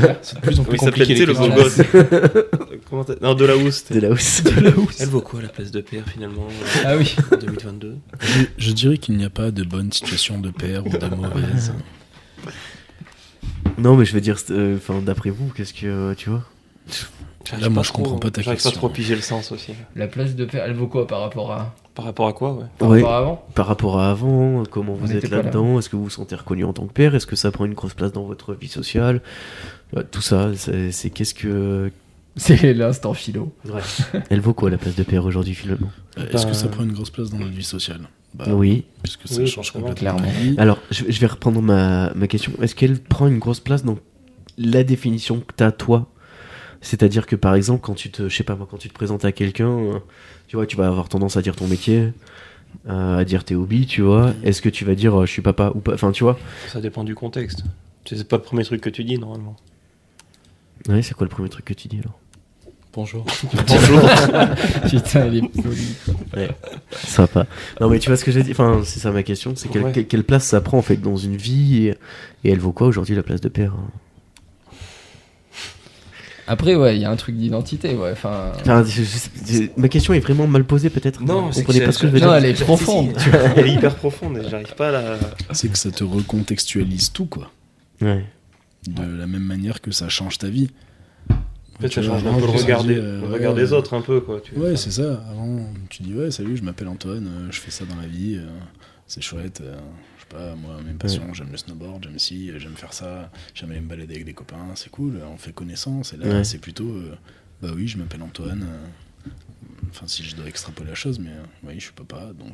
là. C'est de plus en Comment plus il s'appelait, tu compliqué sais, les le beau questions. gosse <laughs> Comment t'as- Non, de la housse. De la hausse. Elle vaut quoi la place de père finalement euh, Ah oui! en 2022 Je, je dirais qu'il n'y a pas de bonne situation de père ou de <laughs> mauvaise. <laughs> Non, mais je veux dire, c'est- euh, enfin, d'après vous, qu'est-ce que euh, tu vois J'arrive Là, moi, pas je trop, comprends pas ta j'arrive question. pas trop piger le sens aussi. La place de père, elle vaut quoi par rapport à, Par rapport à quoi, ouais par Ouais. rapport à avant Par rapport à avant, euh, comment vous était êtes pas là. là-dedans Est-ce que vous vous sentez reconnu en tant que père Est-ce que ça prend une grosse place dans votre vie sociale Euh, Tout ça, c'est c'est qu'est-ce que. <laughs> C'est l'instant philo. <laughs> Elle vaut quoi la place de père aujourd'hui finalement Euh, Est-ce que ça Bah- prend une grosse place dans notre vie sociale Bah, Euh, Oui. Puisque ça Oui, change forcément. complètement. Clairement. la vie. Alors, je, je vais reprendre ma, ma question. Est-ce qu'elle prend une grosse place dans la définition que t'as toi c'est-à-dire que par exemple, quand tu te, je sais pas moi, quand tu te présentes à quelqu'un, euh, tu vois, tu vas avoir tendance à dire ton métier, euh, à dire tes hobbies, tu vois. Est-ce que tu vas dire euh, je suis papa ou pas Enfin, tu vois. Ça dépend du contexte. C'est pas le premier truc que tu dis normalement. Ouais, c'est quoi le premier truc que tu dis alors Bonjour. Putain, il est Sympa. Non, mais tu vois ce que j'ai dit. Enfin, c'est ça ma question. C'est quelle, Ouais. quelle- quelle place ça prend en fait dans une vie et, et elle vaut quoi aujourd'hui la place de père hein Après, ouais, il y a un truc d'identité, ouais. Enfin, Enfin, je- je- je- Ma question est vraiment mal posée peut-être. Non, vous c'est comprenez que pas c'est- ce que je veux c'est- dire. Ah, non, elle est profonde. tu vois. <laughs> Elle est hyper profonde et j'arrive pas à la. C'est que ça te recontextualise tout, quoi. Ouais. De la même manière que ça change ta vie. fait, ça Tu change vois, un peu le avant, je regard, me suis des, dit, euh, le regard ouais, des euh, autres, un peu, quoi. Tu Ouais, c'est ça. Avant, tu dis ouais, salut, je m'appelle Antoine, euh, je fais ça dans la vie, euh, c'est chouette. euh, je sais pas, moi, mes passions, j'aime le snowboard, j'aime ci, euh, j'aime faire ça, j'aime aller me balader avec des copains, c'est cool, euh, on fait connaissance. Et là, Ouais. c'est plutôt, euh, bah oui, je m'appelle Antoine. euh, Enfin, si je dois extrapoler la chose, mais euh, oui, je suis papa, donc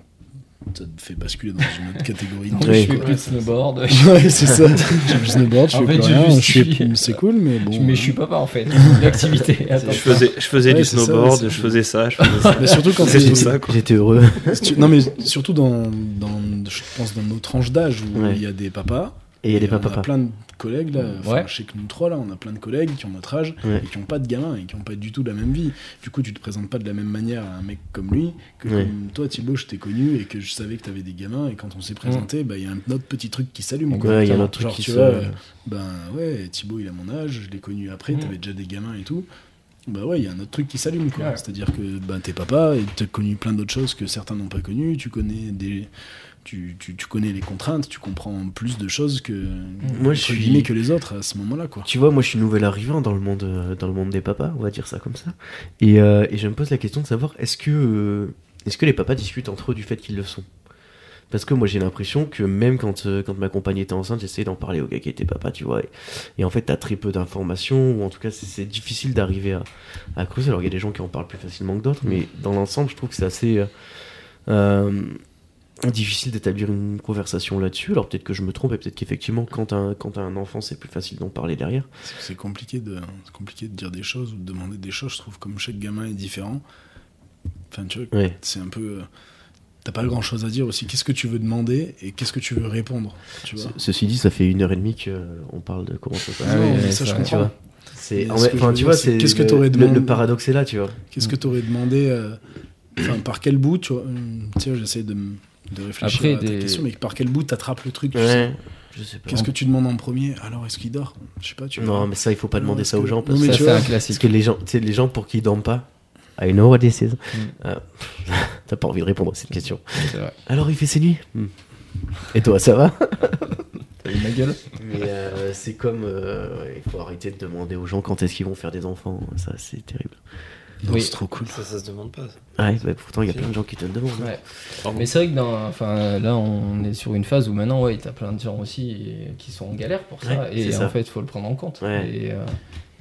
ça te fait basculer dans une <laughs> autre catégorie. de Je Ouais, trucs, fais quoi. plus de snowboard. <laughs> <laughs> Ouais, c'est ça. J'aime le snowboard, je En fais fait, plus je rien, je justifie. fais- c'est cool, mais bon. mais je euh, suis papa en <laughs> fait. C'est L'activité. Je faisais, je faisais Ouais, du c'est ça, snowboard, c'est- je faisais ça, <laughs> je faisais ça. mais surtout <laughs> quand C'est t'es- tout ça, quoi. <laughs> J'étais heureux. Tu- Non, mais surtout dans, dans, je pense, dans nos tranches d'âge où Ouais. il y a des papas. Et il y a des on Euh, papas. plein de collègues là. Enfin, Ouais. Je sais que nous trois là, on a plein de collègues qui ont notre âge Ouais. et qui n'ont pas de gamins et qui n'ont pas du tout la même vie. Du coup, tu te présentes pas de la même manière à un mec comme lui que Ouais. comme toi, Thibaut, je t'ai connu et que je savais que t'avais des gamins. Et quand on s'est Mm. présenté, bah, il y a un autre petit truc qui s'allume. quoi. Ouais, il y a un autre truc Genre, qui tu se. vois, euh, ben ouais, Thibaut il a mon âge, je l'ai connu après, Mm. t'avais déjà des gamins et tout. Bah ouais, il y a un autre truc qui s'allume quoi. Ouais. C'est-à-dire que ben, t'es papa et t'as connu plein d'autres choses que certains n'ont pas connues, tu connais des. Tu, tu, tu connais les contraintes, tu comprends plus de choses que, Moi, je entre suis- guillemets, que les autres à ce moment-là quoi. Tu vois, moi je suis nouvel arrivant dans le monde, euh, dans le monde des papas, on va dire ça comme ça. Et, euh, et je me pose la question de savoir est-ce que, euh, est-ce que les papas discutent entre eux du fait qu'ils le sont Parce que moi j'ai l'impression que même quand, euh, quand ma compagne était enceinte, j'essayais d'en parler au gars qui était papa, tu vois. Et, et en fait, t'as très peu d'informations, ou en tout cas, c'est- c'est difficile d'arriver à, à creuser. Alors il y a des gens qui en parlent plus facilement que d'autres, mais dans l'ensemble, je trouve que c'est assez. euh, euh, difficile d'établir une conversation là-dessus alors peut-être que je me trompe et peut-être qu'effectivement quand t'as un- quand t'as un enfant c'est plus facile d'en parler derrière C'est- C'est compliqué de, c'est compliqué de dire des choses ou de demander des choses, je trouve, comme chaque gamin est différent. Enfin, tu vois, Ouais. c'est un peu. euh, T'as pas grand chose à dire aussi. Qu'est-ce que tu veux demander et qu'est-ce que tu veux répondre tu vois Ce- Ceci dit, ça fait une heure et demie qu'on parle de comment ça se passe. Ah Non, oui, mais ouais, ça, je ça, tu comprends. vois. C'est, Mais en ce vrai, que je enfin, veux tu dire, vois, c'est c'est qu'est-ce que le- t'aurais le- demandé le, paradoxe est là, tu vois. Qu'est-ce que tu aurais demandé euh, Enfin, par quel bout tu hum, Tu sais, j'essaie de, m- de réfléchir Après, à ta des- question, mais par quel bout t'attrapes le truc tu sais Ouais. Je sais pas. Qu'est-ce que tu demandes en premier Alors, est-ce qu'il dort Je sais pas, tu vois. Non, mais ça, il faut pas Non, demander parce ça aux que- gens non, parce, mais Ça, tu c'est vois, un parce classique. que les gens, tu sais, les gens pour qui ils dorment pas. I know what this is. Mm. Euh, <laughs> T'as pas envie de répondre à cette question. C'est vrai. Alors, il fait ses nuits Mm. Hmm. Et toi, ça <laughs> va T'as vu ma gueule Mais euh, c'est comme, euh, ouais, il faut arrêter de demander aux gens quand est-ce qu'ils vont faire des enfants. Ça, c'est terrible. Non, Oui. c'est trop cool. Ça, ça se demande pas. ça. Ouais, bah, pourtant, il y a plein de gens qui te le demandent. Ouais. Mais c'est vrai que dans, enfin, là, on est sur une phase où maintenant, ouais, t'as plein de gens aussi et- qui sont en galère pour ça. Ouais, et c'est en ça. fait, faut le prendre en compte. Ouais. Et euh,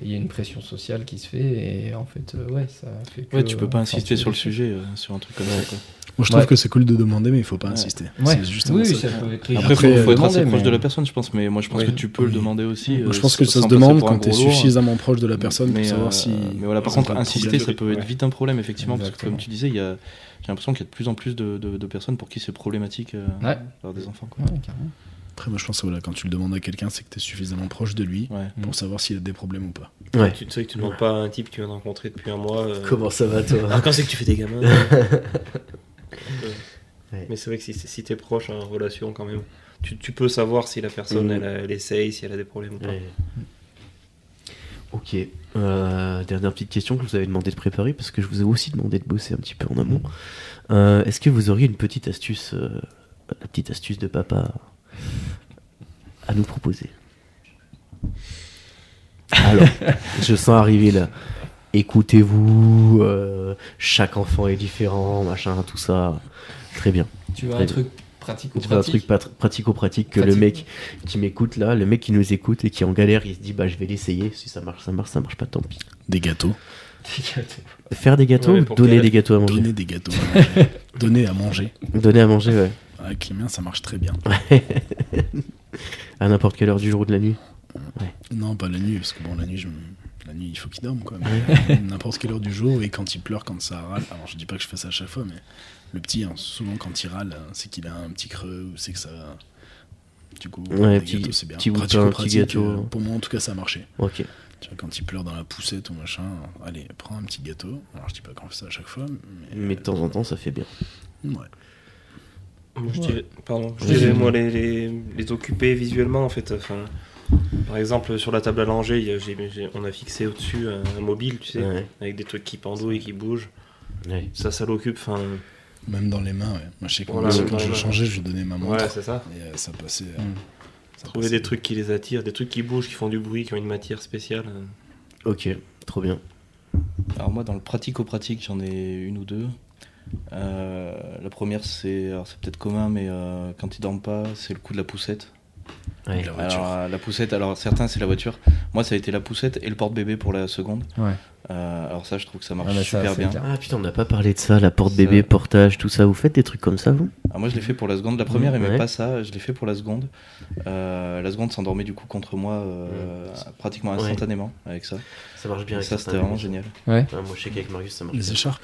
et il y a une pression sociale qui se fait. Et en fait, euh, ouais, ça fait que. Ouais, tu peux pas enfin, insister c'est- sur le sujet, euh, sur un truc comme ça. Quoi. Moi, je trouve Ouais. que c'est cool de demander, mais il faut pas Ouais. insister. Ouais. C'est juste oui, ça. ça peut être Après, Après, faut, faut euh, être assez demander, proche mais- de la personne, je pense. Mais moi, je pense que tu peux le demander aussi. Moi, je euh, pense que ça se sans passer demande pour un quand t'es gros lourd. suffisamment proche de la personne mais, pour euh, savoir si. mais voilà, par ils ont contre, pas de insister, problème. ça peut être Ouais. vite un problème, effectivement, parce que Exactement. comme tu disais, il y a- j'ai l'impression qu'il y a de plus en plus de, de- de personnes pour qui c'est problématique euh, Ouais. d'avoir des enfants. Quoi. Ouais, carrément. Après, moi, je pense que voilà, quand tu le demandes à quelqu'un, c'est que t'es suffisamment proche de lui Ouais. pour savoir s'il a des problèmes ou pas. Ouais. Tu sais que tu demandes pas à un type que tu viens de rencontrer depuis un mois. euh, Comment ça va, toi Ah, quand c'est que tu fais des gamins euh, <laughs> Ouais. Mais c'est vrai que si, si t'es proche en relation, quand même, tu, tu peux savoir si la personne, Mhm. elle, a- elle essaye, si elle a des problèmes ou pas. Ouais. Ok. Euh, dernière petite question que je vous avais demandé de préparer parce que je vous ai aussi demandé de bosser un petit peu en amont. Euh, Est-ce que vous auriez une petite astuce, euh, la petite astuce de papa à nous proposer Alors, je sens arriver là. Écoutez-vous, euh, chaque enfant est différent, machin, tout ça. Très bien. Tu veux un Très truc pratique Tu fais un truc pat- pratico-pratique que le Pratique. mec qui m'écoute là, le mec qui nous écoute et qui est en galère, il se dit bah je vais l'essayer, si ça marche, ça marche, ça marche pas, tant pis. Des gâteaux. Faire des gâteaux Ouais, ou pour donner quelle- des gâteaux à manger Donner des gâteaux à manger. <laughs> Donner à manger. Donner à manger, ouais. Avec les miens, ça marche très bien. à n'importe quelle heure du jour ou de la nuit. Non, pas la nuit, parce que bon, la nuit, je... me- la nuit il faut qu'il dorme, quoi. Mais, <laughs> euh, N'importe quelle heure du jour, et quand il pleure, quand ça râle. Alors, je dis pas que je fais ça à chaque fois, mais le petit, hein, souvent, quand il râle, hein, c'est qu'il a un petit creux, ou c'est que ça. Du coup, Ouais, des petit- gâteaux, c'est bien. petit bout de pain, Pratico-pratique, petit gâteau. euh, Pour moi, en tout cas, ça a marché. Ok. Tu vois, quand il pleure dans la poussette ou machin, allez, prends un petit gâteau. Alors, je dis pas qu'on fait ça à chaque fois, mais. euh, Mais de temps en temps, ça fait bien. Ouais. Moi, je Ouais. dirais, pardon, je Vas-y. dirais, moi, les, les, les occuper visuellement, en fait. Enfin, par exemple, sur la table à langer, il y a- j'ai- j'ai- on a fixé au-dessus un, un mobile, tu sais, Ouais. avec des trucs qui pendouillent et qui bougent. Ouais. Ça, ça l'occupe. Enfin, Même dans les mains, ouais. Moi, je sais que Voilà, quand dans les je mains. changeais, je lui donnais ma montre. ouais, c'est ça. Et euh, ça passait. euh, Mm. ça Trouver passait. des trucs qui les attirent, des trucs qui bougent, qui font du bruit, qui ont une matière spéciale. euh, Ok. trop bien. Alors moi, dans le pratico-pratique, j'en ai une ou deux. Euh, la première, c'est alors, c'est peut-être commun, mais euh, quand ils dorment pas, c'est le coup de la poussette. Ouais. La voiture. Alors, euh, la poussette, alors certains, c'est la voiture. Moi, ça a été la poussette et le porte-bébé pour la seconde. Ouais. Euh, alors ça, je trouve que ça <laughs> Ah, marche bah, ça, super c'est bien. clair. Ah putain, on n'a pas parlé de ça, la porte bébé, Ça- portage, tout ça. Vous faites des trucs comme ça, vous Ah, moi, je l'ai fait pour la seconde. La première, aimait Ouais. pas ça. Je l'ai fait pour la seconde. Euh, la seconde s'endormait du coup contre moi euh, pratiquement Ouais. instantanément avec ça. Ça marche bien. Et avec ça, c'était certains vraiment amis. génial. Ouais, moi, je sais qu'avec Marius, ça marche. Les bien. écharpes.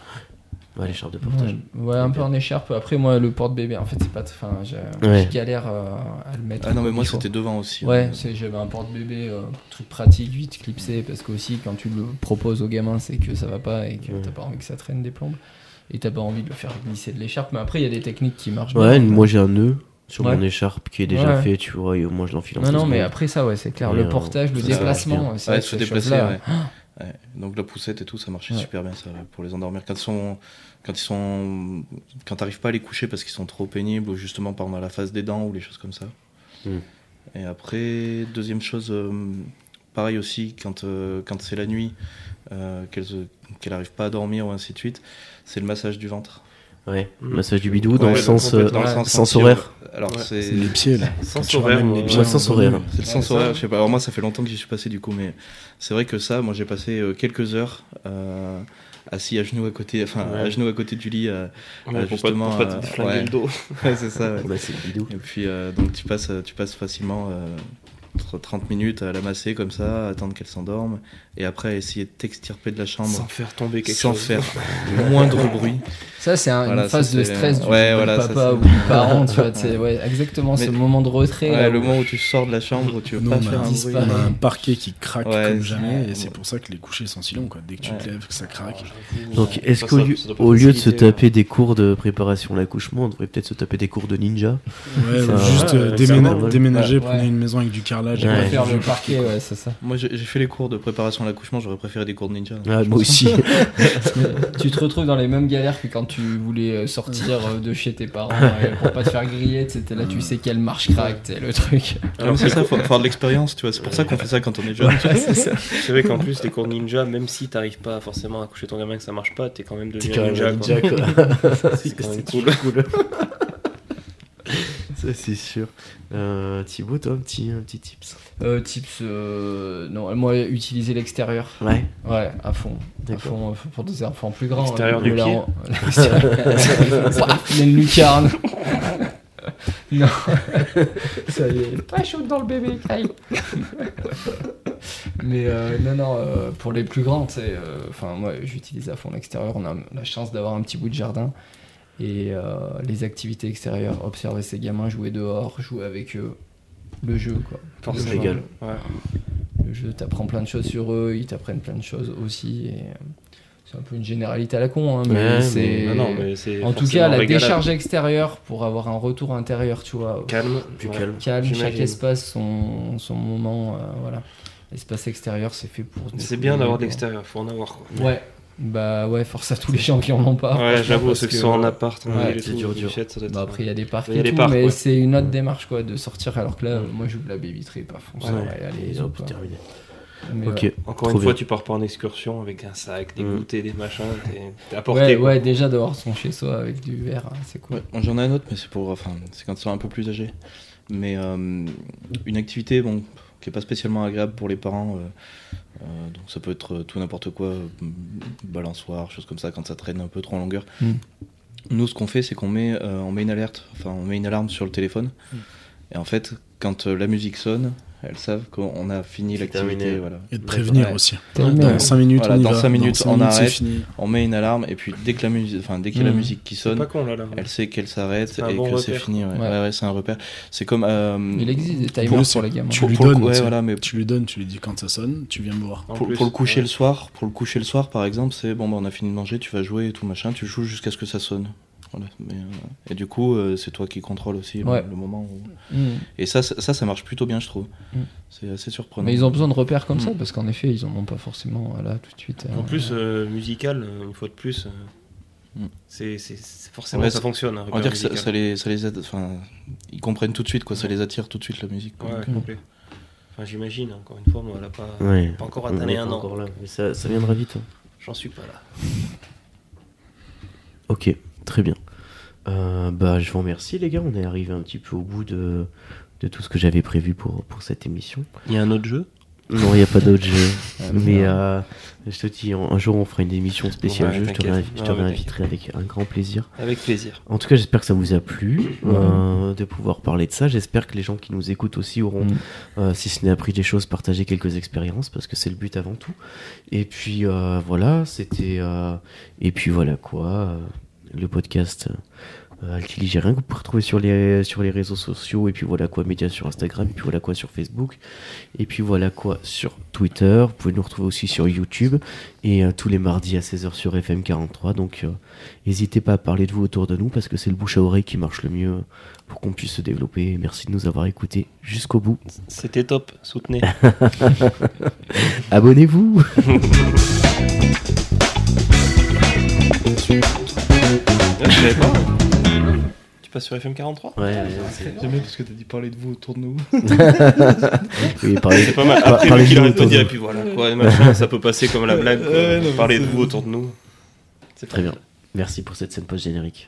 Ouais, l'écharpe de portage. Ouais, ouais, un peu en écharpe. Après, moi, le porte-bébé, en fait, c'est pas. Enfin, j'ai Ouais. j'ai galère euh, à le mettre. Ah non, mais comme moi, il faut. c'était devant aussi. Ouais, hein. c'est- j'avais un porte-bébé, euh, truc pratique, vite clipsé, parce que aussi, quand tu le proposes au gamin, c'est que ça va pas et que Ouais. t'as pas envie que ça traîne des plombes. Et t'as pas envie de le faire glisser de l'écharpe. Mais après, il y a des techniques qui marchent Ouais, bien. moi j'ai un nœud sur Ouais. mon écharpe qui est déjà Ouais. fait, tu vois, et au moins je l'enfile en Non, deux non, mais secondes. après ça, ouais, c'est clair. Ouais, le euh, portage, le ça, ça marche déplacement, c'est Ouais, vrai se que ces déplacer. choses-là, ouais. Ouais. Donc la poussette et tout, ça marchait Ouais. super bien ça, pour les endormir. Quand ils sont, quand ils sont, quand t'arrives pas à les coucher parce qu'ils sont trop pénibles ou justement par mal à la face des dents ou les choses comme ça. Mm. Et après, deuxième chose, euh, pareil aussi quand euh, quand c'est la nuit, euh, qu'elles euh, qu'elles arrivent pas à dormir ou ainsi de suite, c'est le massage du ventre. Ouais, Mm. massage du bidou dans Ouais, le sens. euh, dans le ouais, sens sens sentir- horaire. Alors Ouais. c'est C'est les pieds, là. Sans Tu ramènes horaire, les moi. pieds. Ouais, sans horaire. C'est le Ouais, sens ça. horaire, je sais pas. Alors moi, ça fait longtemps que j'y suis passé du coup, mais c'est vrai que ça, moi, j'ai passé euh, quelques heures euh, assis à genoux à côté, enfin Ouais. à genoux à côté du lit. euh, <laughs> Ouais, euh, pour pas- pour pas euh, te flinguer ouais. le dos. ouais, c'est ça. ouais. bah, c'est le bidou. Et puis euh, donc tu passes, euh, tu passes facilement euh, entre 30 minutes à la masser comme ça, à attendre qu'elle s'endorme, et après à essayer de t'extirper de la chambre. Sans faire tomber quelque sans chose. <laughs> faire le moindre bruit. Ça, c'est un- Voilà, une ça, phase de c'est- stress du Ouais, du voilà, ça, papa <laughs> c'est- ou du parent, tu vois. tu sais, Ouais, exactement, Mais- ce moment de retrait. Ouais, euh, là, le où- moment où tu sors de la chambre, tu veux Nous, pas on a, faire un un, bruit. on a un parquet qui craque Ouais, comme c'est- jamais, et ouais. c'est pour ça que les couchers sont si longs. Quoi. Dès que tu te Ouais. lèves, que ça craque. Donc, est-ce Ça, qu'au ça- lieu, ça doit pas au lieu de se faciliter, hein. taper des cours de préparation à l'accouchement, on devrait peut-être se taper des cours de ninja Ouais, Ça- ou juste euh, Ouais, déména- clairement. déménager, Ouais. prenez une maison avec du carrelage. Ouais. et on va un faire vieux le parquet, parquet, quoi. ouais, c'est <laughs> ça. Moi, j'ai j'ai fait les cours de préparation à l'accouchement. J'aurais préféré des cours de ninja. Ah, <laughs> Moi <laughs> aussi. tu te retrouves dans les mêmes galères que quand tu voulais euh, sortir euh, de chez tes parents euh, <laughs> pour pas te faire griller. C'était là, tu sais quelle marche craque, t'sais, le truc. Ah, mais c'est ça, faut faut avoir de l'expérience, tu vois. C'est pour ça qu'on fait ça quand on est jeune. <laughs> C'est vrai qu'en plus, les cours ninja, même si t'arrives pas forcément à coucher ton gamin que ça marche pas, t'es quand même T'es devenu quand un même ninja. un quoi. ninja, <laughs> quoi. C'est quand même toujours cool. <laughs> Ça, c'est sûr. Euh, Thibaut, toi, un petit, un petit tips Euh, tips, euh, non, moi, utiliser l'extérieur. Ouais, Ouais, à fond. À d'accord. fond, euh, pour des enfants plus grands. L'extérieur hein, du mais là, pied. on- L'extérieur. Paf, il y a une lucarne. non. Ça y est. Pas chaud dans le bébé, Kyle. mais euh, non, non, euh, pour les plus grands, tu sais, euh, enfin, moi, j'utilise à fond l'extérieur. On a la chance d'avoir un petit bout de jardin. Et euh, les activités extérieures, observer ses gamins, jouer dehors, jouer avec eux. Le jeu, quoi. Je Forcément. régale. Ouais. Le jeu t'apprends plein de choses sur eux, ils t'apprennent plein de choses aussi. et, euh, C'est un peu une généralité à la con, hein, mais Ouais, mais- c'est. Non, non, mais c'est en tout forcément cas, la régalable. décharge extérieure pour avoir un retour intérieur, tu vois. calme, plus ouais. calme. Calme, chaque j'imagine. espace son, son moment, euh, voilà. L'espace extérieur, c'est fait pour. C'est bien d'avoir de quoi. l'extérieur, faut en avoir quoi. Ouais, bah ouais, force à tous les gens qui en ont pas. ouais, j'avoue, parce ceux qui que- sont en appart, en ouais, ville et c'est tout, dur, du dur. chat, ça doit être- Bah après, il y a des parcs Il y a et des tout, parcs, mais ouais. c'est une autre Ouais. démarche, quoi, de sortir. Alors que là, Ouais. moi, j'ouvre la baby trip, à fond. Ouais. ça, ouais, allez, Et hop, hop, quoi. terminé. Mais Ok. ouais. Encore Trop une fois, bien. tu pars pas en excursion avec un sac, des Mm. goûters, des machins, t'es- t'es Ouais, apporté. quoi. ouais, déjà d'avoir son chez soi avec du verre, hein, c'est cool. Ouais, moi, j'en ai un autre, mais c'est pour, enfin, c'est quand ils sont un peu plus âgés. Mais euh, une activité, bon, qui est pas spécialement agréable pour les parents. euh, euh, donc ça peut être euh, tout n'importe quoi, euh, balançoire, choses comme ça, quand ça traîne un peu trop en longueur. Mm. Nous, ce qu'on fait, c'est qu'on met, euh, on met une alerte, enfin, on met une alarme sur le téléphone. Et en fait, quand euh, la musique sonne, elles savent qu'on a fini C'est l'activité. terminé. Voilà. Et de prévenir Ouais. aussi. Tellement. Dans 5 minutes, Voilà, on y dans va. cinq minutes, cinq on c'est arrête. fini. On met une alarme, et puis dès que la musique, enfin, dès qu'il y a Mm. la musique qui C'est sonne, pas con là. là. elle sait qu'elle s'arrête C'est un et bon que c'est repère. fini. Ouais. Ouais. Ouais, ouais, c'est un repère. C'est comme. euh, Il existe des timers Pour eux, pour les c'est- gamins. Tu Pour- lui pour le donnes, coup, ouais, tu sais. voilà, mais- tu lui donnes, tu lui dis quand ça sonne, tu viens me voir. En Pour, plus, pour le coucher ouais. le soir, pour le coucher le soir par exemple, c'est bon bah, on a fini de manger, tu vas jouer et tout machin, tu joues jusqu'à ce que ça sonne. Voilà. Mais, euh, et du coup, euh, c'est toi qui contrôle aussi le- Ouais. le, moment. Où... Mm. Et ça, ça, ça, ça marche plutôt bien, je trouve. Mm. C'est assez surprenant. Mais ils ont besoin de repères comme ça Mm. parce qu'en effet, ils en ont pas forcément euh, là tout de suite. euh, Hmm. En plus, euh, musical, euh, une fois de plus, euh, Mm. c'est c'est- c'est- forcément Ouais, ça c'est- fonctionne. un on va repère dire que ça, musical. ça les, ça les aide. Enfin, ils comprennent tout de suite quoi, ça les attire tout de suite la musique. quoi. Ouais, Donc, complet. Enfin, j'imagine, encore une fois, moi, elle a pas, Ouais. pas encore On atteint est les un an. encore là, mais ça, ça viendra vite. hein. J'en suis pas là. Ok, très bien. Euh, bah, je vous remercie les gars, on est arrivé un petit peu au bout de, de tout ce que j'avais prévu pour, pour cette émission. Il y a un autre jeu Non, il n'y a pas d'autre jeu. Ah, Mais merde. euh, je te dis, un un jour on fera une émission spéciale Ouais, jeu, je te, t'inquiète. réinvi- je te Ah ouais, réinviterai avec un grand plaisir. Avec plaisir. En tout cas, j'espère que ça vous a plu euh, de pouvoir parler de ça. J'espère que les gens qui nous écoutent aussi auront, Mm. euh, si ce n'est appris des choses, partagé quelques expériences parce que c'est le but avant tout. Et puis euh, voilà, c'était. euh, et puis voilà quoi, euh, le podcast. Euh, Altiligérien que vous pouvez retrouver sur les, sur les réseaux sociaux, et puis voilà quoi, médias sur Instagram, et puis voilà quoi sur Facebook, et puis voilà quoi sur Twitter. Vous pouvez nous retrouver aussi sur YouTube, et euh, tous les mardis à 16h sur FM43. Donc euh, N'hésitez pas à parler de vous autour de nous parce que c'est le bouche à oreille qui marche le mieux pour qu'on puisse se développer. Et Merci de nous avoir écoutés jusqu'au bout. C'était top, soutenez. Abonnez-vous <laughs> Ouais, tu l'avais pas Tu passes sur FM43 Ouais, J'aime bien parce que t'as dit parler de vous autour de nous. oui, pareil. <laughs> C'est pas mal. Par- Après, parlez le mec, il arrête de vous de autour dire, de et puis voilà, quoi, et machin, ça peut passer comme la blague. quoi. Ouais, non, mais Parler de c'est- vous autour de nous. Très bien. Merci pour cette scène post-générique.